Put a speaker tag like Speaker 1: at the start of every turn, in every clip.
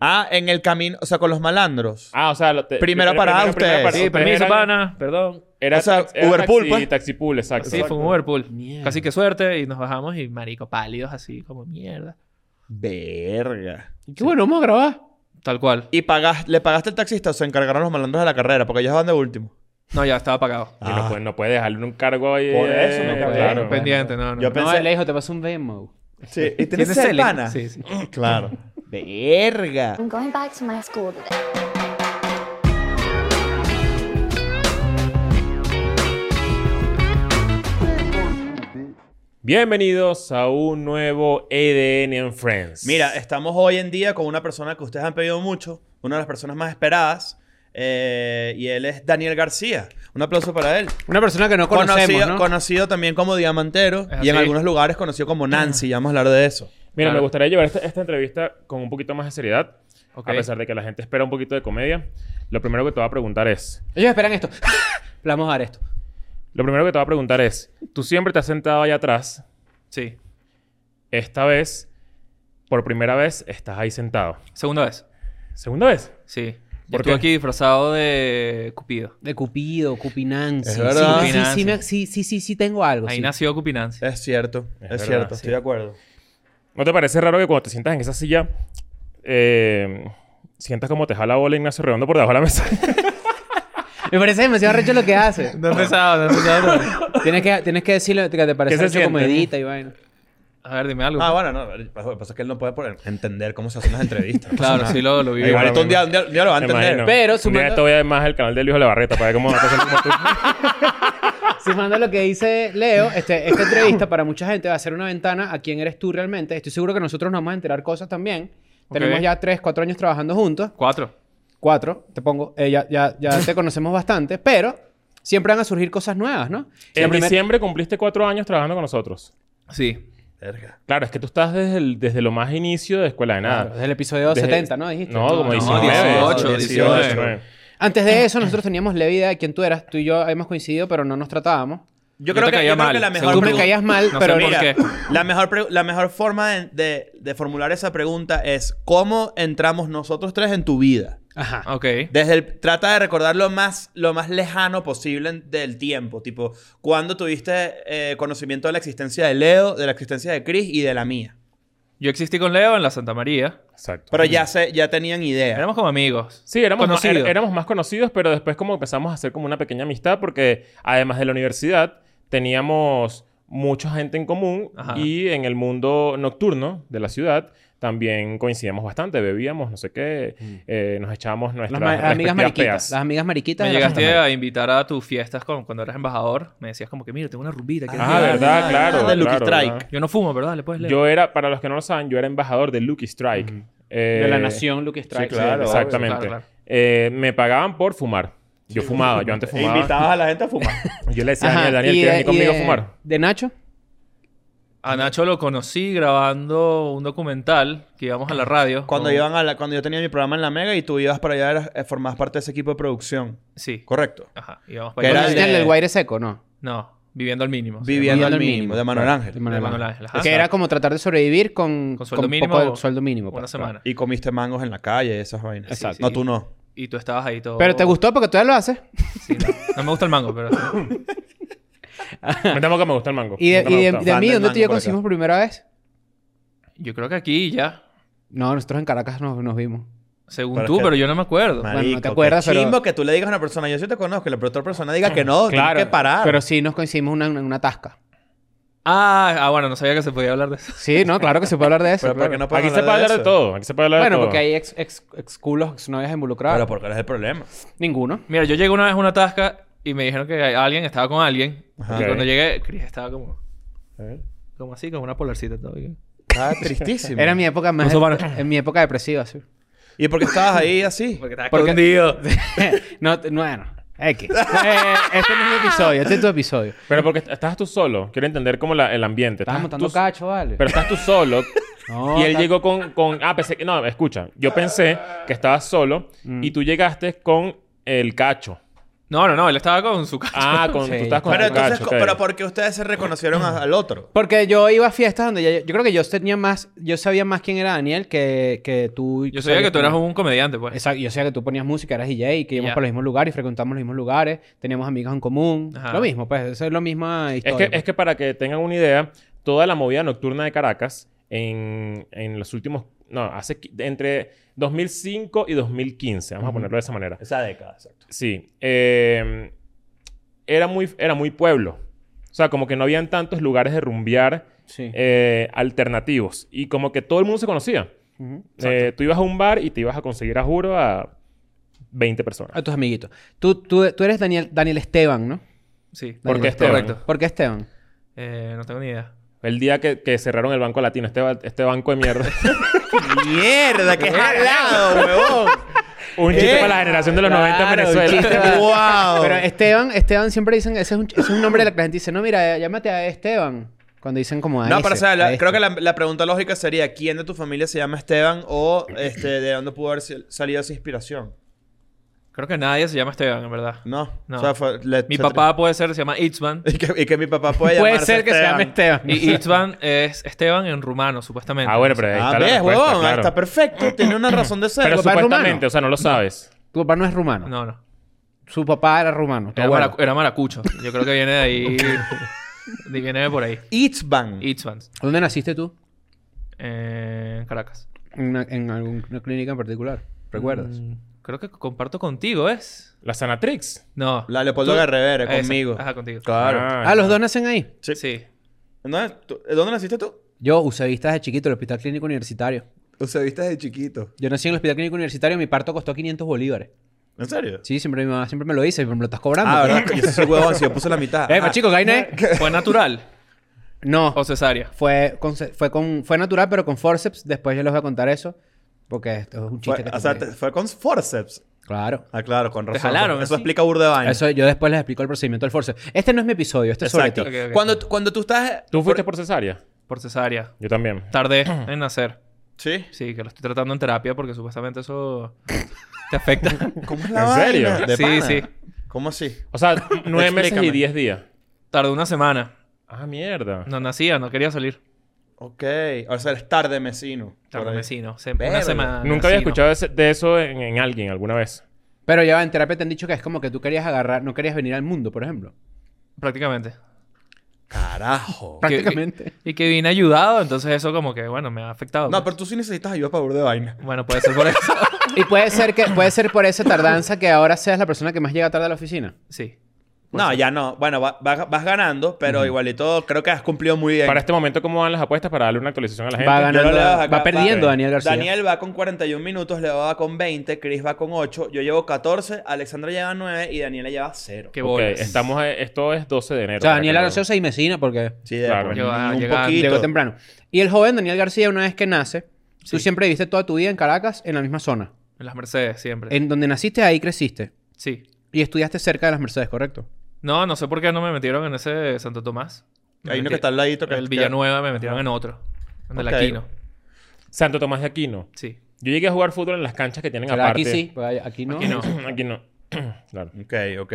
Speaker 1: Ah, en el camino, o sea, con los malandros.
Speaker 2: Ah, o sea, lo te-
Speaker 1: Primera parada ustedes.
Speaker 2: parada.
Speaker 1: Sí,
Speaker 3: Sí,
Speaker 2: Ustedes
Speaker 3: permiso,
Speaker 2: eran-
Speaker 3: pana. Perdón.
Speaker 2: Era,
Speaker 1: O sea,
Speaker 2: era
Speaker 1: Uberpool,
Speaker 2: taxi,
Speaker 1: pues.
Speaker 2: taxipool, exacto.
Speaker 3: Sí, fue un Uberpool. Casi que suerte. Y nos bajamos y marico, pálidos así, como mierda.
Speaker 1: Verga.
Speaker 4: Y Qué bueno, vamos a grabar.
Speaker 3: Tal cual.
Speaker 1: ¿Y pagas- le pagaste al taxista o se encargaron los malandros de la carrera? Porque ellos van de último.
Speaker 3: No, ya estaba pagado.
Speaker 2: Y
Speaker 1: Ah.
Speaker 2: no, puede, no puede dejarle un cargo ahí.
Speaker 1: Por eso no
Speaker 2: eh,
Speaker 1: cabe.
Speaker 2: claro.
Speaker 3: Eh, pendiente, no, no.
Speaker 1: Yo
Speaker 3: no.
Speaker 1: pensé-
Speaker 4: No, él le dijo, te pasó un Venmo.
Speaker 1: Sí. ¿Y
Speaker 3: ¿Tienes
Speaker 1: tienes el
Speaker 3: Selena?
Speaker 1: pana?
Speaker 3: Sí, sí.
Speaker 1: Claro. Verga.
Speaker 5: I'm going back to my school today.
Speaker 2: Bienvenidos a un nuevo EDN en Friends.
Speaker 1: Mira, estamos hoy en día con una persona que ustedes han pedido mucho, una de las personas más esperadas, eh, y él es Daniel García. Un aplauso para él.
Speaker 4: Una persona que no conocemos,
Speaker 1: conocido,
Speaker 4: ¿no?
Speaker 1: conocido también como Diamantero
Speaker 3: Es
Speaker 1: y en
Speaker 3: así.
Speaker 1: algunos lugares conocido como Nancy. Ya vamos a hablar de eso.
Speaker 2: Mira,
Speaker 3: Claro.
Speaker 2: me gustaría llevar esta, esta entrevista con un poquito más de seriedad.
Speaker 3: Ok.
Speaker 2: A pesar de que la gente espera un poquito de comedia. Lo primero que te voy a preguntar es...
Speaker 4: Ellos esperan esto. Le vamos a dar esto.
Speaker 2: Lo primero que te voy a preguntar es... Tú siempre te has sentado allá atrás.
Speaker 3: Sí.
Speaker 2: Esta vez, por primera vez, estás ahí sentado.
Speaker 3: Segunda vez.
Speaker 2: ¿Segunda vez?
Speaker 3: Sí. Yo
Speaker 2: ¿Por
Speaker 3: estuve
Speaker 2: qué?
Speaker 3: aquí disfrazado de Cupido.
Speaker 4: De Cupido, Cupinancy.
Speaker 1: Es verdad.
Speaker 4: Sí, sí, sí,
Speaker 3: Cupinancy.
Speaker 4: me- sí, sí, sí, sí, tengo algo.
Speaker 3: Ahí
Speaker 4: sí.
Speaker 3: nació Cupinancy.
Speaker 1: Es cierto, es,
Speaker 2: Es verdad,
Speaker 1: cierto,
Speaker 2: sí.
Speaker 1: estoy de acuerdo.
Speaker 2: ¿No te parece raro que cuando te sientas en esa silla... eh, sientas como te jala bola Ignacio Redondo por debajo de la mesa?
Speaker 4: Me parece demasiado recho lo que hace.
Speaker 3: No he empezado, no he empezado.
Speaker 4: tienes, que, tienes que decirle que te parece
Speaker 2: ¿Qué se
Speaker 4: recho
Speaker 2: siente?
Speaker 4: comedita y vaina.
Speaker 3: A ver, dime algo.
Speaker 1: Ah, bueno, no, lo que pasa es que él no puede poner- entender cómo se hacen las entrevistas.
Speaker 3: Claro, sí lo, lo viví.
Speaker 1: Igual
Speaker 2: bueno,
Speaker 1: esto un día, un día- un día lo va a
Speaker 2: Me
Speaker 1: entender.
Speaker 2: imagino.
Speaker 4: Pero
Speaker 2: Un día
Speaker 4: sumando-
Speaker 2: esto voy además al canal de Luis Olavarreta para ver cómo... cómo tú-
Speaker 4: Sumando lo que dice Leo, este, esta entrevista para mucha gente va a ser una ventana a quién eres tú realmente. Estoy seguro que nosotros nos vamos a enterar cosas también.
Speaker 3: Ok.
Speaker 4: Tenemos ya tres, cuatro años trabajando juntos.
Speaker 3: Cuatro.
Speaker 4: Cuatro, te pongo. Eh, ya, ya, ya te conocemos bastante, pero siempre van a surgir cosas nuevas, ¿no? La
Speaker 2: En
Speaker 4: primer-
Speaker 2: diciembre cumpliste cuatro años trabajando con nosotros.
Speaker 3: Sí.
Speaker 1: Verga.
Speaker 2: Claro, es que tú estás desde, el- desde lo más inicio de Escuela de Nada.
Speaker 4: Claro, desde el episodio
Speaker 2: Desde-
Speaker 4: 70, ¿no? Dijiste.
Speaker 2: No, como
Speaker 3: No,
Speaker 2: 19.
Speaker 3: 18,
Speaker 1: 19.
Speaker 4: Antes de eso, nosotros teníamos la idea de quién tú eras. Tú y yo hemos coincidido, pero no nos tratábamos.
Speaker 1: Yo
Speaker 3: Yo
Speaker 1: creo
Speaker 3: te
Speaker 1: que,
Speaker 3: caía
Speaker 1: yo creo que
Speaker 3: mal,
Speaker 1: la mejor
Speaker 3: seguro.
Speaker 4: Tú me
Speaker 1: pregu-
Speaker 4: caías mal,
Speaker 3: No sé
Speaker 4: pero
Speaker 3: por
Speaker 1: Mira,
Speaker 3: qué.
Speaker 1: la mejor, pregu- la mejor forma de, de- de formular esa pregunta es ¿cómo entramos nosotros tres en tu vida?
Speaker 4: Ajá.
Speaker 3: Ok.
Speaker 1: Desde el, trata de recordar lo más, lo más lejano posible en- del tiempo. Tipo, ¿cuándo tuviste eh, conocimiento de la existencia de Leo, de la existencia de Chris y de la mía?
Speaker 3: Yo existí con Leo en la Santa María.
Speaker 2: Exacto.
Speaker 1: Pero ya, se, ya tenían idea.
Speaker 3: Éramos como amigos.
Speaker 2: Sí, éramos más,
Speaker 3: Conocidos.
Speaker 2: er- éramos más conocidos, pero después como empezamos a hacer como una pequeña amistad porque además de la universidad teníamos mucha gente en común
Speaker 3: Ajá.
Speaker 2: y en el mundo nocturno de la ciudad también coincidíamos bastante, bebíamos, no sé qué, eh, nos echábamos
Speaker 4: Mm. Las
Speaker 2: nuestras
Speaker 4: ma- amigas
Speaker 2: respectivas
Speaker 4: mariquitas.
Speaker 2: peas.
Speaker 4: Las amigas mariquitas.
Speaker 3: Me
Speaker 4: de la
Speaker 3: llegaste
Speaker 4: Santa
Speaker 3: a invitar a tus fiestas con- cuando eras embajador. Me decías como que, mira, tengo una rumbita. ¿quieres
Speaker 2: Ah,
Speaker 3: ir?"
Speaker 2: verdad, claro.
Speaker 1: de Lucky
Speaker 2: claro,
Speaker 1: Strike.
Speaker 2: ¿verdad?
Speaker 3: Yo no fumo, ¿verdad? Le puedes leer.
Speaker 2: Yo era, para los que no lo saben, yo era embajador de Lucky Strike. Eh,
Speaker 4: María. De la nación, Luke
Speaker 2: Sí,
Speaker 4: Strike.
Speaker 2: claro.
Speaker 4: Sí,
Speaker 2: exactamente.
Speaker 3: Claro, claro.
Speaker 2: Eh, me pagaban por fumar. Yo fumaba, yo antes
Speaker 1: E
Speaker 2: fumaba.
Speaker 1: invitabas a la gente a fumar.
Speaker 2: Yo le decía a
Speaker 4: Ajá,
Speaker 2: Daniel, Daniel,
Speaker 4: y
Speaker 2: ¿quieres
Speaker 4: de-
Speaker 2: venir
Speaker 4: y
Speaker 2: conmigo a
Speaker 4: de-
Speaker 2: fumar?
Speaker 4: ¿De Nacho?
Speaker 3: A Nacho lo conocí grabando un documental que íbamos a la radio.
Speaker 1: Cuando,
Speaker 3: con-
Speaker 1: iban a la- cuando yo tenía mi programa en la Mega y tú ibas para allá, eras- eh, formabas parte de ese equipo de producción.
Speaker 3: Sí.
Speaker 1: Correcto.
Speaker 3: Ajá.
Speaker 1: Que
Speaker 3: Íbamos para
Speaker 1: era
Speaker 3: allá.
Speaker 4: ¿Conociste
Speaker 1: de-
Speaker 4: el del Guaire Seco? No.
Speaker 3: No. Viviendo al mínimo. se
Speaker 1: Viviendo al
Speaker 4: al
Speaker 1: mínimo,
Speaker 4: mínimo.
Speaker 1: de Manuel
Speaker 4: De
Speaker 1: Ángel.
Speaker 4: Manuel
Speaker 3: Manuel
Speaker 4: Ángel.
Speaker 3: Ángel, ajá.
Speaker 4: Que era como tratar de sobrevivir con,
Speaker 3: Con sueldo
Speaker 4: con
Speaker 3: mínimo,
Speaker 4: poco sueldo mínimo.
Speaker 3: llama. Una
Speaker 4: pues.
Speaker 3: semana.
Speaker 1: Y comiste mangos en la calle, esas vainas.
Speaker 3: Exacto.
Speaker 1: No, tú no.
Speaker 3: Y tú estabas ahí todo.
Speaker 4: Pero te gustó porque todavía lo haces.
Speaker 3: Sí, no. No me gusta el mango, pero.
Speaker 2: Me temo que me gusta el mango.
Speaker 4: ¿Y de,
Speaker 2: Nunca me
Speaker 4: y de-
Speaker 2: ha gustado.
Speaker 4: de mí
Speaker 1: Banda
Speaker 4: dónde
Speaker 1: del
Speaker 4: tú y
Speaker 1: mango por
Speaker 4: yo conocimos por primera vez?
Speaker 3: Yo creo que aquí ya.
Speaker 4: No, nosotros en Caracas nos, nos vimos.
Speaker 3: Según
Speaker 1: Pero es
Speaker 3: tú,
Speaker 1: que-
Speaker 3: pero yo no me acuerdo.
Speaker 4: no te
Speaker 1: Marico, qué
Speaker 4: acuerdas, pero-
Speaker 1: chimbo que tú le digas a una persona, yo sí te conozco, y la otra persona diga que no, claro, que parar.
Speaker 4: Pero sí nos coincidimos en una, en una tasca.
Speaker 3: Ah, ah, bueno, no sabía que se podía hablar de eso.
Speaker 4: Sí, no, claro que se puede hablar de eso.
Speaker 1: Pero ¿por qué
Speaker 4: claro.
Speaker 1: no pueden
Speaker 2: Aquí se puede hablar de
Speaker 1: eso?
Speaker 2: todo. Aquí se puede hablar de
Speaker 4: Bueno,
Speaker 2: todo.
Speaker 4: porque hay ex, ex, ex culos, ex novias involucradas.
Speaker 1: Pero porque eres el problema.
Speaker 4: Ninguno.
Speaker 3: Mira, yo llegué una vez a una tasca y me dijeron que alguien estaba con alguien.
Speaker 1: Ajá.
Speaker 3: Y
Speaker 2: Ok.
Speaker 3: cuando llegué, Chris estaba como.
Speaker 2: ver.
Speaker 3: Como así, como una polarcita todo. y-
Speaker 1: Estaba tristísimo.
Speaker 4: Era mi época más...
Speaker 3: Uso para-
Speaker 4: En mi época depresiva, sí.
Speaker 1: ¿Y por qué estabas ahí así?
Speaker 3: Porque estaba
Speaker 4: Porque-
Speaker 3: escondido.
Speaker 4: no, t- bueno. X. Eh, este no es mi episodio. Este es tu episodio.
Speaker 2: Pero porque est- estabas tú solo. Quiero entender como la- el ambiente.
Speaker 4: Estás
Speaker 2: Estabas
Speaker 4: montando
Speaker 2: tú-
Speaker 4: cacho, vale.
Speaker 2: Pero estás tú solo.
Speaker 4: No,
Speaker 2: y él
Speaker 4: está-
Speaker 2: llegó con, con- Ah, pensé que... No,
Speaker 4: Mm.
Speaker 2: escucha. Yo pensé que estabas solo y tú llegaste con el cacho.
Speaker 3: No, no, no, él estaba con su casa.
Speaker 2: Ah, con, tú
Speaker 4: Sí.
Speaker 2: estás con
Speaker 1: Pero
Speaker 2: el
Speaker 1: entonces,
Speaker 2: cacho,
Speaker 1: co-
Speaker 2: ok.
Speaker 1: pero ¿por qué ustedes se reconocieron a- al otro?
Speaker 4: Porque yo iba a fiestas donde ya- yo creo que yo tenía más, yo sabía más quién era Daniel que, que tú.
Speaker 3: Yo sabía que tú eras
Speaker 4: un...
Speaker 3: un comediante, pues.
Speaker 4: Exacto, yo sabía que tú ponías música, eras DJ, y que íbamos
Speaker 3: Ya.
Speaker 4: para los mismos lugares, frecuentamos los mismos lugares, teníamos amigas en común.
Speaker 3: Ajá.
Speaker 4: Lo mismo, pues, eso es lo misma
Speaker 2: Es
Speaker 4: historia. pues.
Speaker 2: que, es que para que tengan una idea, toda la movida nocturna de Caracas en, en los últimos... No, hace qui- entre 2005 y 2015. Vamos a
Speaker 4: Ujú.
Speaker 2: ponerlo de esa manera.
Speaker 1: Esa década, exacto.
Speaker 2: Sí. eh, era, muy, era muy pueblo. O sea, como que no habían tantos lugares de rumbear
Speaker 4: Sí.
Speaker 2: eh, alternativos. Y como que todo el mundo se conocía.
Speaker 4: Ujú.
Speaker 2: Eh, tú ibas a un bar y te ibas a conseguir a juro a 20 personas.
Speaker 4: A tus amiguitos. Tú, tú, tú eres Daniel, Daniel Esteban, ¿no?
Speaker 3: Sí.
Speaker 2: ¿Por qué
Speaker 4: Daniel
Speaker 2: Esteban?
Speaker 3: Correcto.
Speaker 4: ¿Por qué Esteban?
Speaker 3: Eh, no tengo ni idea.
Speaker 2: El día que, que cerraron el Banco Latino, este, ba- este banco de mierda.
Speaker 1: ¡Mierda! ¡Qué jalado, huevón!
Speaker 2: un chiste
Speaker 1: Eh,
Speaker 2: para la generación de los 90 en
Speaker 4: claro, un chiste
Speaker 2: Venezuela.
Speaker 4: para-
Speaker 1: ¡Wow!
Speaker 4: Pero Esteban, Esteban siempre dicen, ese es, un, ese es un nombre de la que la gente dice, no, mira, eh, llámate a Esteban. Cuando dicen como a
Speaker 1: No,
Speaker 4: ese,
Speaker 1: pero o sea, la-
Speaker 4: a este.
Speaker 1: creo que la, la pregunta lógica sería: ¿quién de tu familia se llama Esteban o este, de dónde pudo haber si- salido esa inspiración?
Speaker 3: Creo que nadie se llama Esteban, en verdad.
Speaker 1: No.
Speaker 3: No.
Speaker 1: O sea, fue- le-
Speaker 3: Mi
Speaker 1: se-
Speaker 3: papá puede ser, se llama Itzvan.
Speaker 1: Y que, y que mi papá puede
Speaker 4: Puede
Speaker 1: llamarse
Speaker 4: ser que se llame Esteban.
Speaker 3: Y Itzvan es Esteban en rumano, supuestamente.
Speaker 2: Ah, bueno, pero ahí
Speaker 1: Ah,
Speaker 2: está la
Speaker 1: ves,
Speaker 2: respuesta,
Speaker 1: huevón.
Speaker 2: claro.
Speaker 1: Está perfecto. Tiene una razón de ser.
Speaker 2: Pero
Speaker 4: papá es
Speaker 2: supuestamente,
Speaker 4: rumano?
Speaker 2: o sea, no lo sabes.
Speaker 4: Tu papá no es rumano.
Speaker 3: No, no.
Speaker 4: Su papá era rumano. tu
Speaker 3: Era,
Speaker 4: abuelo.
Speaker 3: maracu- era maracucho. Yo creo que viene de ahí. de- viene de por ahí.
Speaker 1: Itzban.
Speaker 3: Itzvan.
Speaker 4: ¿Dónde naciste tú?
Speaker 3: eh, en Caracas.
Speaker 4: ¿En, una- en alguna clínica en particular? ¿Recuerdas?
Speaker 3: Mm, creo que comparto contigo, ¿es?
Speaker 2: La Sanatrix.
Speaker 3: No.
Speaker 1: La Leopoldo
Speaker 3: Tú-
Speaker 1: Garrevere,
Speaker 3: Esa.
Speaker 1: conmigo.
Speaker 3: Ajá, contigo.
Speaker 1: Claro.
Speaker 4: ah, los dos nacen ahí.
Speaker 1: Sí.
Speaker 3: Sí.
Speaker 1: ¿Dónde, tú- eh, ¿Dónde naciste tú?
Speaker 4: Yo usé vistas de chiquito, el Hospital Clínico Universitario.
Speaker 1: O sea, viste de chiquito.
Speaker 4: Yo nací en el Hospital Clínico Universitario, mi parto costó 500 bolívares.
Speaker 1: ¿En serio?
Speaker 4: Sí, siempre mi mamá siempre me lo dice, me lo estás cobrando.
Speaker 1: Ah, ¿verdad? Yo soy huevón, si yo puse la mitad.
Speaker 4: Eh,
Speaker 1: Ah,
Speaker 4: chico, Gainé.
Speaker 3: ¿Fue natural
Speaker 4: No.
Speaker 3: o cesárea?
Speaker 4: Fue, con, fue, con, fue natural, pero con forceps. Después yo les voy a contar eso. Porque esto es un
Speaker 1: fue-
Speaker 4: chiste que
Speaker 1: o
Speaker 4: te
Speaker 1: sea,
Speaker 4: conté.
Speaker 1: te- fue con forceps.
Speaker 4: Claro.
Speaker 1: Ah, claro, con razón.
Speaker 3: jalaron,
Speaker 1: Eso
Speaker 3: así.
Speaker 1: explica burda de baño.
Speaker 4: Eso yo después les explico el procedimiento del forceps. Este no es mi episodio, este es sobre ti.
Speaker 1: Exacto.
Speaker 3: ti. Ok, ok.
Speaker 1: Cuando, cuando tú estás...
Speaker 2: ¿Tú fuiste por cesárea?
Speaker 3: Por cesárea.
Speaker 2: Yo también.
Speaker 3: Tardé en nacer.
Speaker 1: Sí.
Speaker 3: Sí, que lo estoy tratando en terapia porque supuestamente eso te afecta.
Speaker 1: ¿Cómo es la
Speaker 2: ¿En
Speaker 1: vaina?
Speaker 2: serio?
Speaker 1: De
Speaker 3: Sí,
Speaker 1: pana.
Speaker 3: sí.
Speaker 1: ¿Cómo así?
Speaker 2: O sea, nueve meses y
Speaker 1: Explícame.
Speaker 2: diez días.
Speaker 3: Tardé una semana.
Speaker 2: Ah, mierda.
Speaker 3: No nacía, no quería salir.
Speaker 1: Ok. O sea, eres tarde mesino.
Speaker 3: Tardé
Speaker 1: Por ahí.
Speaker 3: mesino. se-
Speaker 1: Verga.
Speaker 3: Una semana.
Speaker 2: Nunca había
Speaker 3: mesino.
Speaker 2: escuchado de, ese- de eso en, en alguien alguna vez.
Speaker 4: Pero ya va, en terapia te han dicho que es como que tú querías agarrar, no querías venir al mundo, por ejemplo.
Speaker 3: Prácticamente.
Speaker 1: Carajo.
Speaker 3: Que- que-
Speaker 4: Prácticamente.
Speaker 3: y que vine ayudado, entonces eso como que, bueno, me ha afectado.
Speaker 1: No,
Speaker 3: pues.
Speaker 1: pero tú sí necesitas ayuda para burda de vaina.
Speaker 3: Bueno, puede ser por eso.
Speaker 4: Y puede ser que puede ser por esa tardanza que ahora seas la persona que más llega tarde a la oficina.
Speaker 3: sí.
Speaker 1: No, ya no. Bueno, va- va- vas ganando, pero igualito creo que has cumplido muy bien.
Speaker 2: Para este momento, ¿cómo van las apuestas para darle una actualización a la gente?
Speaker 4: Va
Speaker 1: Yo
Speaker 4: ganando,
Speaker 1: no le bajo
Speaker 4: va
Speaker 1: acá,
Speaker 4: perdiendo
Speaker 1: va.
Speaker 4: Daniel García.
Speaker 1: Daniel va con 41 minutos, Leo va con 20, Chris va con 8, yo llevo 14, Alexandra lleva 9 y Daniela lleva 0.
Speaker 3: Qué
Speaker 2: Ok,
Speaker 3: bolas.
Speaker 2: estamos... eh, Esto es 12 de enero.
Speaker 4: O sea,
Speaker 2: para
Speaker 4: Daniel
Speaker 2: que lo-
Speaker 4: García y Mesina porque
Speaker 1: Sí, de
Speaker 2: Claro.
Speaker 1: acuerdo.
Speaker 3: Yo, ah,
Speaker 1: un
Speaker 3: llegando,
Speaker 1: poquito.
Speaker 4: llegó temprano. Y el joven Daniel García, una vez que nace, tú
Speaker 3: Sí.
Speaker 4: siempre viviste toda tu vida en Caracas, en la misma zona.
Speaker 3: En las Mercedes siempre.
Speaker 4: En donde naciste, ahí creciste.
Speaker 3: Sí.
Speaker 4: Y estudiaste cerca de las Mercedes, ¿correcto?
Speaker 3: No, no sé por qué no me metieron en ese Santo Tomás. Me
Speaker 1: Hay uno
Speaker 3: metí-
Speaker 1: que está al ladito que
Speaker 3: El Villanueva me metieron en otro. En el
Speaker 1: Ok.
Speaker 3: Aquino.
Speaker 2: Santo Tomás de Aquino.
Speaker 3: Sí.
Speaker 2: Yo llegué a jugar fútbol en las canchas que tienen
Speaker 4: O sea,
Speaker 2: aparte.
Speaker 4: aquí sí, pues, aquí no.
Speaker 3: Aquí no.
Speaker 2: Aquí no. claro.
Speaker 1: Ok, ok.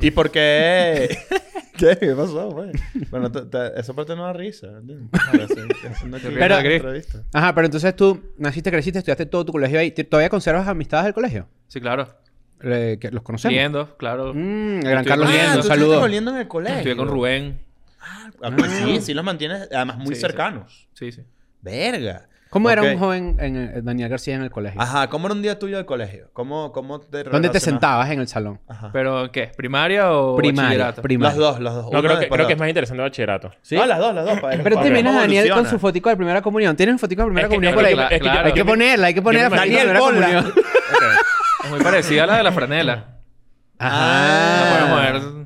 Speaker 1: ¿Y por qué? ¿Qué? ¿Qué pasó, güey? Bueno, te- te- esa parte no da risa. ¿entiendes? Ahora sí, haciendo aquí
Speaker 3: Pero-
Speaker 1: una entrevista.
Speaker 4: Ajá, pero entonces tú naciste, creciste, estudiaste todo tu colegio ahí. ¿Te- ¿Todavía conservas amistades del colegio?
Speaker 3: Sí, claro.
Speaker 4: Le- que ¿Los conocemos?
Speaker 3: Liendo, claro.
Speaker 4: Mm, el gran
Speaker 3: Estudié
Speaker 4: Carlos
Speaker 3: con- Ah,
Speaker 4: Liendo,
Speaker 1: tú
Speaker 4: saludos.
Speaker 1: estuviste oliendo en el colegio.
Speaker 3: Estuve con Rubén.
Speaker 1: Ah, pues sí, sí los mantienes, además muy
Speaker 3: Sí, sí.
Speaker 1: cercanos.
Speaker 3: Sí, sí.
Speaker 1: Verga.
Speaker 4: ¿Cómo era
Speaker 1: Ok.
Speaker 4: un joven en el- Daniel García en el colegio?
Speaker 1: Ajá, ¿cómo era un día tuyo de colegio? ¿Cómo, cómo te
Speaker 4: ¿Dónde te
Speaker 1: relacionabas?
Speaker 4: sentabas en el salón?
Speaker 1: Ajá.
Speaker 3: ¿Pero qué? ¿Primaria o
Speaker 4: Primaria,
Speaker 3: bachillerato?
Speaker 4: primaria.
Speaker 1: Los dos, los dos.
Speaker 2: No,
Speaker 1: Uno
Speaker 2: creo que,
Speaker 1: después
Speaker 2: creo que
Speaker 1: de
Speaker 2: es
Speaker 1: otro.
Speaker 2: más interesante bachillerato.
Speaker 1: Sí. No, las dos, las dos. para-
Speaker 4: Pero
Speaker 1: para
Speaker 4: te
Speaker 1: ver
Speaker 4: imaginas
Speaker 1: cómo
Speaker 4: a Daniel con
Speaker 1: evoluciona.
Speaker 4: su fotico de primera comunión. ¿Tienen fotico de primera
Speaker 2: Es que
Speaker 4: comunión
Speaker 2: yo
Speaker 4: por ahí?
Speaker 2: creo que la-
Speaker 4: Es que yo-
Speaker 2: claro,
Speaker 4: hay que
Speaker 2: yo me-
Speaker 4: ponerla, hay que poner
Speaker 2: yo
Speaker 4: la
Speaker 2: me
Speaker 4: fotico de
Speaker 1: imagino-
Speaker 4: primera
Speaker 1: Daniel, ponla.
Speaker 4: comunión.
Speaker 2: Ok.
Speaker 3: Es muy parecida a la de la franela.
Speaker 1: Ah.
Speaker 3: La
Speaker 4: Ajá.
Speaker 3: podemos ver.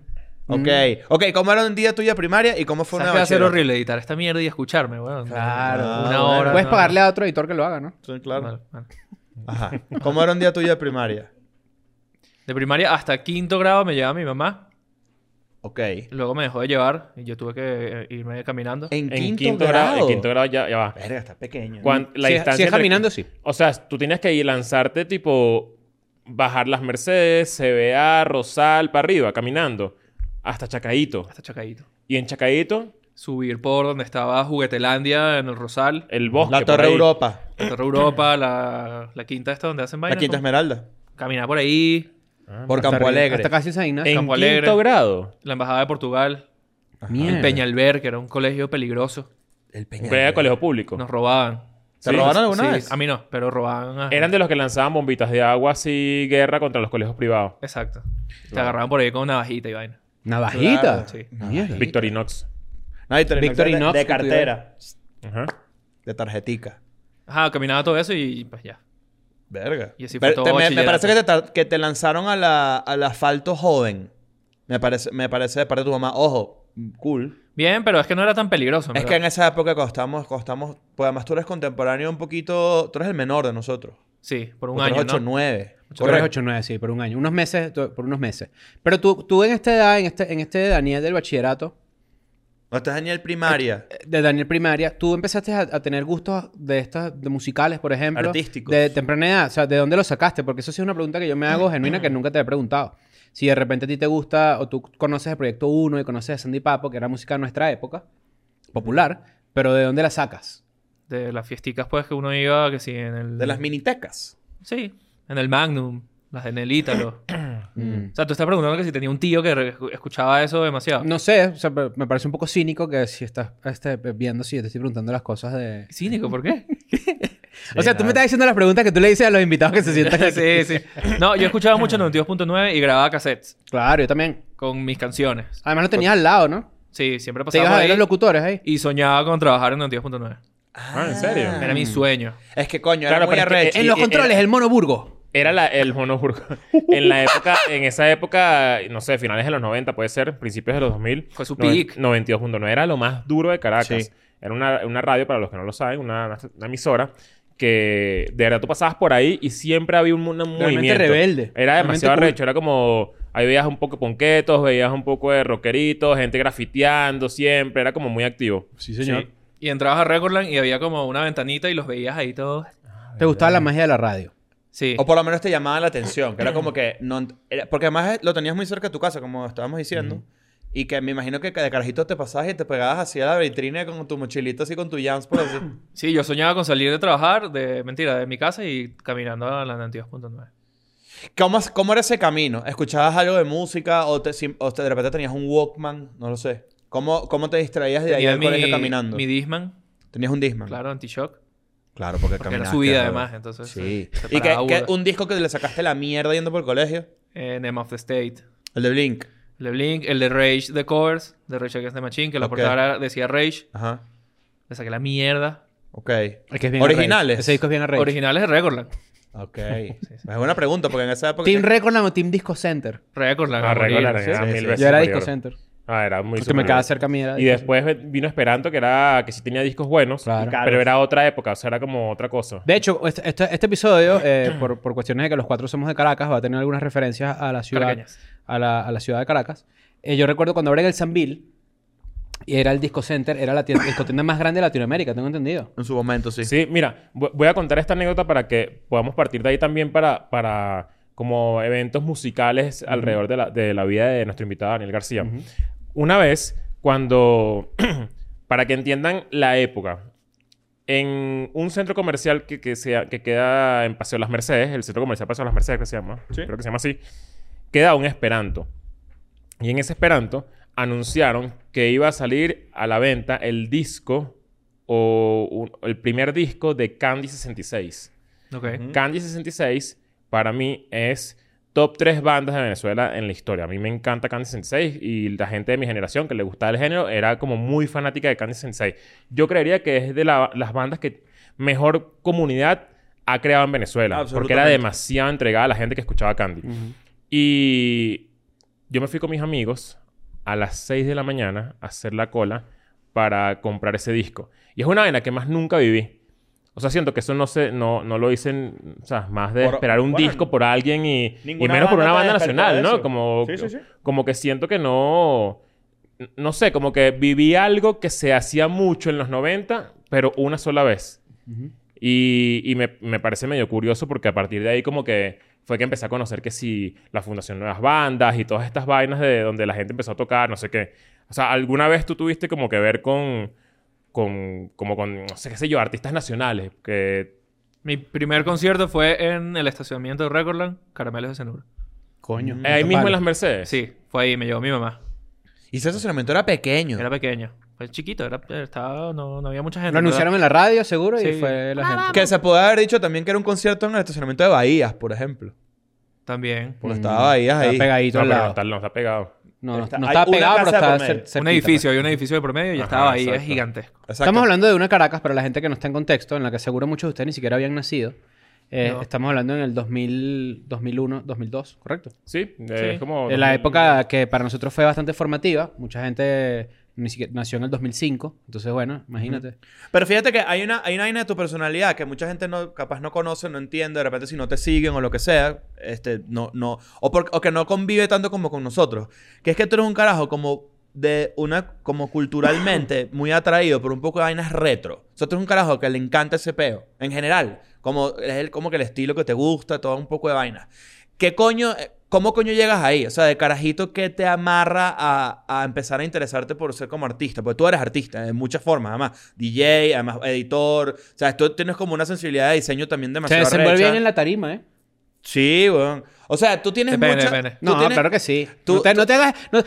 Speaker 1: Ok, ok, ¿cómo era un día tuya primaria y cómo fue una
Speaker 3: ¿Sabes que va a ser
Speaker 1: bachillerato?
Speaker 3: horrible editar esta mierda y escucharme, weón?
Speaker 4: Claro.
Speaker 3: Una
Speaker 1: bueno.
Speaker 3: hora.
Speaker 4: Puedes
Speaker 3: no.
Speaker 4: pagarle a otro editor que lo haga, ¿no?
Speaker 1: Sí, claro.
Speaker 3: Vale, vale.
Speaker 1: Ajá. ¿Cómo era un día tuya primaria?
Speaker 3: De primaria hasta quinto grado me llevaba mi mamá.
Speaker 1: Ok.
Speaker 3: Luego me dejó de llevar y yo tuve que eh, irme caminando.
Speaker 1: En
Speaker 2: En quinto, grado. En quinto grado ya, ya va.
Speaker 1: Verga, está pequeño.
Speaker 2: Cuan- la
Speaker 4: Si es-
Speaker 2: distancia
Speaker 4: si es
Speaker 2: entre-
Speaker 4: caminando, sí.
Speaker 2: O sea, tú tenías que ir lanzarte tipo bajar las Mercedes, CBA, Rosal, para arriba, caminando, hasta Chacaito.
Speaker 3: Hasta Chacaito.
Speaker 2: Y en Chacaito,
Speaker 3: Subir por donde estaba Juguetelandia, en el Rosal,
Speaker 2: el bosque.
Speaker 1: La
Speaker 2: por
Speaker 1: Torre
Speaker 2: ahí.
Speaker 1: Europa.
Speaker 3: la Torre Europa, la, la quinta esta donde hacen
Speaker 1: La
Speaker 3: vainas.
Speaker 1: Quinta
Speaker 3: ¿no?
Speaker 1: Esmeralda.
Speaker 3: Caminar por ahí,
Speaker 2: Ah,
Speaker 1: Por Campo Alegre.
Speaker 4: Hasta casi San Ignacio.
Speaker 2: En
Speaker 3: Campo
Speaker 2: quinto
Speaker 3: Alegre.
Speaker 2: grado.
Speaker 3: la Embajada de Portugal,
Speaker 4: Mierda.
Speaker 3: el Peñalver, que era un colegio peligroso.
Speaker 1: El
Speaker 2: Un
Speaker 1: Peñal.
Speaker 2: colegio de colegio público.
Speaker 3: Nos robaban.
Speaker 1: ¿Te
Speaker 2: Sí,
Speaker 1: robaron alguna
Speaker 3: Sí,
Speaker 1: vez?
Speaker 3: A mí no, pero robaban ah, a...
Speaker 2: Eran de los que lanzaban bombitas de agua así, guerra contra los colegios privados.
Speaker 3: Exacto. Te agarraban por ahí con una bajita y vaina.
Speaker 4: Navajita.
Speaker 1: Claro,
Speaker 3: sí.
Speaker 4: Mierda.
Speaker 2: Victorinox.
Speaker 1: No, Victorinox.
Speaker 4: Victorinox,
Speaker 1: de, de
Speaker 4: que tú
Speaker 1: cartera.
Speaker 2: Ajá.
Speaker 1: De tarjetica.
Speaker 3: Ajá, caminaba todo eso y pues ya.
Speaker 1: Verga.
Speaker 3: Y así fue
Speaker 1: Pero
Speaker 3: todo
Speaker 1: te- me, me
Speaker 3: bachillerato.
Speaker 1: parece que te, tar- que te lanzaron a la, al asfalto joven. Me parece, me parece de parte de tu mamá. Ojo, cool.
Speaker 3: Bien, pero es que no era tan peligroso. en
Speaker 1: Es
Speaker 3: verdad.
Speaker 1: que en esa época costamos, costamos, pues además tú eres contemporáneo un poquito, tú eres el menor de nosotros.
Speaker 3: Sí, por un
Speaker 1: Tú eres
Speaker 3: año,
Speaker 1: 8
Speaker 3: ¿no?
Speaker 1: 9.
Speaker 4: Tú eres 8-9, sí, por un año. Unos meses, tú- por unos meses. Pero tú, tú en esta edad, en este, en este Daniel del bachillerato,
Speaker 1: No estás ni el primaria.
Speaker 4: eh, de Daniel primaria, tú empezaste a, a tener gustos de estas, de musicales, por ejemplo.
Speaker 1: Artísticos.
Speaker 4: De temprana edad. O sea, ¿de dónde lo sacaste? Porque eso sí es una pregunta que yo me hago genuina que nunca te he preguntado. Si de repente a ti te gusta, o tú conoces el Proyecto 1 y conoces a Sandy Papo, que era música de nuestra época, popular, pero ¿de dónde la sacas?
Speaker 3: De las fiesticas, pues, que uno iba, que sí, en el...
Speaker 1: De las minitecas.
Speaker 3: Sí, en el Magnum, las de Nelita. lo-
Speaker 1: Mm.
Speaker 3: O sea, tú estás preguntando que si tenía un tío que re- escuchaba eso demasiado.
Speaker 4: No sé, o sea, pero me parece un poco cínico que si estás este, viendo, si yo te estoy preguntando las cosas de...
Speaker 3: Cínico, ¿por qué?
Speaker 4: o sea, tú me estás diciendo las preguntas que tú le dices a los invitados que se sientan aquí.
Speaker 3: sí, sí. No, yo escuchaba mucho 92.9 y grababa cassettes
Speaker 4: Claro, yo también.
Speaker 3: con mis canciones.
Speaker 4: Además lo tenías al lado, ¿no?
Speaker 3: Sí, siempre
Speaker 4: Te
Speaker 3: pasaba
Speaker 4: ibas
Speaker 3: por
Speaker 4: a ver
Speaker 3: ahí
Speaker 4: los locutores Pues, ahí.
Speaker 3: y soñaba con trabajar en 92.9.
Speaker 2: Ah, ¿en serio?
Speaker 3: Era
Speaker 1: Mm.
Speaker 3: mi sueño.
Speaker 1: Es que coño,
Speaker 2: Claro,
Speaker 1: era muy
Speaker 2: pero es que-
Speaker 1: arrecho.
Speaker 4: en los controles, el mono Burgo.
Speaker 2: Era la, el monoburgo. en la época, en esa época, no sé, finales de los 90, puede ser, principios de los 2000.
Speaker 3: Fue su
Speaker 2: noven-
Speaker 3: peak.
Speaker 2: 92.9 era lo más duro de Caracas.
Speaker 1: Sí.
Speaker 2: Era una, una radio, para los que no lo saben, una, una- una emisora que de verdad tú pasabas por ahí y siempre había un, un movimiento.
Speaker 4: rebelde.
Speaker 2: Era demasiado
Speaker 4: Realmente cool.
Speaker 2: arrecho. Era como... Ahí veías un poco ponquetos, veías un poco de rockeritos, gente grafiteando siempre. Era como muy activo.
Speaker 4: Sí,
Speaker 3: Sí. Y entrabas a Recordland y había como una ventanita y los veías ahí todos.
Speaker 4: Te gustaba la magia de la radio.
Speaker 3: Sí.
Speaker 1: O por lo menos te llamaba la atención, que era como que no era- porque además lo tenías muy cerca de tu casa, como estábamos diciendo, y que me imagino que de carajito te pasabas y te pegabas así a la vitrina con tu mochilita así con tu jams por así.
Speaker 3: Sí, yo soñaba con salir de trabajar, de mentira, de mi casa y caminando a la 92.9.
Speaker 1: ¿Cómo, ¿Cómo era ese camino? ¿Escuchabas algo de música o, te, sim- o te- de repente tenías un Walkman? No lo sé. ¿Cómo, cómo te distraías de ahí
Speaker 3: Tenía
Speaker 1: al colegio caminando?
Speaker 3: Mi Disman,
Speaker 1: Tenías un Disman.
Speaker 3: claro, anti-shock.
Speaker 1: Claro, porque,
Speaker 3: Porque era
Speaker 1: caminabas,
Speaker 3: su vida,
Speaker 1: claro.
Speaker 3: además, entonces.
Speaker 1: Sí.
Speaker 3: se- se
Speaker 1: ¿Y que,
Speaker 3: paraba
Speaker 1: que
Speaker 3: burda.
Speaker 1: un disco que le sacaste la mierda yendo por el colegio?
Speaker 3: Eh, Name of the State.
Speaker 1: El de Blink.
Speaker 3: El de Blink, el de Rage de Covers, de Rage Against the Machine, que la
Speaker 1: Ok.
Speaker 3: portada decía Rage.
Speaker 1: Ajá.
Speaker 3: Le saqué la mierda.
Speaker 1: Ok.
Speaker 4: Es que es bien
Speaker 1: ¿Originales?
Speaker 4: arrecho. Ese disco es bien arrecho.
Speaker 3: Originales de Recordland.
Speaker 1: Ok. Es una pregunta, porque en esa época...
Speaker 4: Team Recordland o Team Disco Center.
Speaker 3: Recordland. a
Speaker 2: Ah,
Speaker 3: morir.
Speaker 2: regular, era
Speaker 1: sí,
Speaker 2: mil
Speaker 1: sí.
Speaker 2: veces
Speaker 4: Yo era
Speaker 2: superior.
Speaker 4: Disco Center.
Speaker 2: Ah, era muy
Speaker 4: Porque me quedaba
Speaker 2: superior.
Speaker 4: cerca a mí. Era
Speaker 2: Y después ve- vino Esperanto, que era que sí tenía discos buenos,
Speaker 4: Claro.
Speaker 2: pero era otra época, o sea, era como otra cosa.
Speaker 4: De hecho, este, este- este episodio, eh, por, por cuestiones de que los cuatro somos de Caracas, va a tener algunas referencias a la ciudad,
Speaker 3: Caraqueñas.
Speaker 4: a la, a la ciudad de Caracas. Eh, yo recuerdo cuando abren el Sanvil, y era el Disco Center, era la tie- discotienda más grande de Latinoamérica, tengo entendido.
Speaker 1: En su momento, sí.
Speaker 2: Sí, mira, vo- voy a contar esta anécdota para que podamos partir de ahí también para, para como eventos musicales alrededor de la, de la vida de nuestro invitado Daniel García. Una vez, cuando, para que entiendan la época, en un centro comercial que, que, se- que queda en Paseo Las Mercedes, el centro comercial Paseo Las Mercedes, que se llama, creo que se llama así, queda un Esperanto. Y en ese Esperanto anunciaron que iba a salir a la venta el disco o un- el primer disco de Candy 66.
Speaker 3: Ok.
Speaker 2: Candy 66 para mí es top 3 bandas de Venezuela en la historia. A mí me encanta Candy 66 y la gente de mi generación que le gustaba el género era como muy fanática de Candy 66. Yo creería que es de la- las bandas que mejor comunidad ha creado en Venezuela. Porque era
Speaker 1: Absolutamente.
Speaker 2: demasiado entregada a la gente que escuchaba Candy. Y yo me fui con mis amigos a las 6 de la mañana a hacer la cola para comprar ese disco. Y es una vaina que más nunca viví. O sea, siento que eso no se, no, no lo dicen, o sea, más de
Speaker 1: Por-
Speaker 2: esperar un
Speaker 1: bueno,
Speaker 2: disco por alguien y, y
Speaker 1: ninguna
Speaker 2: menos por
Speaker 1: banda
Speaker 2: una
Speaker 1: te
Speaker 2: banda
Speaker 1: despertó de
Speaker 2: nacional, ¿no?
Speaker 1: eso.
Speaker 2: Como,
Speaker 1: Sí, sí, sí.
Speaker 2: como que siento que no, no sé, como que viví algo que se hacía mucho en los 90, pero una sola vez. Y, y me, me parece medio curioso porque a partir de ahí como que fue que empecé a conocer que si la Fundación Nuevas Bandas y todas estas vainas de donde la gente empezó a tocar, no sé qué. O sea, ¿alguna vez tú tuviste como que ver con, con como con, no sé qué sé yo, artistas nacionales? Que,
Speaker 3: Mi primer concierto fue en el estacionamiento de Recordland, Caramelos de Cenura.
Speaker 4: Coño.
Speaker 1: Mm.
Speaker 2: Eh, ahí
Speaker 4: Total.
Speaker 2: mismo en las Mercedes.
Speaker 3: Sí, fue ahí, me llevó mi mamá.
Speaker 1: Y ese estacionamiento era pequeño.
Speaker 3: Era pequeño. Fue chiquito, era, estaba, no, no había mucha gente.
Speaker 4: Lo anunciaron en la radio, seguro, y
Speaker 3: Sí.
Speaker 4: fue la gente.
Speaker 1: Que se puede haber dicho también que era un concierto en el estacionamiento de Bahías, por ejemplo.
Speaker 3: ¿verdad? También.
Speaker 1: Porque estaba Bahías
Speaker 4: Está
Speaker 1: ahí.
Speaker 4: Mm. pegadito
Speaker 2: No,
Speaker 4: al
Speaker 2: Ah, pero no
Speaker 4: lado.
Speaker 2: está, no está pegado.
Speaker 4: No, no,
Speaker 1: Está-
Speaker 4: no
Speaker 1: hay
Speaker 4: estaba
Speaker 1: una
Speaker 4: pegado, pero
Speaker 1: casa de
Speaker 4: estaba
Speaker 1: por medio.
Speaker 4: cer- cerquita, pues.
Speaker 3: un edificio, había un edificio de promedio y
Speaker 2: Ajá,
Speaker 3: estaba ahí, es
Speaker 2: exacto.
Speaker 3: gigantesco.
Speaker 1: Exacto.
Speaker 4: Estamos hablando de una Caracas, para la gente que no está en contexto, en la que seguro muchos de ustedes ni siquiera habían nacido. Eh,
Speaker 3: No.
Speaker 4: Estamos hablando en el 2000, 2001, 2002, ¿correcto?
Speaker 2: Sí, eh, es como...
Speaker 4: En la
Speaker 2: 2000.
Speaker 4: época que para nosotros fue bastante formativa. Mucha gente ni siquiera nació en el 2005. Entonces, bueno, imagínate.
Speaker 1: Pero fíjate que hay una, hay una vaina de tu personalidad que mucha gente no, capaz no conoce, no entiende. De repente, si no te siguen o lo que sea, este, no, no. O, por- o que no convive tanto como con nosotros. Que es que tú eres un carajo como de una, como culturalmente muy atraído por un poco de vainas retro. O sea, tú eres un carajo que le encanta ese peo. En general. Como es el, como que el estilo que te gusta, todo un poco de vainas. ¿Qué coño, eh, cómo coño llegas ahí? O sea, de carajito, ¿qué te amarra a, a empezar a interesarte por ser como artista? Porque tú eres artista de muchas formas, además. DJ, además editor. O sea, tú tienes como una sensibilidad de diseño también
Speaker 4: Se
Speaker 1: demasiado
Speaker 4: desenvuelve
Speaker 1: arrecha.
Speaker 4: bien en la tarima, ¿eh?
Speaker 1: Sí, weón. O sea, tú tienes
Speaker 3: Depende,
Speaker 1: mucha...
Speaker 3: depende.
Speaker 1: tú
Speaker 4: No,
Speaker 1: tienes-
Speaker 4: claro que sí.
Speaker 1: tú-
Speaker 4: no, te, no te hagas... No,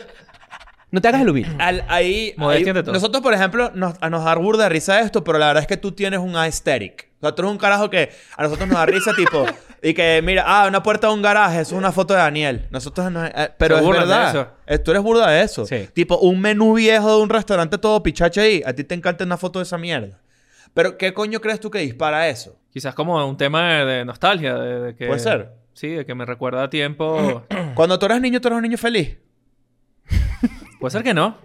Speaker 4: no te hagas el humilde.
Speaker 1: Al- ahí,
Speaker 3: Modestia
Speaker 1: ahí-
Speaker 3: ante todo.
Speaker 1: nosotros, por ejemplo, nos, a nos da burda de risa esto, pero la verdad es que tú tienes un aesthetic. O sea, tú eres un carajo que a nosotros nos da risa, tipo, y que mira, ah, una puerta de un garaje, eso es una foto de Daniel. Nosotros no. eh, pero
Speaker 3: Se
Speaker 1: es
Speaker 3: burlan de
Speaker 1: verdad.
Speaker 3: eso.
Speaker 1: Eh, Tú eres burda de eso.
Speaker 4: Sí.
Speaker 1: Tipo, un menú viejo de un restaurante todo pichache ahí. A ti te encanta una foto de esa mierda. Pero, ¿qué coño crees tú que dispara eso?
Speaker 3: Quizás como un tema de, de nostalgia. De, de que,
Speaker 1: Puede ser.
Speaker 3: Sí, de que me recuerda a tiempo.
Speaker 1: Cuando tú eras niño, tú eras un niño feliz.
Speaker 3: Puede ser que no.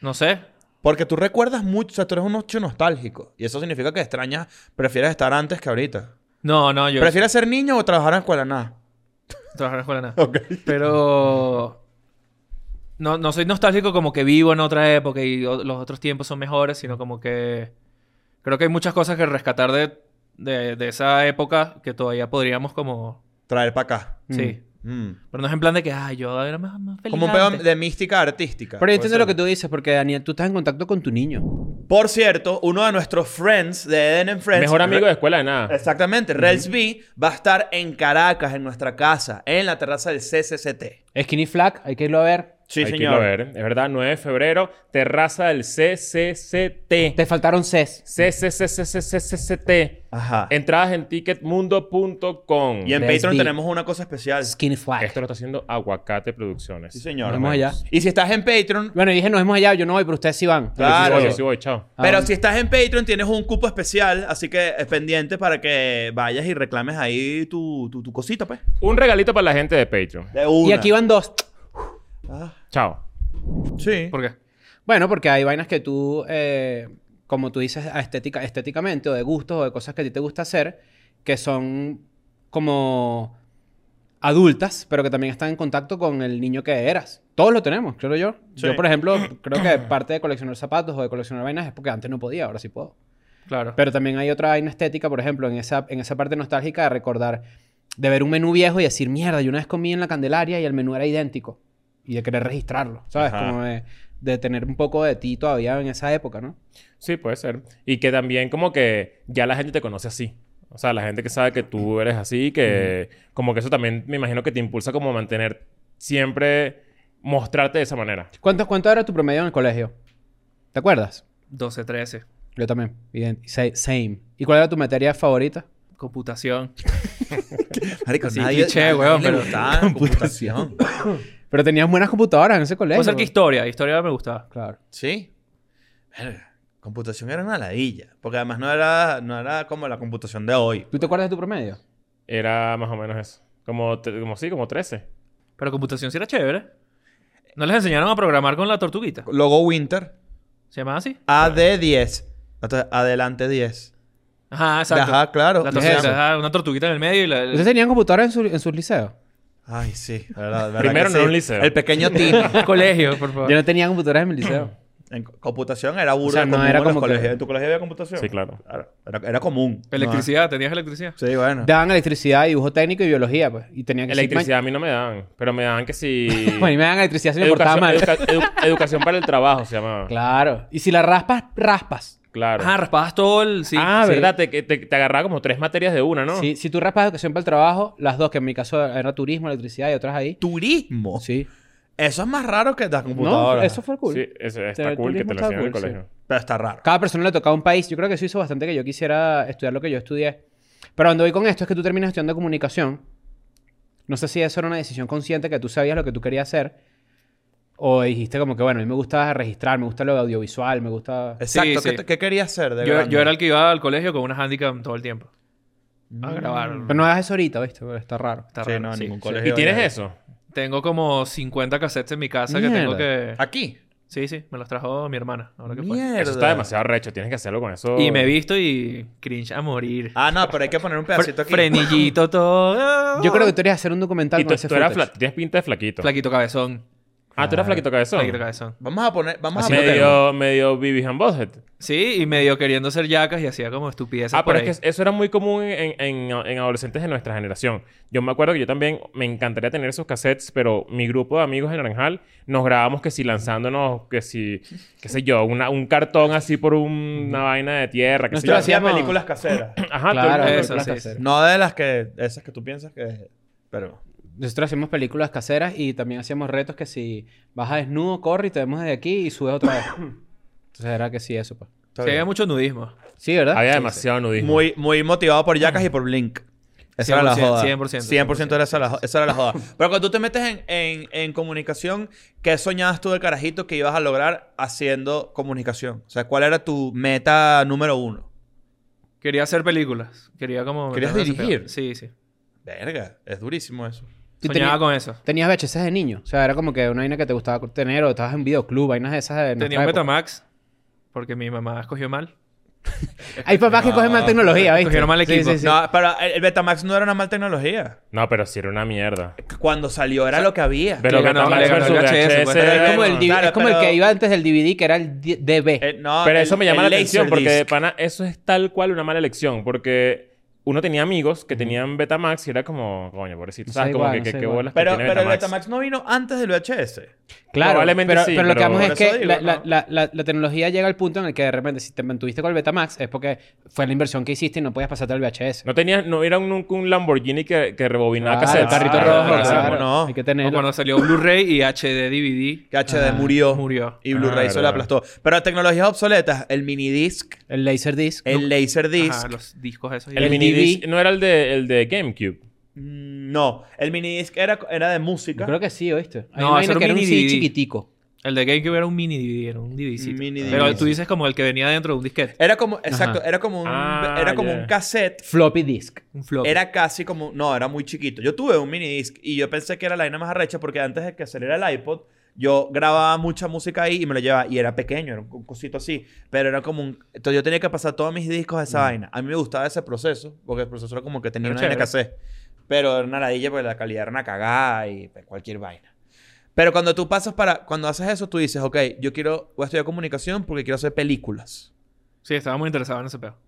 Speaker 3: No sé.
Speaker 1: Porque tú recuerdas mucho, o sea, tú eres un ocho nostálgico. Y eso significa que extrañas, prefieres estar antes que ahorita.
Speaker 3: No, no, yo.
Speaker 1: ¿Prefieres ser niño o trabajar en la escuela? Nada.
Speaker 3: Trabajar en la escuela nada.
Speaker 1: Ok.
Speaker 3: Pero. No, no soy nostálgico como que vivo en otra época y o- los otros tiempos son mejores, sino como que. Creo que hay muchas cosas que rescatar de, de, de esa época que todavía podríamos como.
Speaker 1: Traer para acá.
Speaker 3: Sí.
Speaker 1: Mm.
Speaker 3: Pero no es en plan de que, ay, yo era más, más feliz.
Speaker 1: Como un pedo
Speaker 3: antes".
Speaker 1: de mística artística.
Speaker 4: Pero yo
Speaker 1: Puede
Speaker 4: entiendo
Speaker 1: ser.
Speaker 4: lo que tú dices, porque Daniel, tú estás en contacto con tu niño.
Speaker 1: Por cierto, uno de nuestros friends de Eden and Friends.
Speaker 2: Mejor amigo
Speaker 1: Re-
Speaker 2: de escuela de nada.
Speaker 1: Exactamente. Rels B va a estar en Caracas, en nuestra casa, en la terraza del CCCT.
Speaker 4: Skinny Flag, hay que irlo a ver.
Speaker 1: Sí,
Speaker 2: Hay que irlo
Speaker 1: señor.
Speaker 2: a ver. Es verdad, 9 de febrero, terraza del CCCT.
Speaker 4: Te faltaron Cs.
Speaker 2: CCCCCCCT.
Speaker 1: Ajá.
Speaker 2: Entradas en ticketmundo.com.
Speaker 1: y en
Speaker 4: Rels
Speaker 1: Patreon
Speaker 4: B.
Speaker 1: tenemos una cosa especial. Sí,
Speaker 4: Skinny Flag.
Speaker 2: Esto lo está haciendo Aguacate Producciones.
Speaker 1: señor.
Speaker 4: Nos vemos allá. Ah,
Speaker 1: Y si estás en Patreon,
Speaker 4: Bueno, dije, nos hemos allá. Yo no voy, pero ustedes sí van.
Speaker 1: Claro.
Speaker 2: Yo sí voy, yo sí voy, chao.
Speaker 4: Ah,
Speaker 1: Pero
Speaker 4: bueno.
Speaker 1: si estás en Patreon, tienes un cupo especial, así que es pendiente para que vayas y reclames ahí tu, tu, tu cosita, pues.
Speaker 2: Un regalito para la gente de Patreon.
Speaker 1: De
Speaker 4: Y
Speaker 1: una.
Speaker 4: aquí van dos.
Speaker 1: Ah,
Speaker 2: Chao.
Speaker 1: sí.
Speaker 3: ¿Por qué?
Speaker 4: Bueno, porque hay vainas que tú, eh, como tú dices, a estética, estéticamente o de gustos o de cosas que a ti te gusta hacer, que son como adultas, pero que también están en contacto con el niño que eras. Todos lo tenemos, creo yo.
Speaker 1: Sí.
Speaker 4: Yo, por ejemplo, creo que parte de coleccionar zapatos o de coleccionar vainas es porque antes no podía, ahora sí puedo.
Speaker 3: Claro.
Speaker 4: Pero también hay otra vaina estética, por ejemplo, en esa, en esa parte nostálgica de recordar, de ver un menú viejo y decir, mierda, yo una vez comí en la Candelaria y el menú era idéntico. Y de querer registrarlo, ¿sabes?
Speaker 2: Ajá.
Speaker 4: Como de, de tener un poco de ti todavía en esa época, ¿no?
Speaker 2: Sí, puede ser. Y que también como que ya la gente te conoce así. O sea, la gente que sabe que tú eres así, que como que eso también me imagino que te impulsa como a mantener siempre mostrarte de esa manera.
Speaker 4: ¿Cuánto, cuánto era tu promedio en el colegio? ¿Te acuerdas?
Speaker 3: 12, 13.
Speaker 4: Yo también. Ident- sa- Same. ¿Y cuál era tu materia favorita?
Speaker 3: Computación.
Speaker 1: Marico,
Speaker 3: Sí,
Speaker 1: nadie,
Speaker 3: cliché,
Speaker 1: nadie
Speaker 3: weón,
Speaker 1: le
Speaker 3: pero-
Speaker 1: gustaba la computación.
Speaker 4: Pero tenías buenas computadoras en ese colegio.
Speaker 3: Puede ser que historia. Historia me gustaba.
Speaker 4: Claro.
Speaker 1: sí. Verga, Computación era una ladilla. Porque además no era, no era como la computación de hoy.
Speaker 4: ¿Tú te acuerdas de tu promedio?
Speaker 2: Eh. Era más o menos eso. Como, te- como sí, como 13.
Speaker 3: Pero computación sí era chévere. ¿No les enseñaron a programar con la tortuguita?
Speaker 1: Logo Winter.
Speaker 3: ¿Se llamaba así?
Speaker 1: AD10. Entonces, adelante 10.
Speaker 3: Ajá, exacto.
Speaker 1: Ajá, claro.
Speaker 3: La
Speaker 1: Es
Speaker 3: tortuguita,
Speaker 1: eso.
Speaker 3: ajá, una tortuguita en el medio y la...
Speaker 4: ¿Ustedes tenían computadoras en, su- en sus liceos?
Speaker 1: Ay, sí. la verdad- la verdad
Speaker 2: Primero
Speaker 1: que
Speaker 2: no era
Speaker 1: sí.
Speaker 2: un liceo.
Speaker 1: El pequeño Tino.
Speaker 3: Colegio, por favor.
Speaker 4: Yo no tenía computadoras en mi liceo.
Speaker 1: En co- computación era burda
Speaker 4: sea, no
Speaker 1: común
Speaker 4: era
Speaker 1: en los
Speaker 4: como que-
Speaker 1: colegios. ¿En tu colegio había computación?
Speaker 2: Sí, claro.
Speaker 1: Era, era común.
Speaker 3: Electricidad, ¿tenías electricidad?
Speaker 1: No, sí, bueno.
Speaker 4: Daban electricidad, dibujo técnico y biología, pues. Y tenían que ser
Speaker 2: Electricidad a mí no me dan, pero me dan que si...
Speaker 4: ma- Bueno, y me daban electricidad si me portaba
Speaker 2: educación,
Speaker 4: mal.
Speaker 2: educa- edu- educación para el trabajo se llamaba. Claro.
Speaker 4: Claro. Y si la raspas, raspas.
Speaker 3: Ah, raspabas todo el... Sí.
Speaker 2: ah,
Speaker 4: sí.
Speaker 2: verdad, te, te, te agarraba como tres materias de una, ¿no?
Speaker 4: Sí, si tú raspas educación para el trabajo, las dos, que en mi caso era turismo, electricidad y otras ahí.
Speaker 1: Turismo.
Speaker 4: Sí.
Speaker 1: Eso es más raro que las computadoras.
Speaker 4: No, eso fue cool.
Speaker 2: Sí, eso está
Speaker 4: Te-
Speaker 2: cool que te lo
Speaker 4: turismo está
Speaker 2: enseñan en el
Speaker 4: cool, sí.
Speaker 2: colegio.
Speaker 1: Pero está raro.
Speaker 4: Cada persona le tocaba un país. Yo creo que eso hizo bastante que yo quisiera estudiar lo que yo estudié. Pero donde voy con esto es que tú terminas estudiando comunicación. No sé si eso era una decisión consciente que tú sabías lo que tú querías hacer. O dijiste como que, bueno, a mí me gusta registrar, me gusta lo audiovisual, me gusta...
Speaker 1: Exacto.
Speaker 3: Sí,
Speaker 1: ¿Qué,
Speaker 3: sí.
Speaker 1: qué querías hacer de
Speaker 3: Yo,
Speaker 1: grande?
Speaker 3: yo era el que iba al colegio con unas handicap todo el tiempo. A grabar.
Speaker 4: Pero no hagas eso ahorita, ¿viste? Porque está raro.
Speaker 3: Está
Speaker 1: Sí,
Speaker 3: raro,
Speaker 1: no,
Speaker 3: sí.
Speaker 1: ningún colegio.
Speaker 2: ¿Y tienes
Speaker 1: había-
Speaker 2: eso?
Speaker 3: Tengo como 50 cassettes en mi casa que tengo que...
Speaker 1: Aquí.
Speaker 3: Sí, sí. Me los trajo mi hermana. Ahora que fue.
Speaker 1: Mierda.
Speaker 2: Eso está demasiado recho. Tienes que hacerlo con eso.
Speaker 3: Y me he visto y cringe a morir.
Speaker 1: Ah, no, pero hay que poner un pedacito
Speaker 3: Fre-
Speaker 1: aquí.
Speaker 3: frenillito todo.
Speaker 4: Yo creo que tú deberías hacer un documental
Speaker 2: Y
Speaker 4: con
Speaker 2: tú,
Speaker 4: ese
Speaker 2: tú eras
Speaker 4: footage.
Speaker 2: fla- tienes pinta de flaquito.
Speaker 3: Flaquito cabezón.
Speaker 2: Ah, tú eras flaquito cabezón.
Speaker 3: Flaquito cabezón.
Speaker 1: Vamos a poner. Vamos a
Speaker 4: Así
Speaker 1: poner.
Speaker 2: Medio, medio Bibi and Butthead.
Speaker 3: Sí, y medio queriendo ser yacas y hacía como estupideces
Speaker 2: Ah,
Speaker 3: por
Speaker 2: pero
Speaker 3: ahí.
Speaker 2: es que eso era muy común en, en- en adolescentes de nuestra generación. Yo me acuerdo que yo también me encantaría tener esos cassettes, pero mi grupo de amigos en Naranjal nos grabamos que si lanzándonos, que si, qué sé yo, una- un cartón así por un- una vaina de tierra, qué sé
Speaker 1: Yo
Speaker 2: yo.
Speaker 4: Nosotros
Speaker 1: hacía
Speaker 4: hacíamos-
Speaker 1: películas caseras.
Speaker 2: Ajá, todo el
Speaker 4: Claro,
Speaker 2: mundo-
Speaker 3: eso,
Speaker 4: películas
Speaker 3: sí,
Speaker 4: caseras.
Speaker 3: sí.
Speaker 1: no de las que. Esas que tú piensas que. Pero.
Speaker 4: Nosotros hacíamos películas caseras y también hacíamos retos que si vas a desnudo, corre y te vemos desde aquí y subes otra vez. Entonces era que sí, eso, pues.
Speaker 1: está
Speaker 3: Sí, había
Speaker 1: bien.
Speaker 3: mucho nudismo.
Speaker 4: Sí, ¿verdad?
Speaker 2: Había demasiado nudismo.
Speaker 1: Muy, muy motivado por Yacas y por Blink. Esa era la
Speaker 3: 100%,
Speaker 1: joda.
Speaker 3: 100%,
Speaker 1: 100% era esa, la, jo- esa era la joda. Pero cuando tú te metes en, en, en comunicación, ¿qué soñabas tú de carajito que ibas a lograr haciendo comunicación? O sea, ¿cuál era tu meta número uno?
Speaker 3: Quería hacer películas. Quería como...
Speaker 1: ¿Querías
Speaker 3: meterme en ese
Speaker 1: dirigir?
Speaker 3: pedo. Sí, sí.
Speaker 1: Verga, es durísimo eso.
Speaker 4: Tú
Speaker 3: Soñaba
Speaker 4: tenías-
Speaker 3: con eso.
Speaker 4: Tenías VHS de niño. O sea, era como que una vaina que te gustaba tener o estabas en videoclub, vainas de esas de
Speaker 3: Tenía
Speaker 4: nuestra
Speaker 3: un
Speaker 4: época.
Speaker 3: Betamax. Porque mi mamá escogió mal.
Speaker 4: Hay papás que
Speaker 1: No, pues,
Speaker 4: cogen mal tecnología, ¿viste?
Speaker 3: cogieron mal equipo.
Speaker 4: Sí, sí, sí.
Speaker 1: No, pero el el Betamax no era una mala tecnología.
Speaker 2: No, pero sí era una mierda.
Speaker 1: Cuando salió era lo que había.
Speaker 2: Pero
Speaker 3: le ganó-
Speaker 2: Betamax
Speaker 3: le ganó el
Speaker 2: versus
Speaker 3: VHS,
Speaker 2: VHS,
Speaker 3: pues.
Speaker 2: era-
Speaker 1: Pero
Speaker 4: Es como, el,
Speaker 1: Claro,
Speaker 4: di- es como el
Speaker 1: pero-
Speaker 4: que iba antes del DVD, que era el di- DB.
Speaker 1: Eh, no,
Speaker 2: Pero
Speaker 1: el-
Speaker 2: eso me llama la
Speaker 1: el
Speaker 2: atención porque
Speaker 1: Laserdisc.
Speaker 2: pana, eso es tal cual una mala elección porque uno tenía amigos que tenían Betamax y era como, coño, pobrecito,
Speaker 4: No
Speaker 2: sabes
Speaker 4: sé
Speaker 2: como
Speaker 4: igual,
Speaker 2: que
Speaker 4: Pues no
Speaker 2: qué-
Speaker 4: sé
Speaker 2: qué
Speaker 4: igual.
Speaker 2: bolas que
Speaker 1: Pero,
Speaker 2: tiene
Speaker 1: pero el
Speaker 2: Betamax.
Speaker 1: Betamax no vino antes del VHS.
Speaker 4: Claro,
Speaker 2: Probablemente
Speaker 4: pero,
Speaker 2: sí,
Speaker 4: pero lo que
Speaker 2: pero-
Speaker 4: vamos es
Speaker 1: Por eso
Speaker 4: que
Speaker 1: digo,
Speaker 4: la, la-
Speaker 1: ¿no?
Speaker 4: la- la- la tecnología llega al punto en el que de repente si te mantuviste con el Betamax es porque fue la inversión que hiciste y no podías pasarte al VHS.
Speaker 2: No tenías, no era un- nunca un Lamborghini que, que rebobinaba
Speaker 4: Claro, el
Speaker 2: cassettes.
Speaker 4: carrito
Speaker 1: Ah,
Speaker 4: rojo,
Speaker 1: claro,
Speaker 4: claro.
Speaker 1: no.
Speaker 4: Hay que
Speaker 3: O
Speaker 4: tenerlo.
Speaker 3: cuando salió Blu-ray y HD DVD.
Speaker 1: Que HD
Speaker 4: Ah,
Speaker 1: murió.
Speaker 3: murió.
Speaker 1: Y Blu-ray
Speaker 2: Ah,
Speaker 1: se lo
Speaker 2: verdad.
Speaker 1: aplastó. Pero tecnologías obsoletas, el minidisc,
Speaker 4: El Laserdisc.
Speaker 1: el Laserdisc.
Speaker 3: Ajá, los discos esos.
Speaker 2: El,
Speaker 4: El
Speaker 2: mini
Speaker 4: DV.
Speaker 2: disc- no era el de, el de GameCube.
Speaker 1: Mm, No, el minidisc era, era de música.
Speaker 4: Yo creo que sí, ¿oíste?
Speaker 3: No,
Speaker 4: Hay una
Speaker 3: eso
Speaker 4: vaina
Speaker 3: era
Speaker 4: que era
Speaker 3: un
Speaker 4: un
Speaker 3: mini
Speaker 4: CD
Speaker 3: DVD.
Speaker 4: chiquitico.
Speaker 3: El de GameCube era un mini DVD, era un DVD.
Speaker 1: Mini
Speaker 3: Pero
Speaker 1: DVD.
Speaker 3: tú dices como el que venía dentro de un disquete.
Speaker 1: Era como, exacto,
Speaker 4: Ajá.
Speaker 1: era como un,
Speaker 2: Ah,
Speaker 1: era como
Speaker 2: ya.
Speaker 1: un cassette.
Speaker 4: Floppy disk.
Speaker 3: Un flop.
Speaker 1: Era casi como, no, era muy chiquito. Yo tuve un minidisc y yo pensé que era la vaina más arrecha porque antes de que saliera el iPod, yo grababa mucha música ahí y me lo llevaba. Y era pequeño, era un, un cosito así. Pero era como un... Entonces yo tenía que pasar todos mis discos a
Speaker 4: Mm.
Speaker 1: esa vaina. A mí me gustaba ese proceso porque el proceso era como que tenía
Speaker 2: Era
Speaker 1: una vaina que
Speaker 2: chévere.
Speaker 1: hacer. Pero era una ladilla porque la calidad era una cagada y pues, cualquier vaina. Pero cuando tú pasas para... Cuando haces eso, tú dices, ok, yo quiero... Voy a estudiar comunicación porque quiero hacer películas.
Speaker 3: Sí, estaba muy interesado en ese pedo.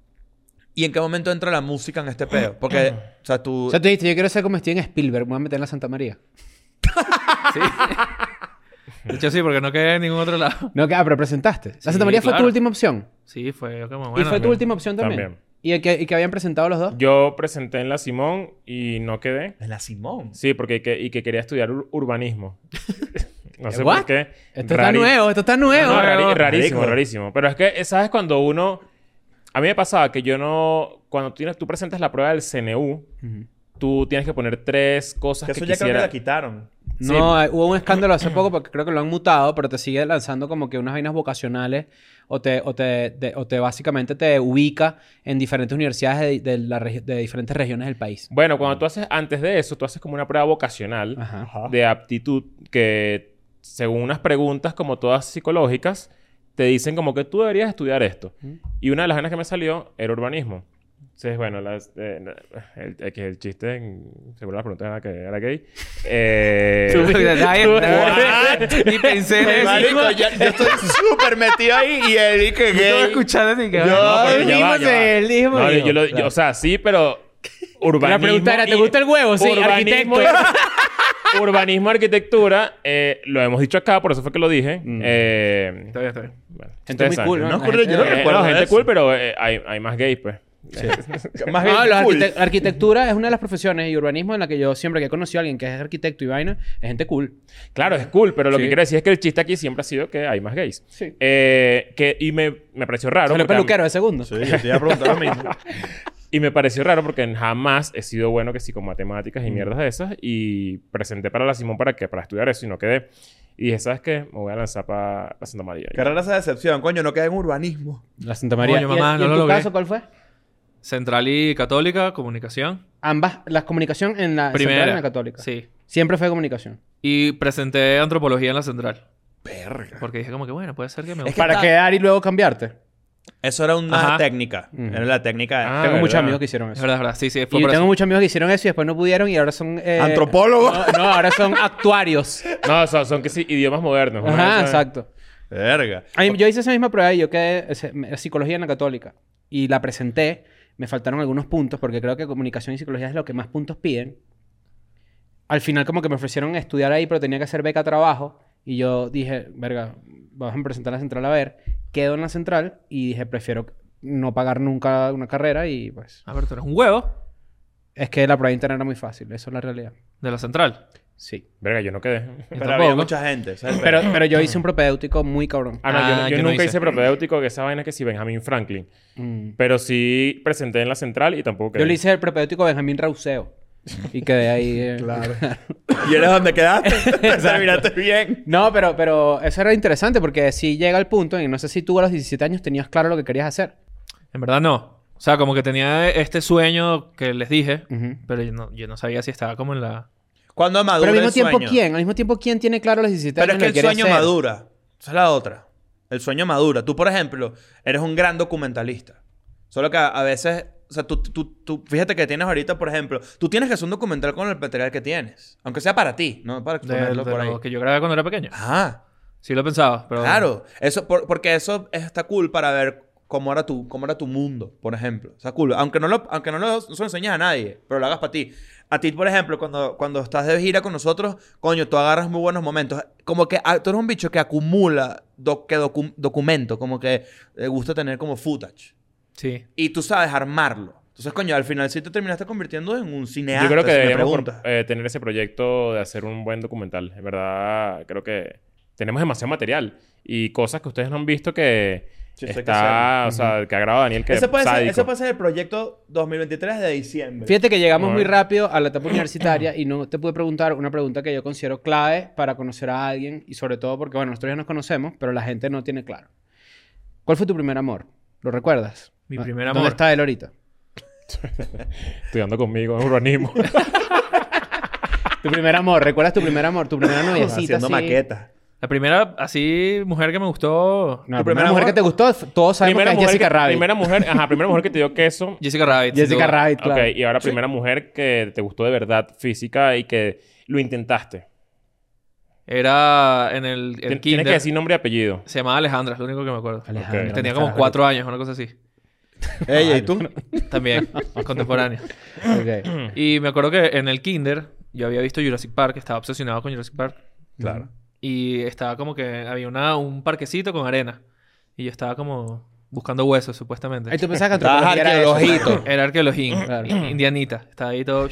Speaker 1: ¿Y en qué momento entra la música en este pedo? Porque, o sea, tú...
Speaker 4: O sea, tú dijiste, yo quiero ser como Steven Spielberg, me voy a meter en la Santa María.
Speaker 3: Sí. De hecho, sí, porque no quedé en ningún otro lado.
Speaker 4: No, que, ah, pero presentaste. La
Speaker 3: Sí,
Speaker 4: Santa María fue
Speaker 3: claro.
Speaker 4: tu última opción.
Speaker 3: Sí, fue como bueno.
Speaker 4: y fue tu
Speaker 3: bueno.
Speaker 4: última opción también.
Speaker 2: También.
Speaker 4: ¿Y, el que, y que habían presentado los dos.
Speaker 2: Yo presenté en la Simón y no quedé.
Speaker 1: En la Simón.
Speaker 2: Sí, porque que- y que quería estudiar ur- urbanismo. no sé
Speaker 4: ¿What?
Speaker 2: por qué.
Speaker 4: Esto
Speaker 2: Rari-
Speaker 4: está nuevo, esto está nuevo.
Speaker 2: No, rari-
Speaker 1: no,
Speaker 2: rarísimo,
Speaker 1: marico.
Speaker 2: rarísimo. Pero es que, ¿sabes? Cuando uno... A mí me pasaba que yo no... Cuando tienes, tú presentas la prueba del CNU,
Speaker 4: Ujú.
Speaker 2: tú tienes que poner tres cosas
Speaker 1: Que
Speaker 2: que,
Speaker 1: eso ya creo que
Speaker 2: quisiera...
Speaker 1: la quitaron.
Speaker 4: No, hay- hubo un escándalo hace poco porque creo que lo han mutado, pero te sigue lanzando como que unas vainas vocacionales o te, o te, de- o te básicamente te ubica en diferentes universidades de, de la regi- de diferentes regiones del país.
Speaker 2: Bueno, cuando tú haces... Antes de eso, tú haces como una prueba vocacional
Speaker 4: Ajá.
Speaker 2: de aptitud que, según unas preguntas como todas psicológicas, te dicen como que tú deberías estudiar esto.
Speaker 4: Ujú.
Speaker 2: Y una de las ganas que me salió era urbanismo. Entonces, bueno, las- eh, no, el, eh, que el chiste, en, según la pregunta, era que era gay. Eh,
Speaker 3: Ni pensé en eso.
Speaker 1: Marico, ya- yo estoy súper metido ahí y Eric que
Speaker 3: Estuve
Speaker 1: gay.
Speaker 3: escuchando y que...
Speaker 2: no, pero
Speaker 4: Ay,
Speaker 2: ya va,
Speaker 4: dijimos
Speaker 2: ya va.
Speaker 4: él, dijimos
Speaker 2: No,
Speaker 4: él.
Speaker 2: yo lo- yo- o sea, sí, pero urbanismo...
Speaker 4: La pregunta era,
Speaker 2: y-
Speaker 4: ¿te gusta el huevo? Sí,
Speaker 2: urbanismo
Speaker 4: arquitecto.
Speaker 2: y- urbanismo, arquitectura, eh, lo hemos dicho acá, por eso fue que lo dije.
Speaker 4: Mm.
Speaker 2: Eh,
Speaker 3: Está bien, está bien.
Speaker 2: bueno,
Speaker 4: Gente muy
Speaker 2: ustedes
Speaker 4: cool,
Speaker 2: saben.
Speaker 1: No,
Speaker 4: La
Speaker 1: corre-
Speaker 4: gente-
Speaker 1: yo no
Speaker 2: Eh,
Speaker 1: recuerdo
Speaker 2: no, gente
Speaker 1: eso.
Speaker 2: cool, pero eh, hay, hay más gays, pues.
Speaker 1: Más
Speaker 4: No,
Speaker 1: bien
Speaker 4: los
Speaker 1: cool.
Speaker 4: arquite- arquitectura es una de las profesiones y urbanismo en la que yo siempre que he conocido a alguien que es arquitecto y vaina, es gente cool.
Speaker 2: Claro, es cool, pero lo
Speaker 4: Sí.
Speaker 2: que quiero decir es que el chiste aquí siempre ha sido que hay más gays.
Speaker 4: Sí.
Speaker 2: Eh, que, y me, me pareció raro.
Speaker 4: Solo
Speaker 2: porque a mí-
Speaker 4: peluquero de segundo.
Speaker 1: Sí, yo te iba a preguntar lo mismo.
Speaker 2: Y me pareció raro porque jamás he sido bueno que sí con matemáticas y mierdas de esas. Y presenté para la Simón para que para estudiar eso y no quedé. Y dije, ¿sabes qué? Me voy a lanzar para Santa María.
Speaker 1: Qué rara esa decepción, coño, no queda en urbanismo.
Speaker 4: La Santa María.
Speaker 3: Coño,
Speaker 4: ¿Y en-
Speaker 3: mamá,
Speaker 4: y
Speaker 3: no
Speaker 4: en
Speaker 3: lo
Speaker 4: tu
Speaker 3: logré.
Speaker 4: caso cuál fue?
Speaker 3: Central y Católica, comunicación.
Speaker 4: Ambas, la comunicación en la Ah, central y en
Speaker 3: Primera.
Speaker 4: la católica.
Speaker 3: Sí.
Speaker 4: Siempre fue comunicación.
Speaker 3: Y presenté antropología en la central.
Speaker 1: Verga.
Speaker 3: Porque dije como que, bueno, puede ser que me
Speaker 1: Es
Speaker 3: guste.
Speaker 1: que
Speaker 4: Para
Speaker 1: está-
Speaker 4: quedar y luego cambiarte.
Speaker 1: Eso era una
Speaker 3: Ajá.
Speaker 1: técnica.
Speaker 4: Mm.
Speaker 1: Era la técnica.
Speaker 2: Ah,
Speaker 4: tengo muchos
Speaker 2: ¿verdad?
Speaker 4: amigos que hicieron
Speaker 3: Es
Speaker 4: eso.
Speaker 3: verdad, es verdad. Sí, sí, fue
Speaker 4: Y
Speaker 3: por
Speaker 4: tengo
Speaker 3: eso.
Speaker 4: muchos amigos que hicieron eso y después no pudieron y ahora son... eh,
Speaker 1: Antropólogo.
Speaker 4: No, no, ahora son actuarios.
Speaker 2: No, son, son que sí, idiomas modernos. una
Speaker 4: Ajá,
Speaker 2: de esas.
Speaker 4: exacto.
Speaker 1: Verga.
Speaker 4: A mí- yo hice esa misma prueba y yo quedé ese- me- psicología en la católica y la presenté. Me faltaron algunos puntos porque creo que comunicación y psicología es lo que más puntos piden. Al final como que me ofrecieron estudiar ahí, pero tenía que hacer beca trabajo y yo dije, verga, vamos a presentar a la central a ver. Quedo en la central y dije, prefiero no pagar nunca una carrera y pues
Speaker 3: Ah, pero tú eres un huevo
Speaker 4: es que la prueba interna era muy fácil, eso es la realidad.
Speaker 3: de la central.
Speaker 4: Sí.
Speaker 2: Verga, yo no quedé.
Speaker 1: Pero
Speaker 3: tampoco.
Speaker 1: había mucha gente. ¿sabes?
Speaker 4: Pero, pero yo hice un propedéutico muy cabrón.
Speaker 2: Ah, no, yo-
Speaker 3: Ah,
Speaker 2: yo,
Speaker 3: que no
Speaker 2: nunca
Speaker 3: hice.
Speaker 2: hice propedéutico, que esa vaina que sí, Benjamin Franklin.
Speaker 4: Mm.
Speaker 2: Pero sí presenté en la central y tampoco quedé.
Speaker 4: Yo le hice el propedéutico Benjamín Rauseo y quedé ahí. eh,
Speaker 1: ¿Y eres donde quedaste? Te terminaste bien.
Speaker 4: No, pero, pero eso era interesante porque si llega el punto, y no sé si tú a los 17 años tenías claro lo que querías hacer.
Speaker 3: En verdad no. O sea, como que tenía este sueño que les dije,
Speaker 4: Ujú.
Speaker 3: pero yo no, yo no sabía si estaba como en la...
Speaker 1: Cuando madura
Speaker 4: Pero al mismo
Speaker 1: el
Speaker 4: tiempo,
Speaker 1: sueño?
Speaker 4: ¿quién? Al mismo tiempo, ¿quién tiene claro a los 17
Speaker 1: Pero es
Speaker 4: años
Speaker 1: que
Speaker 4: lo
Speaker 1: el sueño
Speaker 4: quiere hacer?
Speaker 1: madura. Esa es la otra. El sueño madura. Tú, por ejemplo, eres un gran documentalista. Solo que a, a veces... O sea, tú, tú, tú- fíjate que tienes ahorita, por ejemplo, tú tienes que hacer un documental con el material que tienes. Aunque sea para ti, no para
Speaker 3: de-
Speaker 1: exponerlo
Speaker 3: de
Speaker 1: por ahí. Ah.
Speaker 3: lo que yo grabé cuando era pequeño.
Speaker 1: Ajá.
Speaker 3: Sí lo pensaba, pero...
Speaker 1: Claro, eso por- porque eso está cool para ver cómo era tu cómo era tu mundo, por ejemplo. Está cool, aunque no lo aunque no lo, no se lo enseñes a nadie, pero lo hagas para ti. A ti, por ejemplo, cuando, cuando estás de gira con nosotros, coño, tú agarras muy buenos momentos. Como que ah, tú eres un bicho que acumula doc- que docu- documento, como que le gusta tener como footage.
Speaker 3: Sí.
Speaker 1: Y tú sabes armarlo. Entonces, coño, al final sí te terminaste convirtiendo en un cineasta.
Speaker 2: Yo creo que
Speaker 1: si me
Speaker 2: deberíamos
Speaker 1: preguntas.
Speaker 2: eh, tener ese proyecto de hacer un buen documental. En verdad, creo que tenemos demasiado material y cosas que ustedes no han visto que
Speaker 1: Sí, eso hay que
Speaker 2: está, o sea, que ha grabado Daniel que
Speaker 1: Ese puede, ser,
Speaker 2: sádico.
Speaker 1: ese puede ser el proyecto 2023 de diciembre.
Speaker 4: Fíjate que llegamos muy
Speaker 2: Bueno.
Speaker 4: rápido a la etapa universitaria y no te pude preguntar una pregunta que yo considero clave para conocer a alguien y sobre todo porque, bueno, nosotros ya nos conocemos, pero la gente no tiene claro. ¿Cuál fue tu primer amor? ¿Lo recuerdas?
Speaker 3: Mi
Speaker 4: ¿Ah,
Speaker 3: primer
Speaker 4: ¿Dónde
Speaker 3: amor.
Speaker 4: está él ahorita?
Speaker 2: Estudiando conmigo en urbanismo.
Speaker 4: Tu primer amor, ¿recuerdas tu primer amor? Tu primera noviecita.
Speaker 1: haciendo
Speaker 4: así?
Speaker 1: maquetas.
Speaker 3: La primera, así, mujer que me gustó...
Speaker 1: Tu
Speaker 4: No, la
Speaker 1: primera
Speaker 4: primera mujer
Speaker 1: mujer-
Speaker 4: que te gustó, todos sabemos
Speaker 2: primera,
Speaker 4: que es
Speaker 2: mujer
Speaker 4: Jessica
Speaker 2: que,
Speaker 4: Rabbit.
Speaker 2: primera mujer, ajá, primera mujer que te dio queso.
Speaker 3: Jessica Rabbit. sin
Speaker 4: Jessica
Speaker 3: duda.
Speaker 4: Rabbit, claro.
Speaker 2: Ok, y ahora primera mujer que te gustó de verdad física y que lo intentaste.
Speaker 3: Era en el, el
Speaker 2: Tien- Tienes
Speaker 3: kinder.
Speaker 2: que decir nombre y apellido.
Speaker 3: Se llamaba Alejandra, es lo único que me acuerdo.
Speaker 4: Alejandra,
Speaker 2: Ok.
Speaker 3: Tenía
Speaker 4: ¿dónde
Speaker 3: como
Speaker 4: estará
Speaker 3: cuatro años, una cosa así.
Speaker 1: Ella, ¿y tú?
Speaker 3: También, contemporánea.
Speaker 4: ahorita? Ok.
Speaker 3: Y me acuerdo que en el kinder yo había visto Jurassic Park, estaba obsesionado con Jurassic Park.
Speaker 1: Claro.
Speaker 3: Y estaba como que había una, un parquecito con arena. Y yo estaba como buscando huesos, supuestamente.
Speaker 4: Ahí tú pensabas que
Speaker 1: Estabas
Speaker 4: antropología era eso.
Speaker 1: arqueologito.
Speaker 3: Era arqueologín,
Speaker 4: Claro.
Speaker 3: indianita. Estaba ahí todo...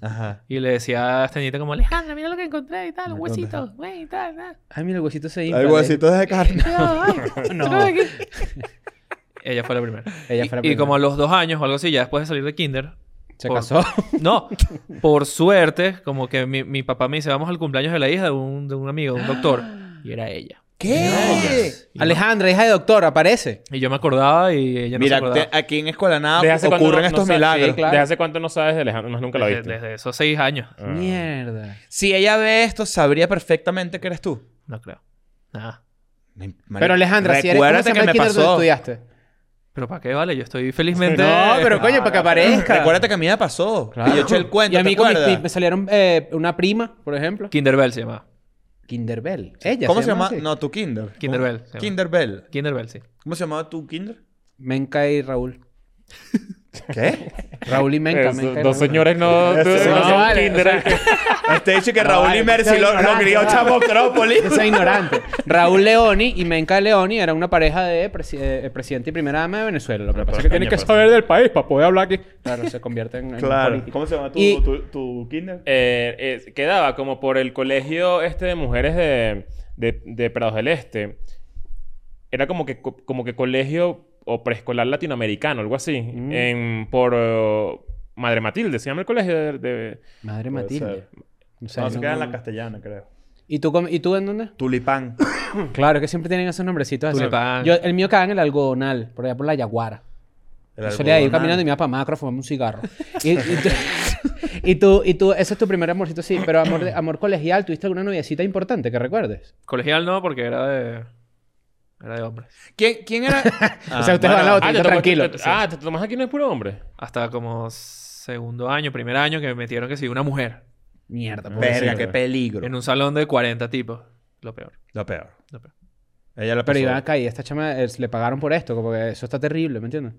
Speaker 1: Ajá.
Speaker 3: Y le decía a esta niñita como, Alejandra, mira lo que encontré y tal, huesitos, güey, y tal, tal.
Speaker 4: Ay, mira, el huesito se infla.
Speaker 1: Algo así, todo es de carne.
Speaker 4: No.
Speaker 3: Ella fue la primera. Y-
Speaker 4: Ella fue la
Speaker 3: Y
Speaker 4: primera.
Speaker 3: como a los dos años o algo así, ya después de salir de kinder,
Speaker 4: Se
Speaker 3: por-
Speaker 4: casó.
Speaker 3: No, por suerte, como que mi, mi papá me dice, vamos al cumpleaños de la hija de un, de un amigo, de un doctor. Y era ella.
Speaker 1: ¿Qué?
Speaker 4: Alejandra, hija de doctor, aparece.
Speaker 3: Y yo me acordaba y ella no se
Speaker 1: Mira,
Speaker 3: acordaba.
Speaker 1: te- ah, aquí en Escuela Nada
Speaker 2: ¿Desde hace cuánto
Speaker 1: pues, ocurren
Speaker 2: no- no
Speaker 1: estos
Speaker 2: sa-
Speaker 1: milagros.
Speaker 2: sí, claro. ¿Desde hace cuánto no sabes de Alejandro? No, nunca la
Speaker 3: desde,
Speaker 2: viste.
Speaker 3: desde esos seis años.
Speaker 2: Ah.
Speaker 4: Mierda.
Speaker 1: Si ella ve esto, sabría perfectamente que eres tú.
Speaker 3: No creo. Nada.
Speaker 4: Pero Alejandra, si eres... ¿Cómo se
Speaker 1: Recuérdate
Speaker 4: llama el
Speaker 1: que me
Speaker 4: kinder donde
Speaker 1: pasó.
Speaker 4: estudiaste?
Speaker 3: Pero ¿para qué vale? Yo estoy felizmente.
Speaker 4: No, pero coño, para que aparezca.
Speaker 1: Recuérdate que a mí me pasó.
Speaker 2: Claro.
Speaker 1: Y yo eché el cuento,
Speaker 4: y a mí
Speaker 1: ¿te
Speaker 4: con mis
Speaker 1: acuerdas?
Speaker 4: pi- me salieron eh, una prima, por ejemplo.
Speaker 3: Kinderbell se llama.
Speaker 4: Kinderbell. Ella
Speaker 1: ¿Cómo se llama?
Speaker 4: así.
Speaker 1: No, tu Kinder.
Speaker 3: Kinderbell. se llama.
Speaker 1: Kinderbell.
Speaker 3: Kinderbell, sí.
Speaker 1: ¿Cómo se llamaba tu Kinder?
Speaker 4: Menka y Raúl.
Speaker 1: ¿Qué?
Speaker 4: Raúl y Menka.
Speaker 2: Eso,
Speaker 4: Menka y
Speaker 2: dos
Speaker 4: Raúl.
Speaker 2: señores no...
Speaker 1: Eso
Speaker 2: no
Speaker 1: sí,
Speaker 2: son
Speaker 1: no
Speaker 4: vale,
Speaker 2: kinder. eh.
Speaker 4: o
Speaker 1: Este dicho que Raúl y
Speaker 4: Ay,
Speaker 1: Mercy
Speaker 4: soy
Speaker 1: lo, lo
Speaker 4: ignorante,
Speaker 1: crió
Speaker 4: vale.
Speaker 1: Chamo Acrópolis.
Speaker 4: Yo soy ignorante. Raúl Leoni y Menka Leoni era una pareja de presi- eh, presidente y primera dama de Venezuela. Lo que pasa es que tiene que saber del país para poder hablar aquí. Claro, se convierte en, en
Speaker 1: pues. Claro.
Speaker 4: político.
Speaker 1: ¿Cómo se llama tu,
Speaker 4: Y-
Speaker 1: tu, tu Kinder?
Speaker 2: Eh, eh, quedaba como por el colegio este de mujeres de, de, de Prados del Este. Era como que, co- como que colegio o preescolar latinoamericano, algo así. En, por eh, Madre Matilde, se llama el colegio de... de-
Speaker 4: Madre
Speaker 1: Puede
Speaker 4: Matilde.
Speaker 1: ser.
Speaker 4: No sé,
Speaker 1: No, se
Speaker 4: no-
Speaker 1: queda en la
Speaker 4: no-
Speaker 1: castellana, creo.
Speaker 4: ¿Y tú, com- ¿Y tú en dónde?
Speaker 1: Tulipán.
Speaker 4: Claro, es que siempre tienen esos nombrecitos así.
Speaker 3: Tulipán.
Speaker 4: Yo, el mío quedaba en el algodonal, por allá por la Yaguara.
Speaker 1: El
Speaker 4: Yo solía ir
Speaker 1: algodonal.
Speaker 4: caminando y me iba para macro a fumarme un cigarro. Y, y tú, y, tú, y tú- ese es tu primer amorcito, sí. Pero amor, de- amor colegial, ¿tuviste alguna noviecita importante que recuerdes?
Speaker 3: Colegial no, porque era de. Era de hombres.
Speaker 1: ¿Quién, quién era?
Speaker 4: O sea, ustedes van a la botellita
Speaker 2: te tomas-
Speaker 4: tranquilo.
Speaker 2: te- ah, te tomas aquí no es puro hombre.
Speaker 3: Hasta como segundo año, primer año, que me metieron que sí, una mujer.
Speaker 4: Mierda,
Speaker 1: Verga,
Speaker 4: pobrecita.
Speaker 1: qué peligro.
Speaker 3: En un salón de 40 tipos. Lo peor.
Speaker 1: Lo peor.
Speaker 3: Lo peor.
Speaker 1: Ella la
Speaker 4: Pero
Speaker 1: pasó.
Speaker 4: iban acá y esta chama eh, le pagaron por esto, como que eso está terrible, ¿me entiendes?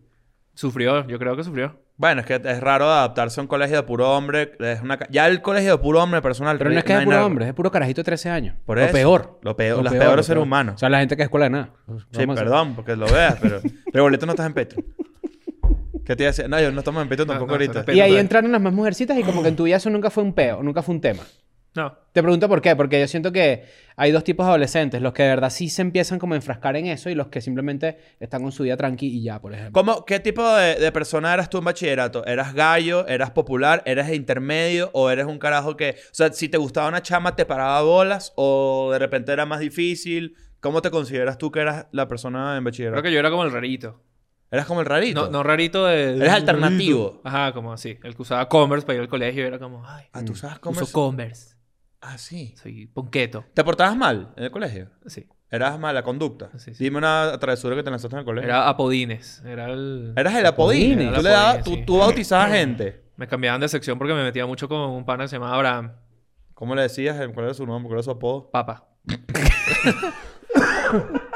Speaker 3: Sufrió, yo creo que sufrió.
Speaker 1: Bueno, es que es raro adaptarse a un colegio de puro hombre. Es una... ca- Ya el colegio de puro hombre, personal.
Speaker 4: Pero no es que es puro hombre, es puro carajito de 13 años.
Speaker 1: Por
Speaker 4: lo
Speaker 1: eso.
Speaker 4: peor.
Speaker 1: Lo peor- los
Speaker 4: lo
Speaker 1: peores seres
Speaker 4: peor.
Speaker 1: humanos.
Speaker 4: O sea, la gente que es escuela de nada.
Speaker 1: Sí,
Speaker 4: Vamos a-
Speaker 1: perdón, porque lo veas, pero. Pero boleto no estás en Petro. ¿Qué te iba a decir? No, yo no estamos en Petro tampoco
Speaker 3: no,
Speaker 1: ahorita.
Speaker 3: pero-
Speaker 4: Y ahí entraron las más mujercitas y como que en tu vida eso nunca fue un peo, nunca fue un tema.
Speaker 3: No.
Speaker 4: Te pregunto por qué, porque yo siento que hay dos tipos de adolescentes, los que de verdad sí se empiezan como a enfrascar en eso y los que simplemente están con su vida tranqui y ya, por ejemplo.
Speaker 1: ¿Cómo, ¿Qué tipo de, de persona eras tú en bachillerato? ¿Eras gallo? ¿Eras popular? ¿Eras de intermedio? ¿O eres un carajo que, o sea, si te gustaba una chama, te paraba bolas? ¿O de repente era más difícil? ¿Cómo te consideras tú que eras la persona en bachillerato?
Speaker 3: Creo que yo era como el rarito.
Speaker 1: ¿Eras como el rarito?
Speaker 3: No, no rarito de.
Speaker 1: Eres alternativo.
Speaker 3: Ajá, como así. El que usaba Converse para ir al colegio era como, ay,
Speaker 1: Ah, tú sabes cómo.
Speaker 3: uso Converse.
Speaker 1: Ah, sí.
Speaker 3: Soy ponqueto.
Speaker 1: ¿Te portabas mal en el colegio?
Speaker 3: Sí.
Speaker 1: ¿Eras mala conducta?
Speaker 3: Ah, Sí, sí.
Speaker 1: Dime una travesura que te lanzaste en el colegio.
Speaker 3: Era Apodines. Era el.
Speaker 1: Eras el apodín.
Speaker 4: Apodín.
Speaker 1: Tú, le dabas,
Speaker 3: Apodín,
Speaker 1: tú,
Speaker 3: sí.
Speaker 1: tú bautizabas gente.
Speaker 3: Me cambiaban de sección porque me metía mucho con un pana que se llamaba Abraham.
Speaker 1: ¿Cómo le decías? ¿Cuál era su nombre? ¿Cuál era su apodo?
Speaker 3: Papa.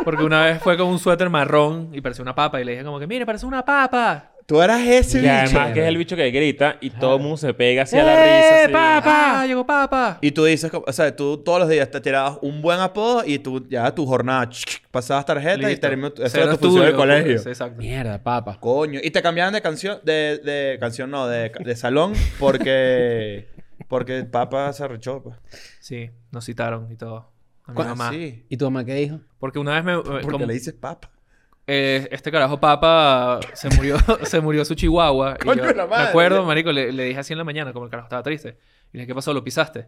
Speaker 3: porque una vez fue con un suéter marrón y parecía una papa. Y le dije como que, mire, parece una papa.
Speaker 1: Tú eras ese
Speaker 2: Y además
Speaker 1: bicho.
Speaker 2: que es el bicho que grita y todo el mundo se pega hacia la risa.
Speaker 4: ¡Eh,
Speaker 2: así.
Speaker 4: papa!
Speaker 3: ¡Ah, llegó papa!
Speaker 1: Y tú dices, como- o sea, tú todos los días te tirabas un buen apodo y tú ya tu jornada ch- pasabas tarjeta y
Speaker 3: Listo.
Speaker 1: terminó. Esa
Speaker 3: Cero
Speaker 1: era tu función
Speaker 3: estudio,
Speaker 1: del colegio.
Speaker 3: pues, Exacto.
Speaker 4: Mierda, papa.
Speaker 1: Coño. Y te cambiaban de canción, de, de canción no, de, de salón porque porque Papa se arrechó. pues.
Speaker 3: Sí, nos citaron y todo. A mi
Speaker 1: Ah,
Speaker 3: mamá.
Speaker 1: Sí.
Speaker 4: ¿Y tu mamá qué dijo?
Speaker 3: Porque una vez me... eh,
Speaker 1: Porque
Speaker 3: como-
Speaker 1: le dices Papa.
Speaker 3: eh, este carajo papa se murió, se murió su chihuahua. y
Speaker 1: Coño,
Speaker 3: yo-
Speaker 1: la madre.
Speaker 3: Me acuerdo, marico, le, le dije así en la mañana, como el carajo estaba triste. Y le dije, ¿qué pasó? ¿Lo pisaste?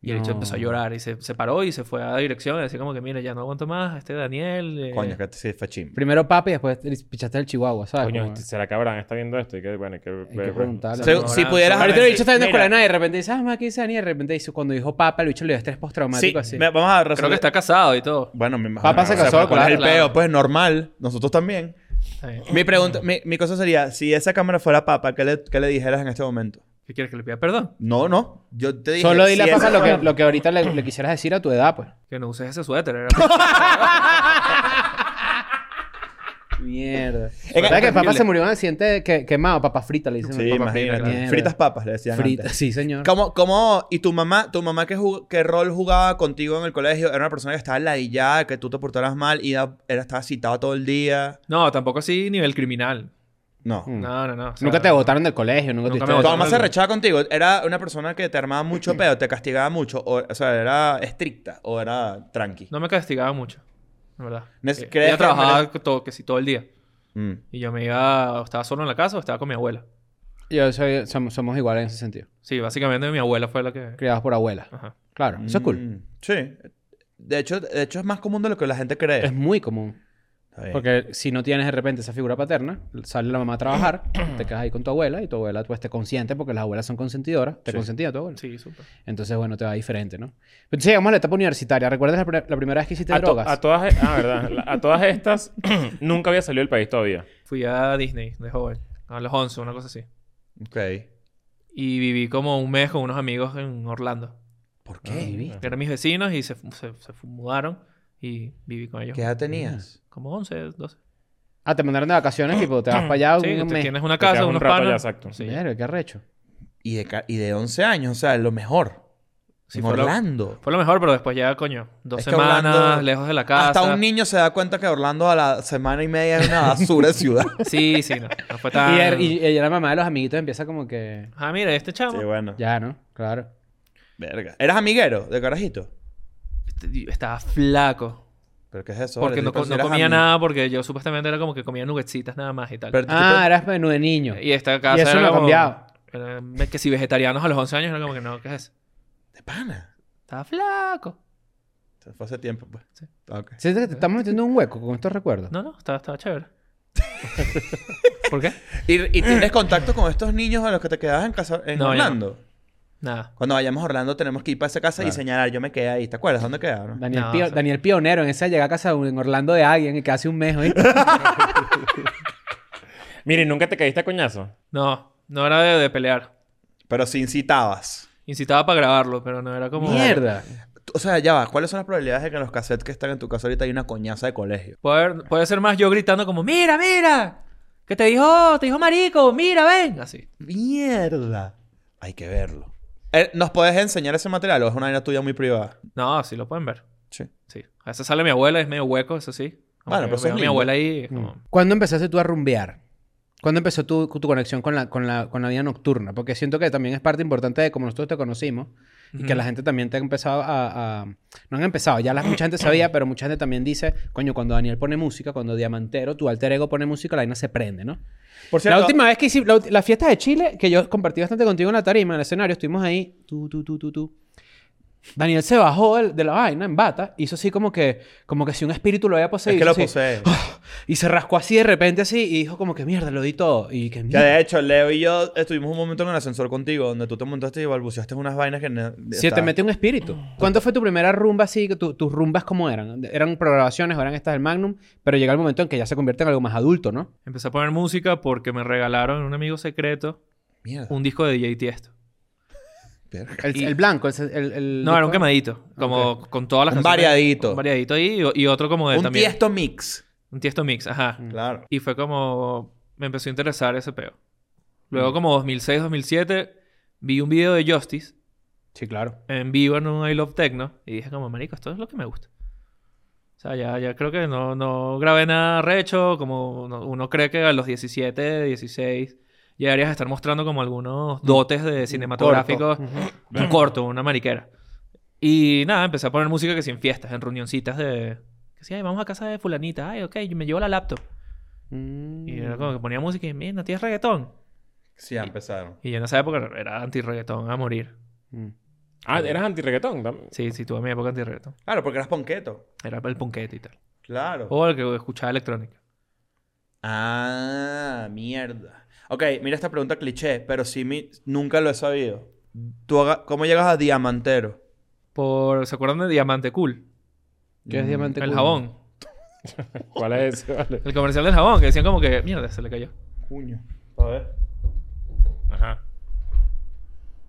Speaker 3: Y el hecho
Speaker 4: No.
Speaker 3: empezó a llorar y se, se paró y se fue a la dirección. Y decía como que, mira, ya no aguanto más. Este Daniel... eh,
Speaker 1: Coño, que te sí, fue chimbo.
Speaker 4: Primero papa y después te pichaste el chihuahua, ¿sabes?
Speaker 2: Ah, Coño, este
Speaker 4: Como-
Speaker 2: será que Abraham está viendo esto y que, bueno, hay que,
Speaker 4: Hay que preguntarle.
Speaker 1: este Se-
Speaker 3: no,
Speaker 1: si
Speaker 3: no,
Speaker 1: pudieras.
Speaker 4: Ahorita el bicho está viendo
Speaker 1: Mira,
Speaker 4: escuela de nada y de repente dice, ah, mamá, ¿qué dice Dani? Y de repente dice, cuando dijo papa, el bicho le dio estrés
Speaker 1: Sí,
Speaker 4: postraumático así.
Speaker 1: me- vamos a
Speaker 3: Creo
Speaker 1: resolver.
Speaker 3: que está casado y todo.
Speaker 1: Bueno, me imagino.
Speaker 4: Papá se
Speaker 1: O sea,
Speaker 4: casó,
Speaker 1: ¿cuál es el
Speaker 3: claro.
Speaker 1: peo? Pues normal. Nosotros también.
Speaker 3: Está bien.
Speaker 1: Mi pregunta, mi, mi cosa sería, si esa cámara fuera papa, ¿qué le, qué le dijeras en este momento?
Speaker 3: ¿Qué quieres que le pida perdón?
Speaker 1: No, no. Yo te dije...
Speaker 4: Solo
Speaker 1: si
Speaker 4: dile a
Speaker 1: esa
Speaker 4: papa lo que,
Speaker 1: cámara-
Speaker 4: lo que ahorita le, le quisieras decir a tu edad, pues.
Speaker 3: Que no uses ese suéter. era- pues-
Speaker 4: Mierda.
Speaker 1: que-
Speaker 4: ¿Sabes que papá
Speaker 3: horrible.
Speaker 4: se murió en un accidente que, quemado? Papá frita le dicen.
Speaker 1: este Sí,
Speaker 4: Papa
Speaker 1: imagínate.
Speaker 4: frita, claro.
Speaker 1: Fritas papas, le decían
Speaker 4: Frita,
Speaker 1: antes.
Speaker 4: sí, señor.
Speaker 1: ¿Cómo, cómo, y tu mamá, tu mamá qué, jug- qué rol jugaba contigo en el colegio? ¿Era una persona que estaba ladillada, que tú te portaras mal y da- era, estaba citado todo el día?
Speaker 3: No, tampoco así nivel criminal.
Speaker 1: No.
Speaker 4: Mm.
Speaker 3: No, no, no. o sea,
Speaker 4: Nunca te votaron del colegio,
Speaker 3: Nunca
Speaker 4: nunca, te
Speaker 3: me
Speaker 1: ¿Tu
Speaker 4: hiciste-
Speaker 3: votaron.
Speaker 1: mamá se rechaba contigo? ¿Era una persona que te armaba mucho pedo, te castigaba mucho? O, o sea, ¿era estricta o era tranqui?
Speaker 3: No me castigaba mucho. La verdad.
Speaker 1: Nes-
Speaker 3: Eh,
Speaker 1: ¿crees
Speaker 3: Ella
Speaker 1: que
Speaker 3: trabajaba todo, que sí, todo el día.
Speaker 1: Mm.
Speaker 3: Y yo me iba, o estaba solo en la casa o estaba con mi abuela.
Speaker 4: Yo soy, somos, somos iguales en ese sentido.
Speaker 3: Sí, básicamente mi abuela fue la que.
Speaker 4: Criados por abuela.
Speaker 3: Ajá.
Speaker 4: Claro, eso es cool.
Speaker 1: Mm, Sí. De hecho, de hecho, es más común de lo que la gente cree.
Speaker 4: Es muy común.
Speaker 1: Está bien.
Speaker 4: Porque si no tienes de repente esa figura paterna, sale la mamá a trabajar, te quedas ahí con tu abuela y tu abuela pues te consiente porque las abuelas son consentidoras, te
Speaker 1: Sí.
Speaker 4: consentía tu abuela.
Speaker 3: Sí, súper.
Speaker 4: Entonces, bueno, te va diferente, ¿no? Pero entonces llegamos a la etapa universitaria. ¿Recuerdas la, pri- la primera vez que hiciste
Speaker 2: A, to-
Speaker 4: drogas?
Speaker 2: a todas, ah, verdad. La- A todas estas, nunca había salido del país todavía.
Speaker 3: Fui a Disney de joven, a los 11, una cosa así.
Speaker 1: Ok.
Speaker 3: Y viví como un mes con unos amigos en Orlando.
Speaker 1: ¿Por
Speaker 2: Ah,
Speaker 1: qué?
Speaker 2: mira.
Speaker 3: Que eran mis vecinos y se, fu- se, se fu- mudaron y viví con ellos.
Speaker 1: ¿Qué edad tenías?
Speaker 3: Como 11, 12.
Speaker 4: Ah, te mandaron de vacaciones, tipo, te vas para
Speaker 1: Ah,
Speaker 4: allá
Speaker 3: Sí,
Speaker 4: un
Speaker 3: te
Speaker 4: mes.
Speaker 3: tienes una
Speaker 2: Te
Speaker 3: casa,
Speaker 2: quedas un
Speaker 3: unos
Speaker 2: rato allá,
Speaker 3: panas.
Speaker 2: exacto.
Speaker 3: Sí.
Speaker 4: Mierda, qué arrecho.
Speaker 1: Y de, ca- y de 11 años, o sea, lo mejor.
Speaker 3: Sí,
Speaker 1: en
Speaker 3: fue lo-
Speaker 1: Orlando.
Speaker 3: Fue lo mejor, pero después ya, coño, dos
Speaker 1: Es que
Speaker 3: semanas
Speaker 1: Orlando-
Speaker 3: lejos de la casa.
Speaker 1: Hasta un niño se da cuenta que Orlando a la semana y media es una basura de ciudad.
Speaker 3: Sí, sí, no. No fue
Speaker 4: Y,
Speaker 3: tan...
Speaker 1: er,
Speaker 4: el- y- y la mamá de los amiguitos empieza como que...
Speaker 3: Ah, mira, este chamo.
Speaker 1: Sí, bueno.
Speaker 4: Ya, ¿no? Claro.
Speaker 1: Verga. ¿Eras amiguero de carajito?
Speaker 3: este- Estaba flaco.
Speaker 1: ¿Pero qué es eso?
Speaker 3: Porque
Speaker 1: Vale,
Speaker 3: no,
Speaker 1: tú
Speaker 3: co- no
Speaker 1: eras
Speaker 3: comía
Speaker 1: ami-
Speaker 3: nada, porque yo supuestamente era como que comía nuggetscitas nada más y tal.
Speaker 1: Pero tú-
Speaker 4: Ah,
Speaker 1: tú-
Speaker 4: eras menú de niño.
Speaker 3: y esta casa
Speaker 4: y eso
Speaker 3: era
Speaker 4: no ha
Speaker 3: como-
Speaker 4: cambiado.
Speaker 3: era que si vegetarianos a los 11 años era como que no, ¿qué es eso?
Speaker 1: De pana.
Speaker 3: Estaba flaco.
Speaker 1: Se fue hace tiempo, pues.
Speaker 3: Sí.
Speaker 1: Ok.
Speaker 4: Siento que te estamos metiendo en un hueco con estos recuerdos.
Speaker 3: No, no, estaba, estaba chévere. ¿Por qué?
Speaker 1: ¿Y, y tienes contacto con estos niños a los que te quedabas en, casa, en
Speaker 3: No, yo
Speaker 1: Orlando?
Speaker 3: Nada.
Speaker 1: Cuando vayamos a Orlando tenemos que ir para esa casa y
Speaker 2: Claro.
Speaker 1: señalar. Yo me quedé ahí. ¿Te acuerdas dónde quedaron?
Speaker 4: Daniel,
Speaker 3: No,
Speaker 4: Pio-
Speaker 3: o sea-
Speaker 4: Daniel Pionero en esa llega a casa en Orlando de alguien y que hace un mes, ¿oíste?
Speaker 2: Mire, ¿y ¿nunca te caíste a coñazo?
Speaker 3: No, no era de, de pelear.
Speaker 1: Pero si incitabas.
Speaker 3: Incitaba para grabarlo, pero no era como...
Speaker 4: Mierda.
Speaker 1: Tú- O sea, ya va. ¿Cuáles son las probabilidades de que en los cassettes que están en tu casa ahorita hay una coñaza de colegio?
Speaker 3: Puede, haber- puede ser más yo gritando como, mira, mira, que te dijo, te dijo marico, mira, ven. Así.
Speaker 1: ¡Mierda! Hay que verlo. Eh, ¿Nos podés enseñar ese material o es una vaina tuya muy privada?
Speaker 3: No, sí lo pueden ver.
Speaker 1: Sí.
Speaker 3: Sí. A veces sale mi abuela, es medio hueco, eso sí. Como
Speaker 1: Bueno,
Speaker 3: que
Speaker 1: pero eso es
Speaker 3: veo a mi
Speaker 1: lindo.
Speaker 3: abuela ahí.
Speaker 4: Mm.
Speaker 3: es como-
Speaker 4: ¿Cuándo empezaste tú a rumbear? ¿Cuándo empezó tu, tu conexión con la, con, la, con la vida nocturna? Porque siento que también es parte importante de cómo nosotros te conocimos y que
Speaker 3: Ujú.
Speaker 4: la gente también te ha empezado a... a- no han empezado, ya la, mucha gente sabía, pero mucha gente también dice, coño, cuando Daniel pone música, cuando Diamantero, tu alter ego pone música, la vaina se prende, ¿no?
Speaker 1: Por
Speaker 4: la última vez que hicimos la, ulti- la fiesta de Chile, que yo compartí bastante contigo en la tarima, en el escenario, estuvimos ahí, tú, tú, tú, tú, tú. Daniel se bajó del- de, la vaina en bata, hizo así como que, como que si un espíritu lo había poseído.
Speaker 1: es que lo
Speaker 4: hizo así.
Speaker 1: posee.
Speaker 4: Y se rascó así de repente así y dijo como que mierda, lo di todo. Y que
Speaker 1: Ya,
Speaker 4: mierda.
Speaker 1: de hecho, Leo y yo estuvimos un momento en el ascensor contigo donde tú te montaste y balbuceaste unas vainas que... ne-
Speaker 4: Se te
Speaker 1: estaban-
Speaker 4: metió un espíritu. ¿Cuánto fue tu primera rumba así? que tu- ¿Tus rumbas cómo eran? ¿Eran programaciones o eran estas del Magnum? Pero llega el momento en que ya se convierte en algo más adulto, ¿no?
Speaker 3: Empecé a poner música porque me regalaron un amigo secreto
Speaker 1: Mierda.
Speaker 3: un disco de DJ Tiesto.
Speaker 1: verga.
Speaker 4: El,
Speaker 3: Y-
Speaker 4: el blanco, el... el- el-
Speaker 3: No, era un quemadito. Como con todas las
Speaker 1: Un
Speaker 3: canciones.
Speaker 1: variadito.
Speaker 3: Un variadito ahí y, y otro como de
Speaker 1: Un
Speaker 3: también. Mm.
Speaker 1: tiesto Mm. mix.
Speaker 3: Un tiesto mix, ajá.
Speaker 1: Claro.
Speaker 3: Y fue como... Me empezó a interesar ese peo.
Speaker 1: Mm.
Speaker 3: Luego como 2006, 2007, vi un video de Justice
Speaker 4: Sí, claro.
Speaker 3: en vivo en un I Love Techno y dije como, marico, esto es lo que me gusta. O sea, ya, ya creo que no, no grabé nada recho, como uno, uno cree que a los 17, 16 ya deberías estar mostrando como algunos dotes de cinematográficos, un corto, una mariquera. Y nada, empecé a poner música que sí en fiestas, en reunioncitas de... Que sí, ay, vamos a casa de fulanita, ay, ok, yo me llevo la laptop.
Speaker 4: Mm.
Speaker 3: Y era como que ponía música y, mira, no tienes reggaetón.
Speaker 1: Sí, ya empezaron.
Speaker 3: Y yo en esa época era anti-reggaetón a morir.
Speaker 4: Mm.
Speaker 2: Ah, eras anti-reggaetón. tam-
Speaker 3: Sí, sí, tuve mi época anti-reggaetón.
Speaker 1: Claro, porque eras ponqueto.
Speaker 3: Era el punquete y tal.
Speaker 1: Claro.
Speaker 3: O el que escuchaba electrónica.
Speaker 1: Ah, mierda. Ok, mira esta pregunta cliché, pero sí mi- nunca lo he sabido. ¿Tú haga- ¿Cómo llegas a Diamantero?
Speaker 3: Por, ¿Se acuerdan de Diamante Cool?
Speaker 4: ¿Qué es diamante?
Speaker 3: El
Speaker 4: Cool?
Speaker 3: jabón.
Speaker 2: ¿Cuál es ese? Vale.
Speaker 3: El comercial del jabón, que decían como que, mierda, se le cayó.
Speaker 1: Cuño. A ver.
Speaker 2: Ajá.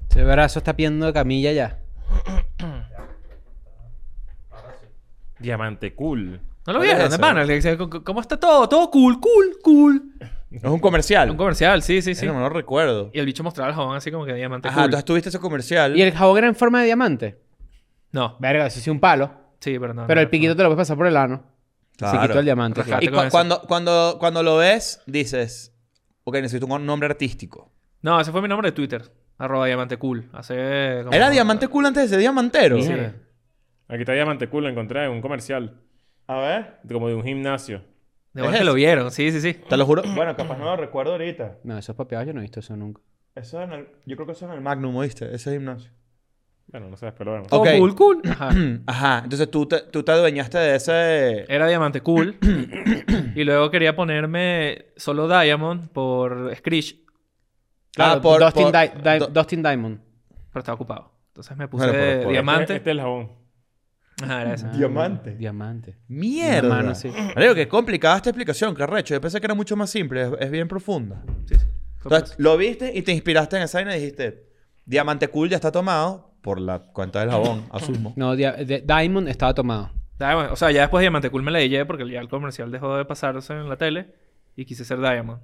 Speaker 4: Ese brazo está pidiendo camilla ya.
Speaker 2: Diamante cool.
Speaker 3: ¿No lo
Speaker 1: ¿Cuál es
Speaker 3: vieron?
Speaker 1: ese?
Speaker 3: De pana. El que decía, "Co- co- ¿Cómo está todo? Todo cool, cool, cool.
Speaker 1: Es un comercial.
Speaker 3: Un comercial, sí, sí, sí.
Speaker 1: Sí, No, no recuerdo.
Speaker 3: Y el bicho mostraba el jabón así como que Diamante
Speaker 1: Ajá,
Speaker 3: Cool.
Speaker 1: tú estuviste ese comercial.
Speaker 4: ¿Y el jabón era en forma de diamante?
Speaker 3: No,
Speaker 4: Verga, eso sí un palo.
Speaker 3: sí, pero no.
Speaker 4: Pero
Speaker 3: no,
Speaker 4: el piquito te lo puedes pasar por el ano.
Speaker 1: Claro.
Speaker 4: Se quitó el diamante.
Speaker 3: Rajá.
Speaker 1: Y
Speaker 3: Te
Speaker 1: cu-
Speaker 3: conoces.
Speaker 1: cuando, cuando, cuando lo ves, dices, ok, necesito un nombre artístico.
Speaker 3: No, ese fue mi nombre de Twitter. Arroba Diamante Cool. Hace... como-
Speaker 1: Era Diamante Cool antes de ser Diamantero.
Speaker 3: Sí.
Speaker 2: Aquí está Diamante cool, lo encontré en un comercial.
Speaker 1: A ver.
Speaker 2: Como de un gimnasio.
Speaker 3: De
Speaker 1: ¿Es
Speaker 3: verdad que
Speaker 1: ese?
Speaker 3: lo vieron, sí, sí, sí.
Speaker 1: Te lo juro. Bueno, capaz no lo recuerdo ahorita.
Speaker 4: No, esos papeados yo no he visto eso nunca.
Speaker 1: Eso es en el- yo creo que eso es en el Magnum, ¿oíste? Ese gimnasio.
Speaker 2: Bueno, no sé, pero bueno.
Speaker 3: Todo
Speaker 1: Ok.
Speaker 3: cool, cool. Ajá.
Speaker 1: Ajá. Entonces tú te, tú te adueñaste de
Speaker 4: Eh,
Speaker 1: ese...
Speaker 3: Era Diamante Cool. y luego quería ponerme solo Diamond por Screech.
Speaker 4: Claro,
Speaker 1: Ah, por-
Speaker 4: Dustin,
Speaker 1: por-
Speaker 4: Di- Di-
Speaker 1: Do-
Speaker 4: Dustin Diamond.
Speaker 3: pero estaba ocupado. Entonces me puse
Speaker 1: Bueno, pero- pero-
Speaker 3: diamante.
Speaker 2: Este, este es el jabón.
Speaker 3: Ajá, era esa.
Speaker 1: Diamante.
Speaker 4: Diamante.
Speaker 1: ¡Mierda!
Speaker 4: Una mano, sí.
Speaker 1: Marico, qué complicada esta explicación, qué recho. Yo pensé que era mucho más simple, es, es bien profunda.
Speaker 3: Sí, sí.
Speaker 1: Entonces, lo viste y te inspiraste en esa vaina y dijiste, Diamante Cool ya está tomado por la cuenta del jabón, asumo.
Speaker 4: No, dia- de- Diamond estaba tomado.
Speaker 3: Diamond. O sea, ya después Diamante Cool me la dije porque ya el comercial dejó de pasarse en la tele y quise ser Diamond.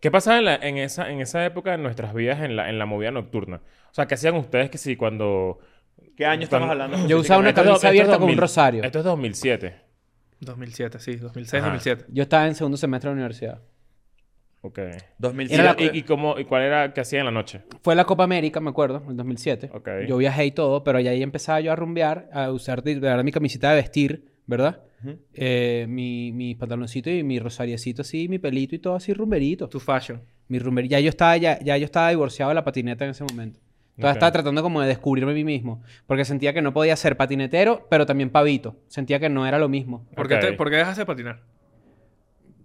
Speaker 2: ¿Qué pasaba en, la- en esa, en esa época de nuestras vidas en la, en la movida nocturna? O sea, ¿qué hacían ustedes que si cuando...
Speaker 1: ¿Qué año estamos
Speaker 2: cuando-
Speaker 1: hablando?
Speaker 4: Yo usaba una
Speaker 2: Esto es do- esto
Speaker 4: camisa
Speaker 2: es
Speaker 4: abierta con un
Speaker 2: 2000.
Speaker 4: rosario.
Speaker 2: Esto es 2007.
Speaker 3: 2007, sí. 2006,
Speaker 2: Ajá.
Speaker 3: 2007.
Speaker 4: Yo estaba en segundo semestre de la universidad.
Speaker 2: Ok.
Speaker 1: 2007.
Speaker 2: ¿Y,
Speaker 4: Era la-
Speaker 2: y- y cómo, y cuál era que hacían en la noche?
Speaker 4: Fue la Copa América, me acuerdo, en 2007.
Speaker 2: Ok.
Speaker 4: Yo viajé y todo, pero ya ahí empezaba yo a rumbear, a usar de, de verdad mi camiseta de vestir, ¿verdad?
Speaker 1: Ujú.
Speaker 4: Eh, mi, mis pantaloncitos y mi rosariecito así, mi pelito y todo así rumberito.
Speaker 3: Tu fashion.
Speaker 4: Mi rumber... Ya yo estaba, ya, ya yo estaba divorciado de la patineta en ese momento. Entonces
Speaker 2: Ok.
Speaker 4: estaba tratando como de descubrirme a mí mismo. Porque sentía que no podía ser patinetero, pero también pavito. Sentía que no era lo mismo.
Speaker 3: ¿Por, qué, te-
Speaker 2: Ok.
Speaker 3: por qué dejas de patinar?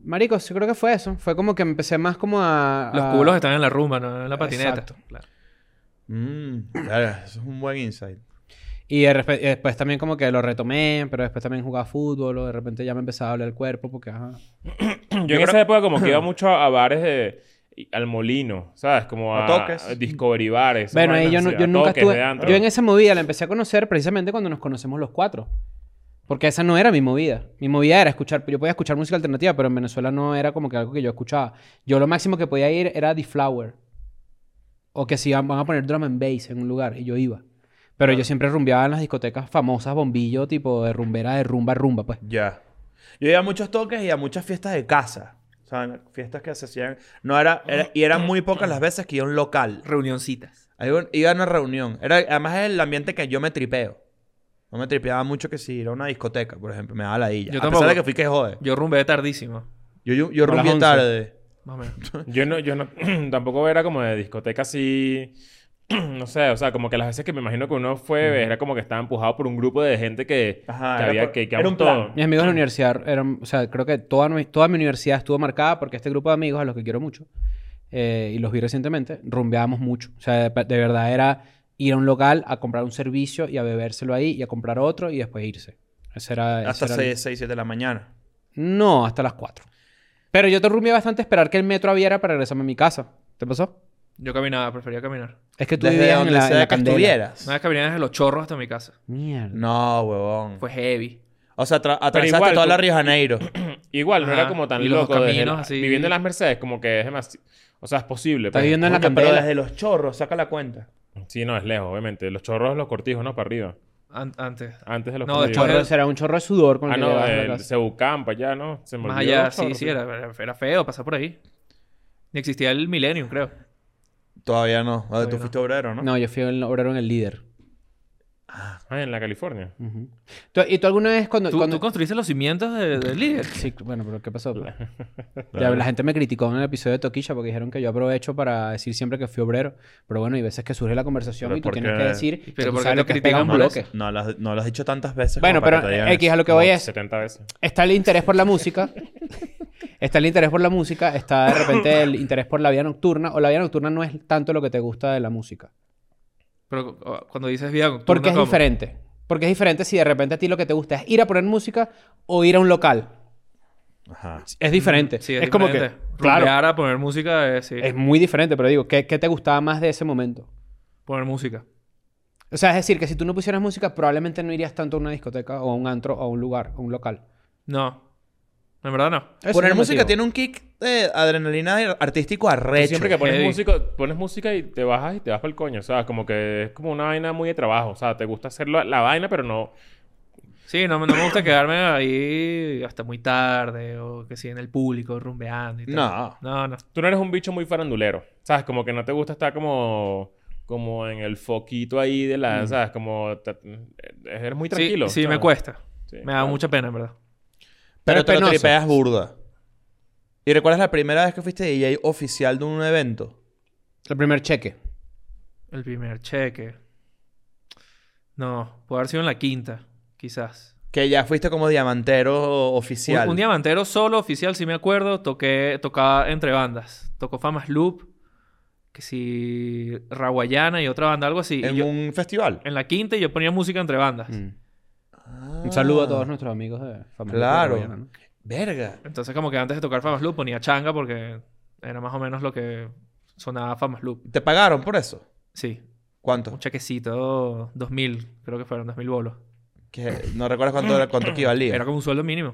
Speaker 4: Marico, yo creo que fue eso. Fue como que empecé más como a...
Speaker 3: Los
Speaker 4: a-
Speaker 3: culos están en la rumba, no en la patineta.
Speaker 4: Ah. Exacto.
Speaker 3: Claro.
Speaker 1: Mm, claro, eso es un buen insight.
Speaker 4: Y de repe- y después también como que lo retomé, pero después también jugaba fútbol. O de repente ya me empezaba a doler el cuerpo porque... Ajá.
Speaker 2: Yo, en esa época como que iba mucho a bares de... y- Al molino, ¿sabes? Como a,
Speaker 1: A toques.
Speaker 2: a Discovery Bares.
Speaker 4: Bueno, ahí
Speaker 2: vainas
Speaker 4: yo, no-
Speaker 2: así,
Speaker 4: yo
Speaker 2: a
Speaker 4: nunca
Speaker 2: toques
Speaker 4: estuve...
Speaker 2: de antro.
Speaker 4: Yo en esa movida la empecé a conocer precisamente cuando nos conocemos los cuatro. Porque esa no era mi movida. Mi movida era escuchar... Yo podía escuchar música alternativa, pero en Venezuela no era como que algo que yo escuchaba. Yo lo máximo que podía ir era The Flower. O que si van van a poner drum and bass en un lugar. Y yo iba. Pero yo siempre rumbeaba en las discotecas famosas, bombillo, tipo de rumbera, de rumba, rumba, pues.
Speaker 1: Ya. Yo iba a muchos toques y a muchas fiestas de casa. O sea, fiestas que se hacían. No era, era- y eran muy pocas las veces que iba a un local.
Speaker 3: Reunioncitas.
Speaker 1: Ahí iba- Iba a una reunión. Era, además es el ambiente que yo me tripeo. No me tripeaba mucho que si ir a una discoteca, por ejemplo. Me daba la illa.
Speaker 3: Yo
Speaker 1: a
Speaker 3: tampoco.
Speaker 1: pesar de que fui que jode.
Speaker 3: Yo rumbeé tardísimo.
Speaker 1: Yo, yo, yo
Speaker 4: A las
Speaker 1: rumbié
Speaker 4: 11.
Speaker 1: tarde.
Speaker 3: Más o menos.
Speaker 2: Yo no, yo no, tampoco era como de discoteca así, no sé, o sea, como que las veces que me imagino que uno fue, era como que estaba empujado por un grupo de gente que,
Speaker 1: Ajá,
Speaker 2: que
Speaker 1: era
Speaker 2: había
Speaker 1: por-
Speaker 2: que, que
Speaker 1: era
Speaker 2: amo
Speaker 1: un
Speaker 2: todo.
Speaker 1: plan.
Speaker 4: Mis amigos de la universidad eran, o sea, creo que toda, mi- toda mi universidad estuvo marcada porque este grupo de amigos, a los que quiero mucho, eh, y los vi recientemente, rumbeábamos mucho. O sea, de, de verdad era ir a un local a comprar un servicio y a bebérselo ahí y a comprar otro y después irse. Ese era, ese
Speaker 1: Hasta
Speaker 4: era
Speaker 1: 6, 6, 7 de la mañana.
Speaker 4: el- No, hasta las 4. Pero yo te rumbeé bastante esperar que el metro abriera para regresarme a mi casa. ¿Te pasó?
Speaker 3: Yo caminaba, prefería caminar.
Speaker 4: Es que tú
Speaker 1: Desde
Speaker 4: vivías
Speaker 1: donde
Speaker 4: en la, en
Speaker 1: sea
Speaker 4: la
Speaker 1: que Mm,
Speaker 4: Candela.
Speaker 1: estuvieras.
Speaker 3: Una vez caminé desde los chorros hasta mi casa.
Speaker 4: Mierda.
Speaker 1: No, huevón.
Speaker 3: Fue heavy.
Speaker 1: O sea, tra- atravesaste
Speaker 2: igual,
Speaker 1: toda
Speaker 2: tú-
Speaker 1: la Río de Janeiro.
Speaker 2: Igual, no era
Speaker 3: Ajá,
Speaker 2: como tan
Speaker 3: y los
Speaker 2: loco. desde
Speaker 3: caminos
Speaker 2: la-
Speaker 3: así.
Speaker 2: Viviendo en las Mercedes, como que es demasiado, o sea, es posible.
Speaker 4: Estás
Speaker 2: pues.
Speaker 4: viviendo en la
Speaker 1: Coño, pero
Speaker 4: Candela.
Speaker 1: desde los chorros, saca la cuenta.
Speaker 2: Sí, no, es lejos, obviamente. Los chorros, los cortijos, ¿no? Para arriba.
Speaker 3: An- antes.
Speaker 2: Antes de los
Speaker 3: No,
Speaker 2: cortijos.
Speaker 3: después
Speaker 4: Chorro, será un chorro de sudor con el
Speaker 2: Ah,
Speaker 4: que
Speaker 2: no,
Speaker 4: llegabas a la
Speaker 2: el
Speaker 4: casa.
Speaker 2: Cebucán, para allá, ¿no? Se me
Speaker 3: Más
Speaker 2: olvidó
Speaker 3: allá,
Speaker 2: los
Speaker 3: sí,
Speaker 2: chorros,
Speaker 3: sí, era, era feo pasar por ahí. Ni existía el Millennium, creo.
Speaker 1: Todavía no. Ah,
Speaker 3: Todavía
Speaker 1: tú
Speaker 3: no.
Speaker 1: fuiste obrero, ¿no?
Speaker 4: No, yo fui el obrero en el líder.
Speaker 2: Ah, en la California.
Speaker 4: Ujú. ¿Tú- ¿Y tú alguna vez cuando...
Speaker 3: Tú,
Speaker 4: cuando-
Speaker 3: tú construiste los cimientos de- del líder.
Speaker 4: Sí, bueno, pero ¿qué pasó? pues? Ya, la gente me criticó en el episodio de Toquilla porque dijeron que yo aprovecho para decir siempre que fui obrero. Pero bueno, hay veces que surge la conversación
Speaker 1: Pero
Speaker 4: y tú
Speaker 1: ¿por
Speaker 4: tienes
Speaker 1: qué?
Speaker 4: que decir
Speaker 3: Pero ¿por
Speaker 4: pero tú
Speaker 3: qué
Speaker 4: sabes
Speaker 3: te
Speaker 4: lo que es
Speaker 3: critican
Speaker 4: pegar un
Speaker 3: por
Speaker 4: bloque.
Speaker 3: eso?
Speaker 1: No lo, has, no lo has dicho tantas veces.
Speaker 4: Bueno,
Speaker 1: como para
Speaker 4: pero
Speaker 1: eh, que te digan
Speaker 4: X,
Speaker 1: eso.
Speaker 4: a lo que
Speaker 2: Como
Speaker 4: voy es...
Speaker 2: 70 veces.
Speaker 4: Está el interés por la música. está el interés por la música. Está de repente el interés por la vida nocturna. O la vida nocturna no es tanto lo que te gusta de la música.
Speaker 3: Pero o, cuando dices vida nocturna,
Speaker 4: Porque es
Speaker 3: ¿cómo?
Speaker 4: diferente. Porque es diferente si de repente a ti lo que te gusta es ir a poner música o ir a un local.
Speaker 1: Ajá.
Speaker 4: Es diferente.
Speaker 3: Sí, es,
Speaker 4: es como que... Claro.
Speaker 3: Claro. a poner música es... sí,
Speaker 4: Es muy diferente, pero digo, ¿qué, qué te gustaba más de ese momento?
Speaker 3: Poner música.
Speaker 4: O sea, es decir, que si tú no pusieras música, probablemente no irías tanto a una discoteca o a un antro o a un lugar, o a un local.
Speaker 3: No. En verdad no.
Speaker 4: Ese es
Speaker 1: Poner
Speaker 4: el
Speaker 1: música
Speaker 4: motivo.
Speaker 1: tiene un kick de adrenalina ar- artístico
Speaker 2: Tú
Speaker 1: arrecho.
Speaker 2: siempre que pones
Speaker 3: heavy.
Speaker 2: música, pones música y te bajas y te vas para el coño. O sea, como que es como una vaina muy de trabajo. O sea, te gusta hacer la, la vaina, pero no.
Speaker 3: Sí, no, me- no me gusta quedarme ahí hasta muy tarde o que sí, en el público, rumbeando y tal.
Speaker 1: No.
Speaker 3: No, no.
Speaker 2: Tú no eres un bicho muy farandulero. ¿Sabes? Como que no te gusta estar como. Como en el foquito ahí de la. ¿Sabes? Como. te- eh, eres muy
Speaker 3: Mm. Sí,
Speaker 2: tranquilo.
Speaker 3: Sí,
Speaker 2: ¿sabes?
Speaker 3: me cuesta.
Speaker 2: Sí,
Speaker 3: me da
Speaker 2: claro.
Speaker 3: mucha pena, en verdad.
Speaker 1: Pero
Speaker 4: Pero
Speaker 1: te lo
Speaker 4: penoso.
Speaker 1: tripeas burda. ¿Y recuerdas la primera vez que fuiste DJ oficial de un evento?
Speaker 4: El primer cheque.
Speaker 3: El primer cheque. No, puede haber sido en la quinta, quizás.
Speaker 1: Que ya fuiste como diamantero
Speaker 3: Un,
Speaker 1: oficial.
Speaker 3: un diamantero solo, oficial, si me acuerdo, toqué, tocaba entre bandas. Tocó Famas Loop, que si Raguayana y otra banda, algo así. Y
Speaker 1: En
Speaker 3: yo- Eh,
Speaker 1: un festival.
Speaker 3: en la quinta y yo ponía música entre bandas.
Speaker 4: Mm. Un saludo a todos nuestros amigos de familia.
Speaker 1: Claro.
Speaker 4: Guayana, ¿no?
Speaker 1: Verga.
Speaker 3: Entonces, como que antes de tocar Famas Loop ponía changa porque era más o menos lo que sonaba Famas Loop.
Speaker 1: ¿Te pagaron por eso?
Speaker 3: Sí. Un
Speaker 1: ¿Cuánto?
Speaker 3: chequecito, 2000, creo que fueron 2000 bolos.
Speaker 1: ¿Qué? No recuerdas cuánto, era- cuánto equivalía.
Speaker 3: Era como un sueldo mínimo.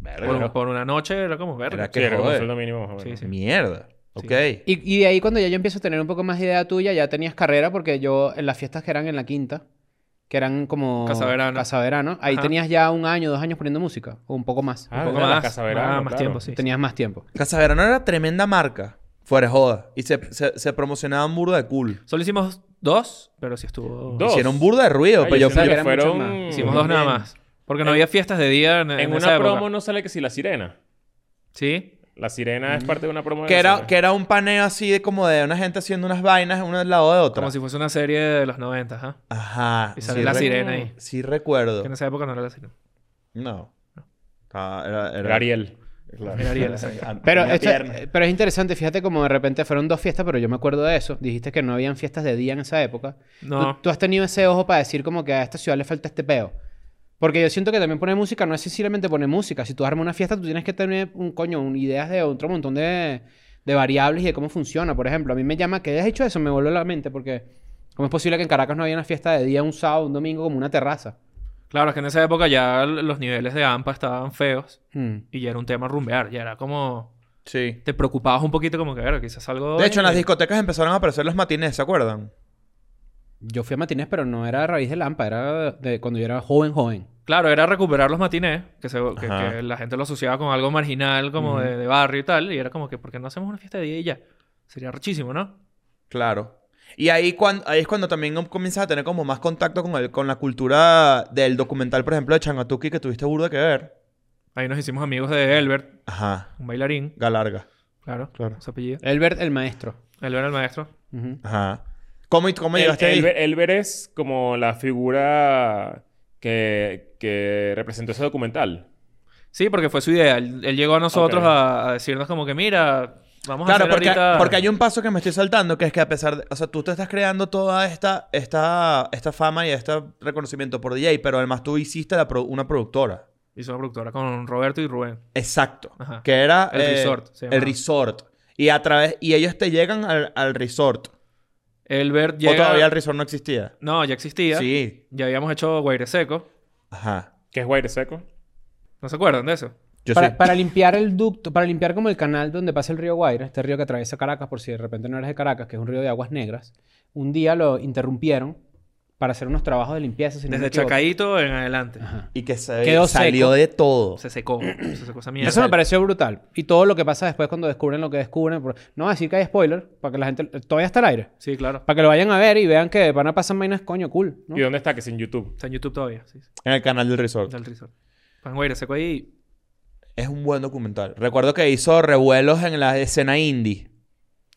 Speaker 3: Por,
Speaker 1: Verga.
Speaker 3: por una noche era como
Speaker 1: Era
Speaker 3: verga.
Speaker 2: Sí,
Speaker 1: que
Speaker 2: era como un
Speaker 1: joder.
Speaker 2: sueldo mínimo. más o menos.
Speaker 3: Sí, sí.
Speaker 1: Mierda. Ok.
Speaker 4: Y, y de ahí cuando ya yo empiezo a tener un poco más de idea tuya, ya tenías carrera porque yo en las fiestas que eran en la quinta, que eran como...
Speaker 3: Casaverano.
Speaker 4: Casaverano, Ahí
Speaker 3: Ajá.
Speaker 4: tenías ya un año, dos años poniendo música, o un poco más.
Speaker 2: Ah,
Speaker 3: un poco
Speaker 2: era la
Speaker 3: más.
Speaker 2: Casa Verano,
Speaker 3: ah, más
Speaker 2: claro.
Speaker 3: tiempo, sí.
Speaker 4: Tenías más tiempo.
Speaker 1: Casaverano era tremenda marca. Fuera de joda. Y se, se, se promocionaba un burda de cool.
Speaker 3: Solo hicimos dos, pero sí estuvo.
Speaker 2: Dos.
Speaker 1: Hicieron burda de ruido.
Speaker 2: Ay,
Speaker 1: pero
Speaker 3: pues,
Speaker 1: yo
Speaker 2: hicieron
Speaker 1: fui-
Speaker 2: que
Speaker 4: eran
Speaker 2: fueron-
Speaker 4: muchos más.
Speaker 3: Hicimos dos nada
Speaker 2: Bien.
Speaker 3: más. Porque no
Speaker 2: En-
Speaker 3: había fiestas de día en,
Speaker 2: En
Speaker 3: en
Speaker 2: una
Speaker 3: esa época.
Speaker 2: promo no sale que si la sirena.
Speaker 3: Sí.
Speaker 2: La sirena
Speaker 4: Mm.
Speaker 2: es parte de una promo de
Speaker 1: que
Speaker 2: la
Speaker 1: era,
Speaker 2: sirena.
Speaker 1: que era un paneo así de como de una gente haciendo unas vainas una al lado de otra.
Speaker 3: Como si fuese una serie de los 90, ajá.
Speaker 1: Ajá.
Speaker 3: Y sale la
Speaker 1: recu-
Speaker 3: sirena ahí.
Speaker 1: Sí recuerdo.
Speaker 3: Que en esa época no era la sirena.
Speaker 1: No. Ah, era,
Speaker 2: Era Ariel.
Speaker 3: Era Ariel, esa.
Speaker 4: Pero,
Speaker 1: Ah, Tenía
Speaker 4: esto-
Speaker 1: pierna.
Speaker 4: eh, pero es interesante, fíjate como de repente fueron dos fiestas, pero yo me acuerdo de eso. Dijiste que no habían fiestas de día en esa época.
Speaker 3: No.
Speaker 4: Tú, tú has tenido ese ojo para decir como que a esta ciudad le falta este peo. Porque yo siento que también poner música no es sencillamente poner música. Si tú armas una fiesta, tú tienes que tener un coño, un, ideas de otro montón de, de variables y de cómo funciona. Por ejemplo, a mí me llama que hayas hecho eso, me voló la mente porque ¿cómo es posible que en Caracas no haya una fiesta de día, un sábado, un domingo, como una terraza?
Speaker 3: Claro, es que en esa época ya l- los niveles de AMPA estaban feos
Speaker 4: Hmm.
Speaker 3: y ya era un tema rumbear. Ya era como.
Speaker 1: Sí.
Speaker 3: Te preocupabas un poquito, como que, verga, quizás algo.
Speaker 1: De hecho, en las discotecas empezaron a aparecer los matines, ¿se acuerdan?
Speaker 4: Yo fui a matines, pero no era a raíz de Lampa, era de cuando yo era joven, joven.
Speaker 3: Claro, era recuperar los matinés, que, se- que-
Speaker 1: Ajá.
Speaker 3: que la gente lo asociaba con algo marginal, como de, de barrio y tal, y era como que, ¿por qué no hacemos una fiesta de día y ya? Sería rechísimo, ¿no?
Speaker 1: Claro. Y ahí, cuan- ahí es cuando también comienzas a tener como más contacto con, el, con la cultura del documental, por ejemplo, de Changatuki que tuviste burda que ver.
Speaker 3: Ahí nos hicimos amigos de Elbert,
Speaker 1: Ajá.
Speaker 3: un bailarín,
Speaker 1: Galarga.
Speaker 3: claro,
Speaker 1: Claro.
Speaker 3: su apellido.
Speaker 4: Elbert, el maestro.
Speaker 3: Elbert el maestro.
Speaker 4: Ujú.
Speaker 1: Ajá. ¿Cómo, cómo
Speaker 2: El-
Speaker 1: llegaste ahí?
Speaker 2: Elber, Elber es como la figura que, que representó ese documental.
Speaker 3: Sí, porque fue su idea. Él, él llegó a nosotros
Speaker 2: Ok.
Speaker 3: a, a decirnos como que, mira, vamos a
Speaker 1: Claro,
Speaker 3: hacer
Speaker 1: porque,
Speaker 3: ahorita...
Speaker 1: porque hay un paso que me estoy saltando, que es que a pesar de... O sea, tú te estás creando toda esta, esta, esta fama y este reconocimiento por DJ, pero además tú hiciste la pro- una productora.
Speaker 3: Hizo una productora con Roberto y Rubén.
Speaker 1: Exacto.
Speaker 3: Ajá.
Speaker 1: Que era... eh,
Speaker 3: El Resort, se
Speaker 1: El
Speaker 3: llamaba.
Speaker 1: Resort. Y a través... Y ellos te llegan al, al Resort.
Speaker 3: Elbert llega...
Speaker 1: O todavía el Resort no existía.
Speaker 3: No, ya existía.
Speaker 1: Sí.
Speaker 3: Ya habíamos hecho Guaire Seco.
Speaker 1: Ajá.
Speaker 2: Que es Guaire Seco.
Speaker 3: ¿No se acuerdan de eso?
Speaker 1: Yo
Speaker 4: Para,
Speaker 1: sí.
Speaker 4: para limpiar el ducto, para limpiar como el canal donde pasa el río Guaira, este río que atraviesa Caracas, por si de repente no eres de Caracas, que es un río de aguas negras, un día lo interrumpieron para hacer unos trabajos de limpieza. si no me
Speaker 3: Desde
Speaker 4: equivoco.
Speaker 3: Chacaíto en adelante.
Speaker 4: Ajá.
Speaker 1: Y que se-
Speaker 4: Quedó
Speaker 1: salió
Speaker 4: seco.
Speaker 1: de todo.
Speaker 3: Se secó. se secó esa mierda.
Speaker 4: Eso me pareció brutal. Y todo lo que pasa después cuando descubren lo que descubren. por- No voy a decir que hay spoiler, para que la gente. Todavía está al aire.
Speaker 3: Sí, claro.
Speaker 4: Para que lo vayan a ver y vean que van a pasar vainas coño cool. ¿no?
Speaker 2: ¿Y dónde está? Que es en YouTube.
Speaker 3: Está en YouTube todavía. Sí, sí.
Speaker 1: En el canal del Resort.
Speaker 3: Del Resort. Pan Guaire Seco ahí.
Speaker 1: Es un buen documental. Recuerdo que hizo revuelos en la escena indie.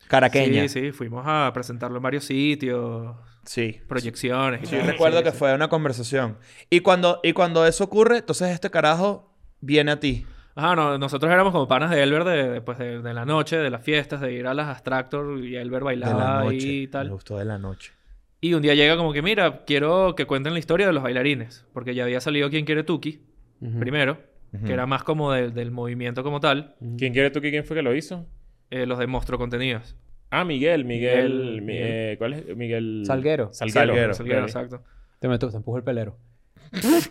Speaker 1: Caraqueña.
Speaker 3: Sí, sí. Fuimos a presentarlo en varios sitios.
Speaker 1: sí.
Speaker 3: Proyecciones. y
Speaker 1: Sí,
Speaker 3: tal.
Speaker 1: recuerdo
Speaker 3: Sí,
Speaker 1: que
Speaker 3: sí.
Speaker 1: fue una conversación. Y cuando, y cuando eso ocurre, entonces este carajo viene a ti.
Speaker 3: Ajá, no, nosotros éramos como panas de Elber de, de, pues, de, de la noche, de las fiestas, de ir a las Abstractor y Elber bailaba ahí y
Speaker 1: Me
Speaker 3: tal.
Speaker 1: gustó de la noche.
Speaker 3: Y un día llega como que, mira, quiero que cuenten la historia de los bailarines. Porque ya había salido Quién Quiere Tuki,
Speaker 4: Ujú.
Speaker 3: primero,
Speaker 1: Ujú.
Speaker 4: Mm.
Speaker 3: que era más como del- del movimiento como tal.
Speaker 2: ¿Quién quiere tú? que- ¿Quién fue que lo hizo?
Speaker 3: eh, los de Monstruo Contenidos.
Speaker 2: Ah, Miguel, Miguel.
Speaker 3: Miguel,
Speaker 2: mi-
Speaker 3: Miguel.
Speaker 2: eh, ¿Cuál es? Miguel.
Speaker 4: Salguero.
Speaker 2: Salguero.
Speaker 1: Salguero.
Speaker 3: Salguero,
Speaker 2: Ok.
Speaker 3: exacto.
Speaker 4: Te meto, te empujo el pelero.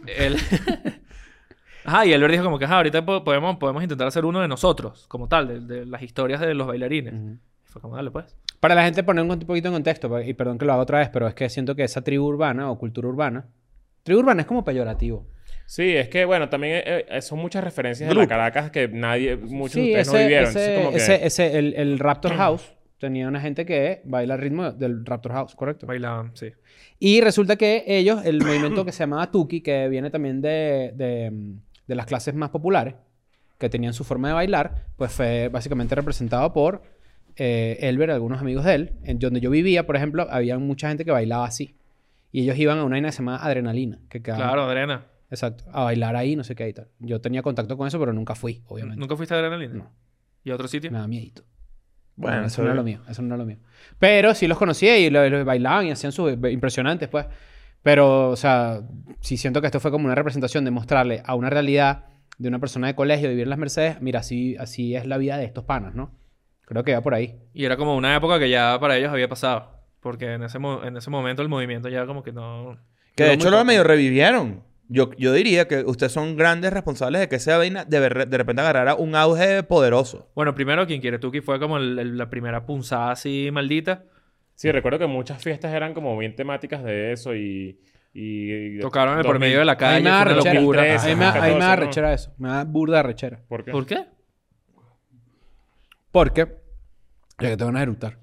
Speaker 3: Él... Ajá, y Elber dijo como que, ajá, ahorita po- podemos, podemos intentar hacer uno de nosotros, como tal, de, de las historias de los bailarines.
Speaker 4: Ujú.
Speaker 3: Fue como, dale, pues.
Speaker 4: Para la gente poner un cont- poquito en contexto, pa- y perdón que lo haga otra vez, pero es que siento que esa tribu urbana o cultura urbana, tribu urbana es como peyorativo.
Speaker 2: Sí, es que bueno, también eh, eh, son muchas referencias de la
Speaker 1: Grupo.
Speaker 2: Caracas que nadie, muchos
Speaker 4: sí,
Speaker 2: de ustedes
Speaker 4: ese,
Speaker 2: no vivieron.
Speaker 4: ese-
Speaker 2: Entonces, como que-
Speaker 4: ese- ese- el, el Raptor House tenía una gente que baila al ritmo del Raptor House, correcto.
Speaker 3: Bailaban, sí.
Speaker 4: Y resulta que ellos, el movimiento que se llamaba Tuki, que viene también de, de, mm, de las clases más populares, que tenían su forma de bailar, pues fue básicamente representado por eh, Elber, algunos amigos de él. En donde yo vivía, por ejemplo, había mucha gente que bailaba así. Y ellos iban a una vaina que se llamaba Adrenalina, que quedaba-
Speaker 3: Claro, Adrena.
Speaker 4: Exacto, a bailar ahí, no sé qué y tal. Yo tenía contacto con eso, pero nunca fui, obviamente.
Speaker 3: ¿Nunca fuiste a Adrenalina?
Speaker 4: No.
Speaker 3: ¿Y a otro sitio?
Speaker 4: Me da miedito.
Speaker 1: Bueno,
Speaker 4: No, eso
Speaker 1: eso
Speaker 4: no es lo mío, eso no es lo mío. Pero sí los conocía y los bailaban y hacían sus impresionantes, pues. Pero, o sea, sí siento que esto fue como una representación de mostrarle a una realidad de una persona de colegio vivir en las Mercedes, mira, así, así es la vida de estos panas, ¿no? Creo que va por ahí.
Speaker 3: Y era como una época que ya para ellos había pasado. Porque en ese, mo- en ese momento el movimiento ya como que no...
Speaker 1: Que
Speaker 4: Duró
Speaker 1: de
Speaker 4: muy
Speaker 1: hecho lo
Speaker 4: poco.
Speaker 1: medio revivieron. Yo, yo diría que ustedes son grandes responsables de que esa vaina de, ver- de repente agarrara un auge poderoso.
Speaker 3: Bueno, primero, quien quiere Tuki fue como el- el- la primera punzada así maldita.
Speaker 2: Sí, recuerdo que muchas fiestas eran como bien temáticas de eso y... y
Speaker 3: Tocaron el por medio de la
Speaker 4: A mí
Speaker 3: calle.
Speaker 4: me da
Speaker 3: fue una
Speaker 4: rechera.
Speaker 3: locura.
Speaker 2: Tres,
Speaker 4: A mí me, da- a mí me da
Speaker 2: 14, ¿no?
Speaker 4: rechera eso. Me da burda de rechera.
Speaker 2: ¿Por qué?
Speaker 3: ¿Por qué?
Speaker 4: Porque, ya que te van a eructar.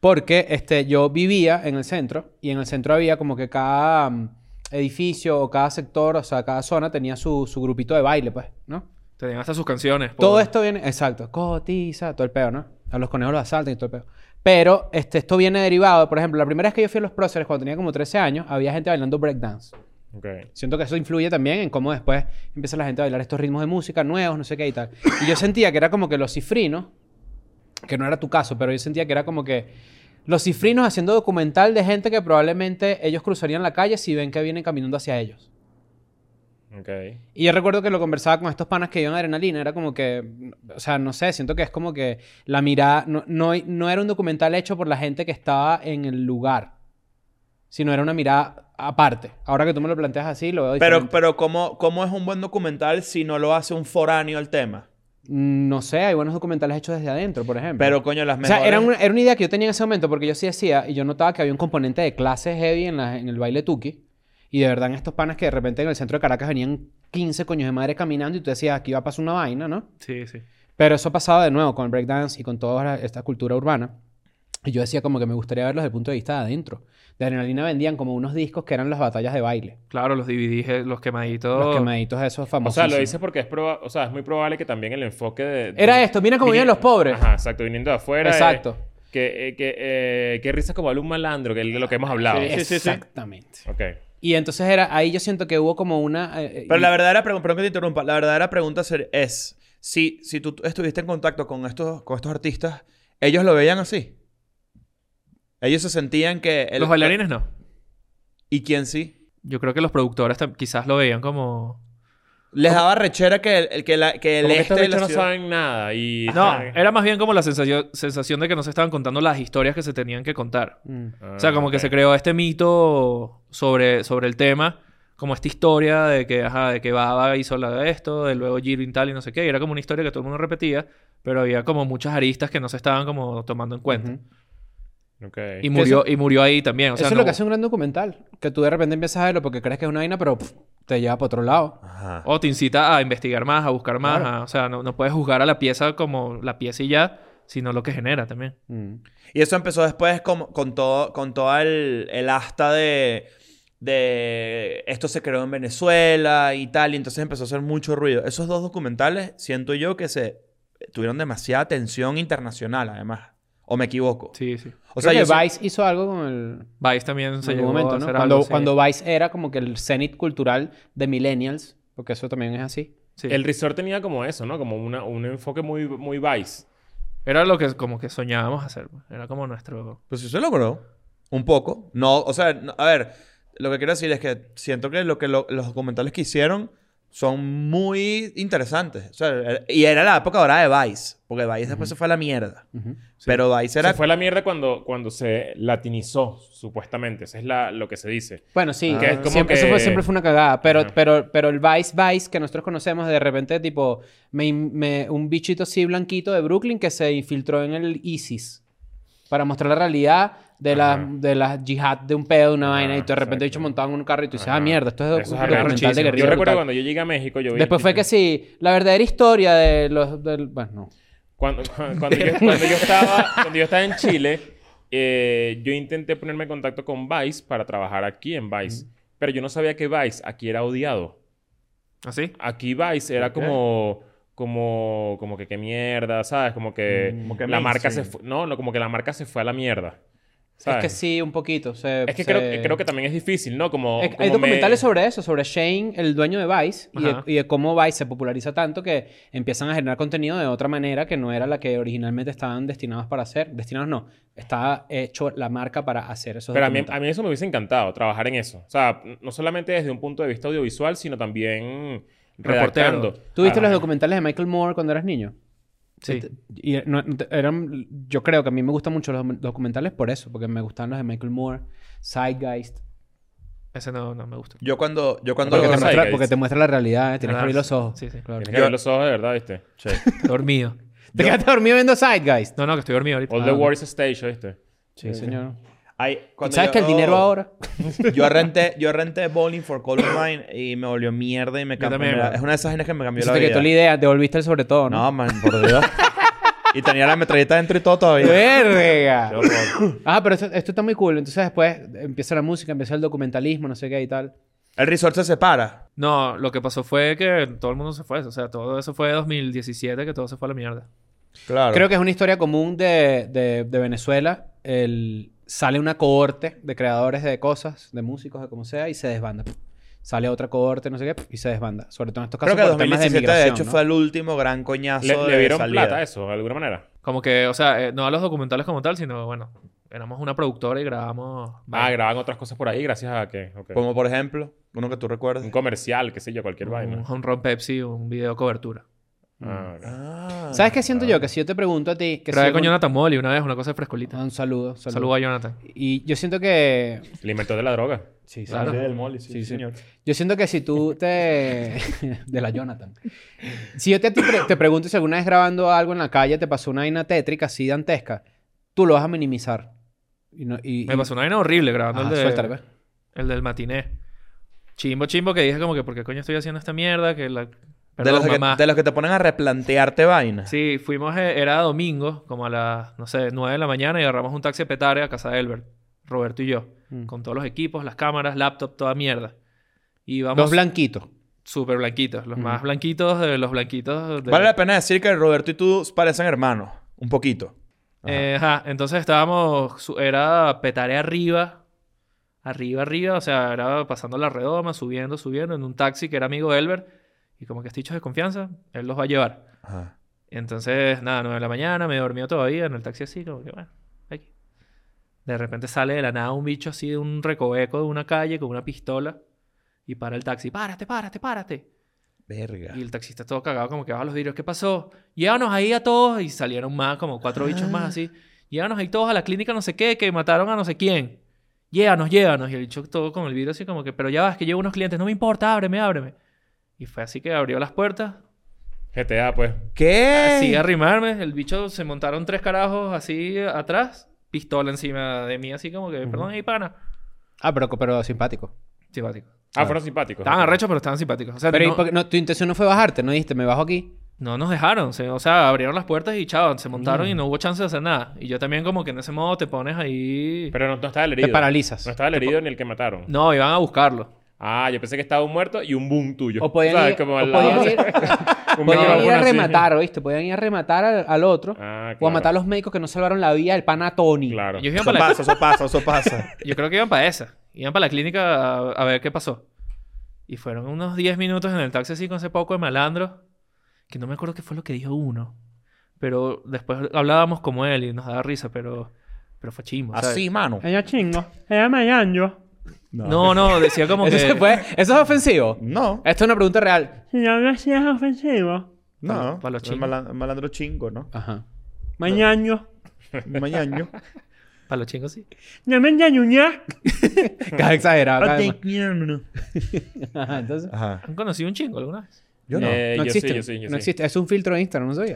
Speaker 4: Porque este, yo vivía en el centro y en el centro había como que cada mm, edificio o cada sector, o sea, cada zona tenía su, su grupito de baile, pues, ¿no?
Speaker 3: Tenían hasta sus canciones.
Speaker 4: Todo
Speaker 3: pobre.
Speaker 4: esto viene, exacto, cotiza, todo el peo, ¿no? A los conejos los asaltan y todo el peo. Pero este, esto viene derivado, por ejemplo, la primera vez que yo fui a los próceres cuando tenía como 13 años, había gente bailando breakdance.
Speaker 2: Ok.
Speaker 4: Siento que eso influye también en cómo después empieza la gente a bailar estos ritmos de música nuevos, no sé qué y tal. Y yo sentía que era como que los cifrinos, que no era tu caso, pero yo sentía que era como que los cifrinos haciendo documental de gente que probablemente ellos cruzarían la calle si ven que vienen caminando hacia ellos.
Speaker 2: Ok.
Speaker 4: Y yo recuerdo que lo conversaba con estos panas que iban a adrenalina, era como que, o sea, no sé, siento que es como que la mirada, no, no, no era un documental hecho por la gente que estaba en el lugar, sino era una mirada aparte. Ahora que tú me lo planteas así, lo veo
Speaker 1: Pero,
Speaker 4: diferente.
Speaker 1: pero ¿cómo, ¿cómo es un buen documental si no lo hace un foráneo al tema?
Speaker 4: No sé, hay buenos documentales hechos desde adentro, por ejemplo.
Speaker 1: Pero, coño, las
Speaker 4: o sea,
Speaker 1: mejores...
Speaker 4: era una, era una idea que yo tenía en ese momento porque yo sí decía y yo notaba que había un componente de clase heavy en, la- en el baile tuki. Y de verdad, en estos panas que de repente en el centro de Caracas venían 15 coños de madre caminando y tú decías, aquí va a pasar una vaina, ¿no?
Speaker 3: Sí, sí.
Speaker 4: Pero eso ha pasado de nuevo con el breakdance y con toda la- esta cultura urbana. Y yo decía como que me gustaría verlos desde el punto de vista de adentro. De Adrenalina vendían como unos discos que eran las batallas de baile.
Speaker 3: Claro, los dividí, eh, los quemaditos.
Speaker 1: Oh.
Speaker 4: Los quemaditos esos
Speaker 2: O
Speaker 4: famosos.
Speaker 2: sea, lo dices porque es, proba- o sea, es muy probable que también el enfoque de... de-
Speaker 4: Era esto, mira cómo vienen los pobres.
Speaker 2: Ajá, exacto. Viniendo de afuera. eh,
Speaker 4: Exacto.
Speaker 2: que, eh, que, eh, que risa como habla un malandro, que es lo que hemos hablado.
Speaker 1: Sí, sí, sí.
Speaker 4: Exactamente.
Speaker 2: Ok.
Speaker 4: Y entonces era, ahí yo siento que hubo como una... eh, eh,
Speaker 1: Pero
Speaker 4: y-
Speaker 1: la verdadera pregunta, perdón que te interrumpa, la verdadera pregunta ser- es, si, si tú estuviste en contacto con estos, con estos artistas, ¿ellos lo veían así? Ellos se sentían que... el-
Speaker 3: Los bailarines no.
Speaker 1: ¿Y quién sí?
Speaker 3: Yo creo que los productores tam- quizás lo veían como...
Speaker 1: Les daba rechera que el, el- que la- que el
Speaker 2: Como que
Speaker 1: este
Speaker 2: estos
Speaker 1: de la
Speaker 2: bichos no
Speaker 1: ciudad-
Speaker 2: saben nada y...
Speaker 3: No,
Speaker 2: Ajá.
Speaker 3: era más bien como la sensación, sensación de que no se estaban contando las historias que se tenían que contar.
Speaker 4: Mm.
Speaker 2: Ah,
Speaker 3: o sea, como que
Speaker 2: ok.
Speaker 3: se creó este mito sobre, sobre el tema, como esta historia de que, ajá, de que Baba hizo la de esto, de luego Girvin tal y no sé qué. Y era como una historia que todo el mundo repetía, pero había como muchas aristas que no se estaban como tomando en cuenta.
Speaker 4: Ujú.
Speaker 2: Ok.
Speaker 3: Y murió, y murió ahí también. O sea,
Speaker 4: Eso es
Speaker 3: no
Speaker 4: lo que hace un gran documental. Que tú de repente empiezas a verlo porque crees que es una vaina, pero pf, te lleva para otro lado.
Speaker 1: Ajá.
Speaker 3: O Oh, te incita a investigar más, a buscar más.
Speaker 4: Claro.
Speaker 3: a- o sea, no, no puedes juzgar a la pieza como la pieza y ya, sino lo que genera también.
Speaker 4: Mm.
Speaker 1: Y eso empezó después con, con todo, con toda el, el asta de, de esto se creó en Venezuela y tal, y entonces empezó a hacer mucho ruido. Esos dos documentales, siento yo que se tuvieron demasiada atención internacional, además. ¿O me equivoco?
Speaker 3: Sí, sí.
Speaker 1: O
Speaker 4: Creo
Speaker 1: yo
Speaker 4: que
Speaker 1: sé-
Speaker 4: Vice hizo algo con el...
Speaker 3: Vice también se
Speaker 4: en
Speaker 3: llevó
Speaker 4: algún
Speaker 3: a
Speaker 4: momento, ¿no?
Speaker 3: hacer
Speaker 4: Cuando,
Speaker 3: algo, sí.
Speaker 4: cuando Vice era como que el cenit cultural de millennials, porque eso también es así.
Speaker 3: Sí.
Speaker 2: El resort tenía como eso, ¿no? Como una, un enfoque muy, muy vice.
Speaker 3: Era lo que como que soñábamos hacer. pues. Era como nuestro...
Speaker 1: Pues sí se logró. Un poco. No, o sea, no- a ver, lo que quiero decir es que siento que, lo que lo- los documentales que hicieron son muy interesantes. O sea, er- y era la época ahora de Vice. Porque Vice después se fue a la mierda. Pero Vice era...
Speaker 2: Se fue a la mierda cuando, cuando se latinizó, supuestamente. Eso es la, lo que se dice.
Speaker 4: Bueno, sí,
Speaker 2: Que es como
Speaker 4: siempre,
Speaker 2: que-
Speaker 4: eso fue, siempre fue una cagada, pero,
Speaker 2: Ajá.
Speaker 4: pero, pero el Vice Vice que nosotros conocemos de repente, tipo, me- me- un bichito así blanquito de Brooklyn que se infiltró en el ISIS para mostrar la realidad de
Speaker 2: Ajá.
Speaker 4: las de las yihad de un pedo, de una
Speaker 2: Ajá,
Speaker 4: vaina, y tú de repente
Speaker 2: exacto.
Speaker 4: bicho montado en un carro y tú dices, ah,
Speaker 2: Ajá.
Speaker 4: mierda, esto es doc-
Speaker 2: Eso es
Speaker 4: un documental de
Speaker 2: arrechísimo.
Speaker 4: guerrilla.
Speaker 2: Yo recuerdo
Speaker 4: brutal".
Speaker 2: cuando yo llegué a México, yo vi...
Speaker 4: Después fue que sí, la verdadera historia de los... del- bueno, no.
Speaker 2: Cuando, cuando, yo, cuando yo estaba, cuando yo estaba en Chile, eh, yo intenté ponerme en contacto con Vice para trabajar aquí en Vice. Pero yo no sabía que Vice aquí era odiado.
Speaker 3: ¿Así?
Speaker 2: Aquí Vice era
Speaker 1: ¿Por qué?
Speaker 2: como... Como... Como que qué mierda, ¿sabes? Como que...
Speaker 4: Mm,
Speaker 1: Como que
Speaker 2: la marca se
Speaker 1: mainstream.
Speaker 2: fue... No, no, como que la marca se fue a la mierda. ¿sabes?
Speaker 4: Es que sí, un poquito. se-
Speaker 2: Es que
Speaker 4: se-
Speaker 2: creo, que- creo que también es difícil, ¿no? Como,
Speaker 4: Es que
Speaker 2: como
Speaker 4: Eh, hay
Speaker 2: me-
Speaker 4: documentales sobre eso, sobre Shane, el dueño de Vice, y de,
Speaker 3: Ajá.
Speaker 4: y de cómo Vice se populariza tanto que empiezan a generar contenido de otra manera que no era la que originalmente estaban destinados para hacer. Destinados no, estaba hecho la marca para hacer esos
Speaker 2: Pero a mí, a
Speaker 4: documentales.
Speaker 2: mí eso me hubiese encantado, trabajar en eso. O sea, no solamente desde un punto de vista audiovisual, sino también
Speaker 3: Reportero.
Speaker 2: redactando.
Speaker 4: ¿Tú viste
Speaker 2: Ah,
Speaker 4: los documentales de Michael Moore cuando eras niño?
Speaker 3: Sí.
Speaker 4: Y no- no te- eran, yo creo que a mí me gustan mucho los docu- documentales por eso, porque me gustan los de Michael Moore, Zeitgeist,
Speaker 3: Ese no, no me gusta.
Speaker 1: Yo cuando... Yo cuando...
Speaker 2: Pero que
Speaker 4: porque, te
Speaker 2: Zeitgeist.
Speaker 4: muestra, porque te muestra la realidad, ¿eh? tienes que
Speaker 3: ¿Verdad?
Speaker 4: abrir los ojos.
Speaker 3: Sí, sí.
Speaker 4: Claro.
Speaker 2: Tienes que
Speaker 1: Yo-
Speaker 2: ver los ojos de verdad, ¿viste?
Speaker 1: Sí.
Speaker 3: Dormido.
Speaker 4: Te quedaste dormido viendo Zeitgeist.
Speaker 3: No, no, que estoy dormido ahorita. Ah,
Speaker 2: All the war is a stage, ¿viste?
Speaker 4: Sí, señor.
Speaker 1: Hay- cuando yo-
Speaker 4: ¿Sabes
Speaker 1: Oh.
Speaker 4: que el dinero ahora?
Speaker 1: Yo renté, yo renté Bowling for Columbine y me volvió mierda y me cambió.
Speaker 3: también,
Speaker 1: me-
Speaker 3: bro.
Speaker 1: es una de esas vainas que me cambió
Speaker 4: Eso
Speaker 1: la
Speaker 4: te
Speaker 1: vida.
Speaker 4: quitó la idea, devolviste el sobre todo, ¿no?
Speaker 1: No, man, por Dios. y tenía la metralleta dentro y todo
Speaker 4: ¿Eh?
Speaker 1: todavía.
Speaker 4: ¡Verga!
Speaker 1: Qué horror.
Speaker 4: Ah, pero esto, esto está muy cool. Entonces después eh, empieza la música, empieza el documentalismo, no sé qué y tal.
Speaker 1: El resort se separa.
Speaker 3: No, lo que pasó fue que todo el mundo se fue. O sea, todo eso fue 2017 que todo se fue a la mierda.
Speaker 1: Claro.
Speaker 4: Creo que es una historia común de, de- de Venezuela. El, sale una cohorte de creadores de cosas, de músicos, de como sea, y se desbanda. Sale otra cohorte, no sé qué, y se desbanda. Sobre todo en estos casos
Speaker 1: Creo que
Speaker 4: por temas de
Speaker 1: 2017 de,
Speaker 4: migración,
Speaker 1: hecho
Speaker 4: ¿no?
Speaker 1: fue el último gran coñazo
Speaker 2: Le,
Speaker 1: de
Speaker 2: le dieron
Speaker 1: salida.
Speaker 2: plata a eso, de alguna manera.
Speaker 3: Como que, o sea, eh, no a los documentales como tal, sino bueno, éramos una productora y grabamos.
Speaker 2: Ah, graban otras cosas por ahí gracias a que... ok.
Speaker 1: Como por ejemplo, uno que tú
Speaker 2: Un
Speaker 1: recuerdes.
Speaker 2: comercial, qué sé yo, cualquier vaina.
Speaker 3: Un home run Pepsi, un video cobertura.
Speaker 4: Mm.
Speaker 2: Ah, ok.
Speaker 1: Ah.
Speaker 4: ¿Sabes qué siento yo? Que si yo te pregunto a ti... Que
Speaker 3: Grabé
Speaker 4: si
Speaker 3: con
Speaker 4: algún-
Speaker 3: Jonathan Molly una vez, una cosa de frescolita.
Speaker 4: Ah, Un saludo, saludo.
Speaker 3: Saludos a Jonathan.
Speaker 4: Y yo siento que...
Speaker 2: El inventor de la droga.
Speaker 4: Sí, sí.
Speaker 3: Claro.
Speaker 1: Del Molly, sí,
Speaker 4: Sí, sí.
Speaker 1: señor.
Speaker 4: Yo siento que si tú te... de la Jonathan. Si yo te, te pre- te pregunto si alguna vez grabando algo en la calle te pasó una vaina tétrica así dantesca, tú lo vas a minimizar. Y no- y-
Speaker 3: Me
Speaker 4: y-
Speaker 3: pasó una vaina horrible grabando
Speaker 4: Ah,
Speaker 3: el, de-
Speaker 4: suéltalo, pues.
Speaker 3: el del matiné. Chimbo, chimbo, que dije como que, ¿por qué coño estoy haciendo esta mierda? Que la...
Speaker 1: De
Speaker 3: Perdón,
Speaker 1: los, que,
Speaker 3: mamá.
Speaker 1: de los que te ponen a replantearte vainas.
Speaker 3: Sí, fuimos, eh, era domingo, como a las, no sé, 9 de la mañana y agarramos un taxi a Petare a casa de Elbert, Roberto y yo,
Speaker 4: Mm.
Speaker 3: con todos los equipos, las cámaras, laptop, toda mierda. Y
Speaker 4: Dos
Speaker 3: vamos
Speaker 4: blanquitos.
Speaker 3: súper blanquitos, los
Speaker 4: Ujú.
Speaker 3: más blanquitos de los blanquitos. de-
Speaker 1: Mm.
Speaker 3: Eh,
Speaker 1: Vale la pena decir que Roberto y tú parecen hermanos. Un poquito. Ajá.
Speaker 3: Eh, ajá, entonces estábamos, su- era Petare arriba, arriba, arriba, o sea, era pasando la redoma, subiendo, subiendo, en un taxi que era amigo de Elbert, y como que estichos de confianza, él los va a llevar.
Speaker 1: Ajá.
Speaker 3: Entonces, nada, 9 de la mañana, me dormí todavía en el taxi así, como que bueno, aquí. De repente sale de la nada un bicho así de un recoveco de una calle con una pistola y para el taxi, párate, párate, párate.
Speaker 1: Verga.
Speaker 3: Y el taxista todo cagado, como que baja los vidrios, ¿qué pasó? Llévanos ahí a todos y salieron más, como cuatro bichos más así. Llévanos ahí todos a la clínica no sé qué, que mataron a no sé quién. Llévanos, llévanos. Y el bicho todo con el vidrio así como que, pero ya vas, que llevo unos clientes, no me importa, ábreme, ábreme. Y fue así que abrió las puertas,
Speaker 2: GTA, pues.
Speaker 1: ¿Qué?
Speaker 3: Así arrimarme, el bicho se montaron tres carajos así atrás, pistola encima de mí, así como que, perdón, ahí pana.
Speaker 4: Ah, pero, pero simpático.
Speaker 3: Simpáticos.
Speaker 2: Ah, fueron simpáticos.
Speaker 3: Estaban
Speaker 2: Ok.
Speaker 3: arrechos, pero estaban simpáticos. O sea,
Speaker 4: Pero ¿y
Speaker 3: no,
Speaker 4: por qué no- tu intención no fue bajarte, no dijiste, me bajo aquí.
Speaker 3: no nos dejaron. se- o sea, abrieron las puertas y chao, se montaron
Speaker 4: Mm.
Speaker 3: y no hubo chance de hacer nada. Y yo también, como que en ese modo te pones ahí.
Speaker 2: Pero no, no estaba el
Speaker 4: Te
Speaker 2: herido.
Speaker 4: paralizas.
Speaker 2: No estaba el herido ni el que mataron.
Speaker 3: No, iban a buscarlo.
Speaker 2: Ah, yo pensé que estaba un muerto y un boom tuyo.
Speaker 4: O podían
Speaker 2: ¿Sabes?
Speaker 4: ir,
Speaker 2: Como
Speaker 4: o
Speaker 2: al
Speaker 4: podían
Speaker 2: lado.
Speaker 4: ir-
Speaker 2: Un
Speaker 4: podían
Speaker 2: micrófono
Speaker 4: ir a
Speaker 2: así.
Speaker 4: rematar, ¿oíste? Podían ir a rematar al, al otro.
Speaker 2: Ah,
Speaker 4: O a
Speaker 2: claro.
Speaker 4: matar a los médicos que no salvaron la vida del pana Tony.
Speaker 2: Claro. Eh,
Speaker 3: Ellos iban
Speaker 1: Eso
Speaker 3: para la-
Speaker 1: pasa, eso pasa, eso pasa.
Speaker 3: yo creo que iban para esa. Iban para la clínica a, a ver qué pasó. Y fueron unos 10 minutos en el taxi así con ese poco de malandro. Que no me acuerdo qué fue lo que dijo uno. Pero después hablábamos como él y nos daba risa, pero, pero fue chimbo. ¿sabes?
Speaker 1: Así, mano.
Speaker 4: Ella chingo. Ella me yanjo.
Speaker 3: No, no, decía como que.
Speaker 4: ¿Eso, se puede- ¿Eso es ofensivo?
Speaker 1: No,
Speaker 4: Esto es una pregunta real.
Speaker 1: no.
Speaker 3: pa' los
Speaker 1: El
Speaker 3: chingos.
Speaker 1: malan- malandro chingo, ¿no?
Speaker 4: Ajá.
Speaker 1: Mañaño.
Speaker 3: Para los chingos sí.
Speaker 4: Cada exagerado. cada vez más. Ajá, entonces...
Speaker 1: Ajá.
Speaker 3: ¿Han conocido un chingo alguna vez?
Speaker 1: Yo no.
Speaker 2: Eh,
Speaker 4: No
Speaker 2: yo
Speaker 4: existe.
Speaker 2: sí, yo sí, yo
Speaker 4: no
Speaker 2: sí.
Speaker 4: existe. Es un filtro de Instagram, no sabía.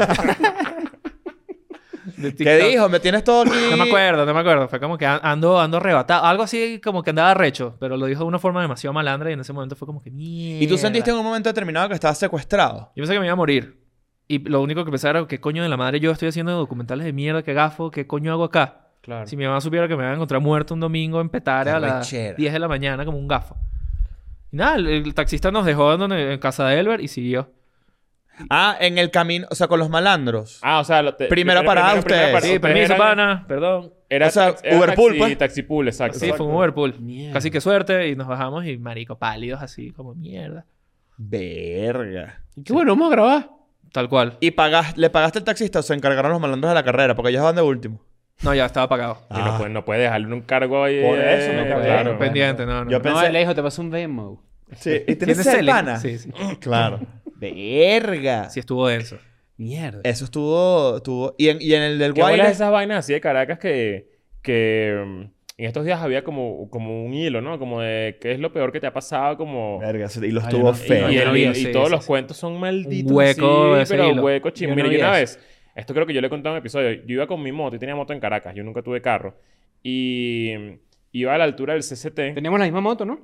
Speaker 1: ¿Qué dijo? Me tienes todo aquí.
Speaker 3: No me acuerdo, no me acuerdo. Fue como que an- ando, ando arrebatado. Algo así como que andaba recho, pero lo dijo de una forma demasiado malandra y en ese momento fue como que mierda.
Speaker 1: ¿Y tú sentiste en un momento determinado que estabas secuestrado?
Speaker 3: Yo pensé que me iba a morir. Y lo único que pensaba era, ¿qué coño de la madre yo estoy haciendo documentales de mierda? ¿Qué gafo? ¿Qué coño hago acá?
Speaker 2: Claro.
Speaker 3: Si mi mamá supiera que me iba a encontrar muerto un domingo en Petare
Speaker 1: Qué
Speaker 3: a las
Speaker 1: rechera.
Speaker 3: 10 de la mañana como un gafo. Y nada, el, el taxista nos dejó en, donde- en casa de Elber y siguió.
Speaker 1: Ah, en el camino, o sea, con los malandros.
Speaker 2: Ah, o sea, lo te-
Speaker 1: Primera parada, ustedes.
Speaker 3: Sí,
Speaker 1: Ustedes
Speaker 3: permiso,
Speaker 2: eran-
Speaker 3: pana. Perdón.
Speaker 2: Era,
Speaker 1: O sea,
Speaker 2: tax- era
Speaker 1: Uberpool,
Speaker 2: taxi,
Speaker 1: pues.
Speaker 2: taxi pool, exacto.
Speaker 3: Sí, fue un Uberpool. Casi que suerte. Y nos bajamos y marico, pálidos así, como mierda.
Speaker 1: Verga.
Speaker 4: Qué bueno, vamos a grabar.
Speaker 3: Tal cual.
Speaker 1: ¿Y pagas, le pagaste al taxista o se encargaron los malandros de la carrera? Porque ellos van de último.
Speaker 3: No, ya estaba pagado.
Speaker 2: Y no, puede,
Speaker 1: Ah.
Speaker 2: no puede dejarle un cargo ahí.
Speaker 5: Por
Speaker 2: eh,
Speaker 5: eso no
Speaker 3: Eh,
Speaker 5: cabía.
Speaker 2: claro.
Speaker 3: pendiente, no, no.
Speaker 1: Yo
Speaker 3: no.
Speaker 1: pensé-
Speaker 4: No, le dijo, te pasó un Venmo.
Speaker 1: Sí. ¿Y
Speaker 3: ¿Tienes
Speaker 1: tienes el
Speaker 3: Cele?
Speaker 1: pana?
Speaker 3: Sí, sí.
Speaker 1: Claro. Verga.
Speaker 3: Sí, estuvo denso.
Speaker 4: Mierda.
Speaker 1: Eso estuvo, estuvo. Y en, y en el del
Speaker 2: ¿Qué bolas
Speaker 1: Guayas.
Speaker 2: esas vainas así de Caracas que, que mm, en estos días había como, como un hilo, ¿no? Como de qué es lo peor que te ha pasado, como...
Speaker 1: Verga, sí, y los
Speaker 4: Ay,
Speaker 1: tuvo
Speaker 4: no.
Speaker 2: Y,
Speaker 1: feos.
Speaker 2: y
Speaker 3: Yo no
Speaker 2: el-
Speaker 3: vi
Speaker 2: y-
Speaker 3: eso,
Speaker 2: y
Speaker 3: sí,
Speaker 2: todos
Speaker 3: sí,
Speaker 2: los
Speaker 3: sí.
Speaker 2: cuentos son malditos.
Speaker 3: Un hueco
Speaker 2: así,
Speaker 3: ese
Speaker 2: pero
Speaker 3: hilo.
Speaker 2: hueco
Speaker 4: Yo
Speaker 2: chimbo.
Speaker 4: no
Speaker 2: Mira,
Speaker 4: vi
Speaker 2: yo una
Speaker 4: eso.
Speaker 2: vez, esto creo que yo le he contado en un episodio. Yo iba con mi moto y tenía moto en Caracas. Yo nunca tuve carro. Y mm, iba a la altura del CCT.
Speaker 4: Teníamos la misma moto, ¿no?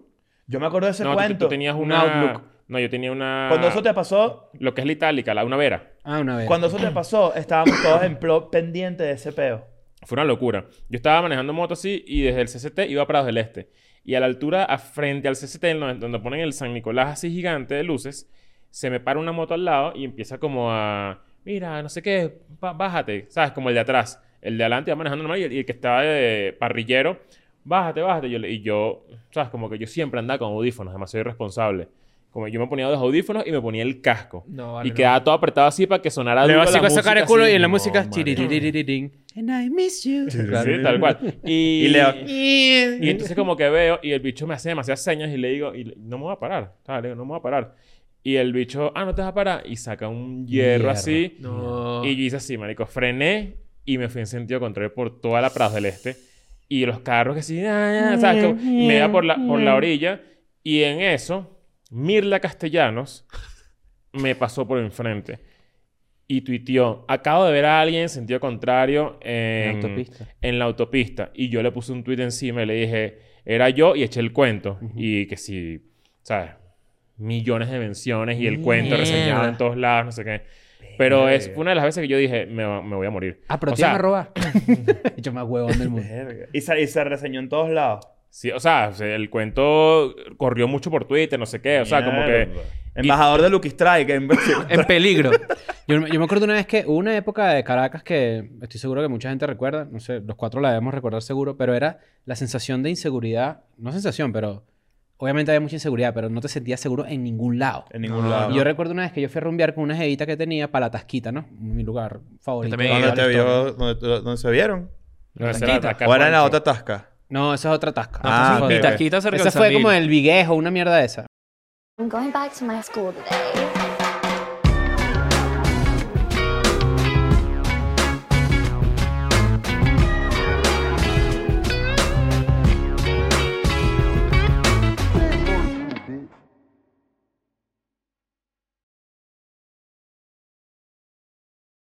Speaker 1: Yo me acuerdo de ese
Speaker 2: No, tú- tú,
Speaker 1: cuento.
Speaker 2: tenías
Speaker 4: Un
Speaker 2: una...
Speaker 4: Outlook.
Speaker 2: No, yo tenía una...
Speaker 1: Cuando eso te pasó,
Speaker 2: Lo que es la itálica, la, una vera.
Speaker 4: Ah, una vez.
Speaker 1: cuando eso te pasó, estábamos todos en pro pendiente de ese peo.
Speaker 2: Fue una locura. Yo estaba manejando moto así y desde el CCT iba a Prados del Este. Y a la altura, a frente al CCT, en donde, donde ponen el San Nicolás así gigante de luces, se me para una moto al lado y empieza como a... Mira, no sé qué, ba- bájate. ¿Sabes? Como el de atrás. El de adelante iba manejando normal y el, y el que estaba de parrillero, bájate, bájate. Yo le- y yo, ¿sabes? Como que yo siempre andaba con audífonos, demasiado irresponsable. Como yo me ponía dos audífonos y me ponía el casco.
Speaker 3: No, vale,
Speaker 2: y
Speaker 3: no.
Speaker 2: quedaba todo apretado así para que sonara
Speaker 4: Le
Speaker 2: duro
Speaker 4: vas
Speaker 2: la
Speaker 4: a sacar el
Speaker 2: música
Speaker 4: culo
Speaker 2: así.
Speaker 4: y en la
Speaker 2: No,
Speaker 4: música.
Speaker 2: marico.
Speaker 4: chiriririririn. And I miss you.
Speaker 2: Sí, tal cual. Y,
Speaker 1: Y Leo-
Speaker 2: y entonces como que veo y el bicho me hace demasiadas señas y le digo, y le- no me voy a parar, ¿sabes? Le digo, no me voy a parar. Y el bicho, ah, no te vas a parar. Y saca un hierro,
Speaker 4: Hierro.
Speaker 2: así.
Speaker 3: No.
Speaker 2: Y yo hice así, marico. Frené y me fui en sentido contrario por toda la Prados del Este. Y los carros que sí, ah, ah, ¿sabes? Como- y me iba por la, por la orilla. Y en eso, Mirla Castellanos me pasó por enfrente. Y tuiteó, acabo de ver a alguien en sentido contrario en,
Speaker 4: En la autopista.
Speaker 2: en la autopista. Y yo le puse un tuit encima y le dije, era yo y eché el cuento. Y que sí, ¿sabes? Millones de menciones y el cuento reseñado en todos lados, no sé qué. Pero es, fue una de las veces que yo dije, me, va- me voy a morir.
Speaker 4: Ah, pero
Speaker 2: o
Speaker 4: te iban
Speaker 2: sea,
Speaker 4: a robar. Hecho más huevón del mundo.
Speaker 1: Verga. Y se, y se reseñó en todos lados.
Speaker 2: sí, o sea, se- el cuento corrió mucho por Twitter, no sé qué. O sea, como que...
Speaker 1: Mierda. Embajador de Lucky Strike. en-
Speaker 3: En peligro.
Speaker 4: Yo, me- yo me acuerdo una vez que hubo una época de Caracas que estoy seguro que mucha gente recuerda, no sé, los cuatro la debemos recordar seguro, pero era la sensación de inseguridad, no sensación, pero obviamente había mucha inseguridad, pero no te sentías seguro en ningún lado.
Speaker 1: en ningún
Speaker 3: No,
Speaker 1: lado.
Speaker 4: Y Yo recuerdo una vez que yo fui a rumbear con una jevita que tenía para la Tasquita, ¿no? Mi lugar favorito.
Speaker 3: también
Speaker 4: de
Speaker 1: ¿Dónde,
Speaker 4: la
Speaker 1: te
Speaker 4: historia.
Speaker 1: vio, dónde- dónde se vieron?
Speaker 2: No, esa
Speaker 3: Tranquita.
Speaker 2: atacar
Speaker 1: ¿O era en la
Speaker 2: Juancho.
Speaker 1: otra tasca?
Speaker 4: No, esa es otra tasca.
Speaker 1: No, Ah,
Speaker 4: Esa
Speaker 1: ok,
Speaker 4: fue
Speaker 1: ok.
Speaker 4: otra.
Speaker 3: Taquita cerca
Speaker 4: Esa
Speaker 3: del
Speaker 4: fue como
Speaker 3: Sambil.
Speaker 4: el viguejo, una mierda de esa.
Speaker 6: I'm going back to my school today.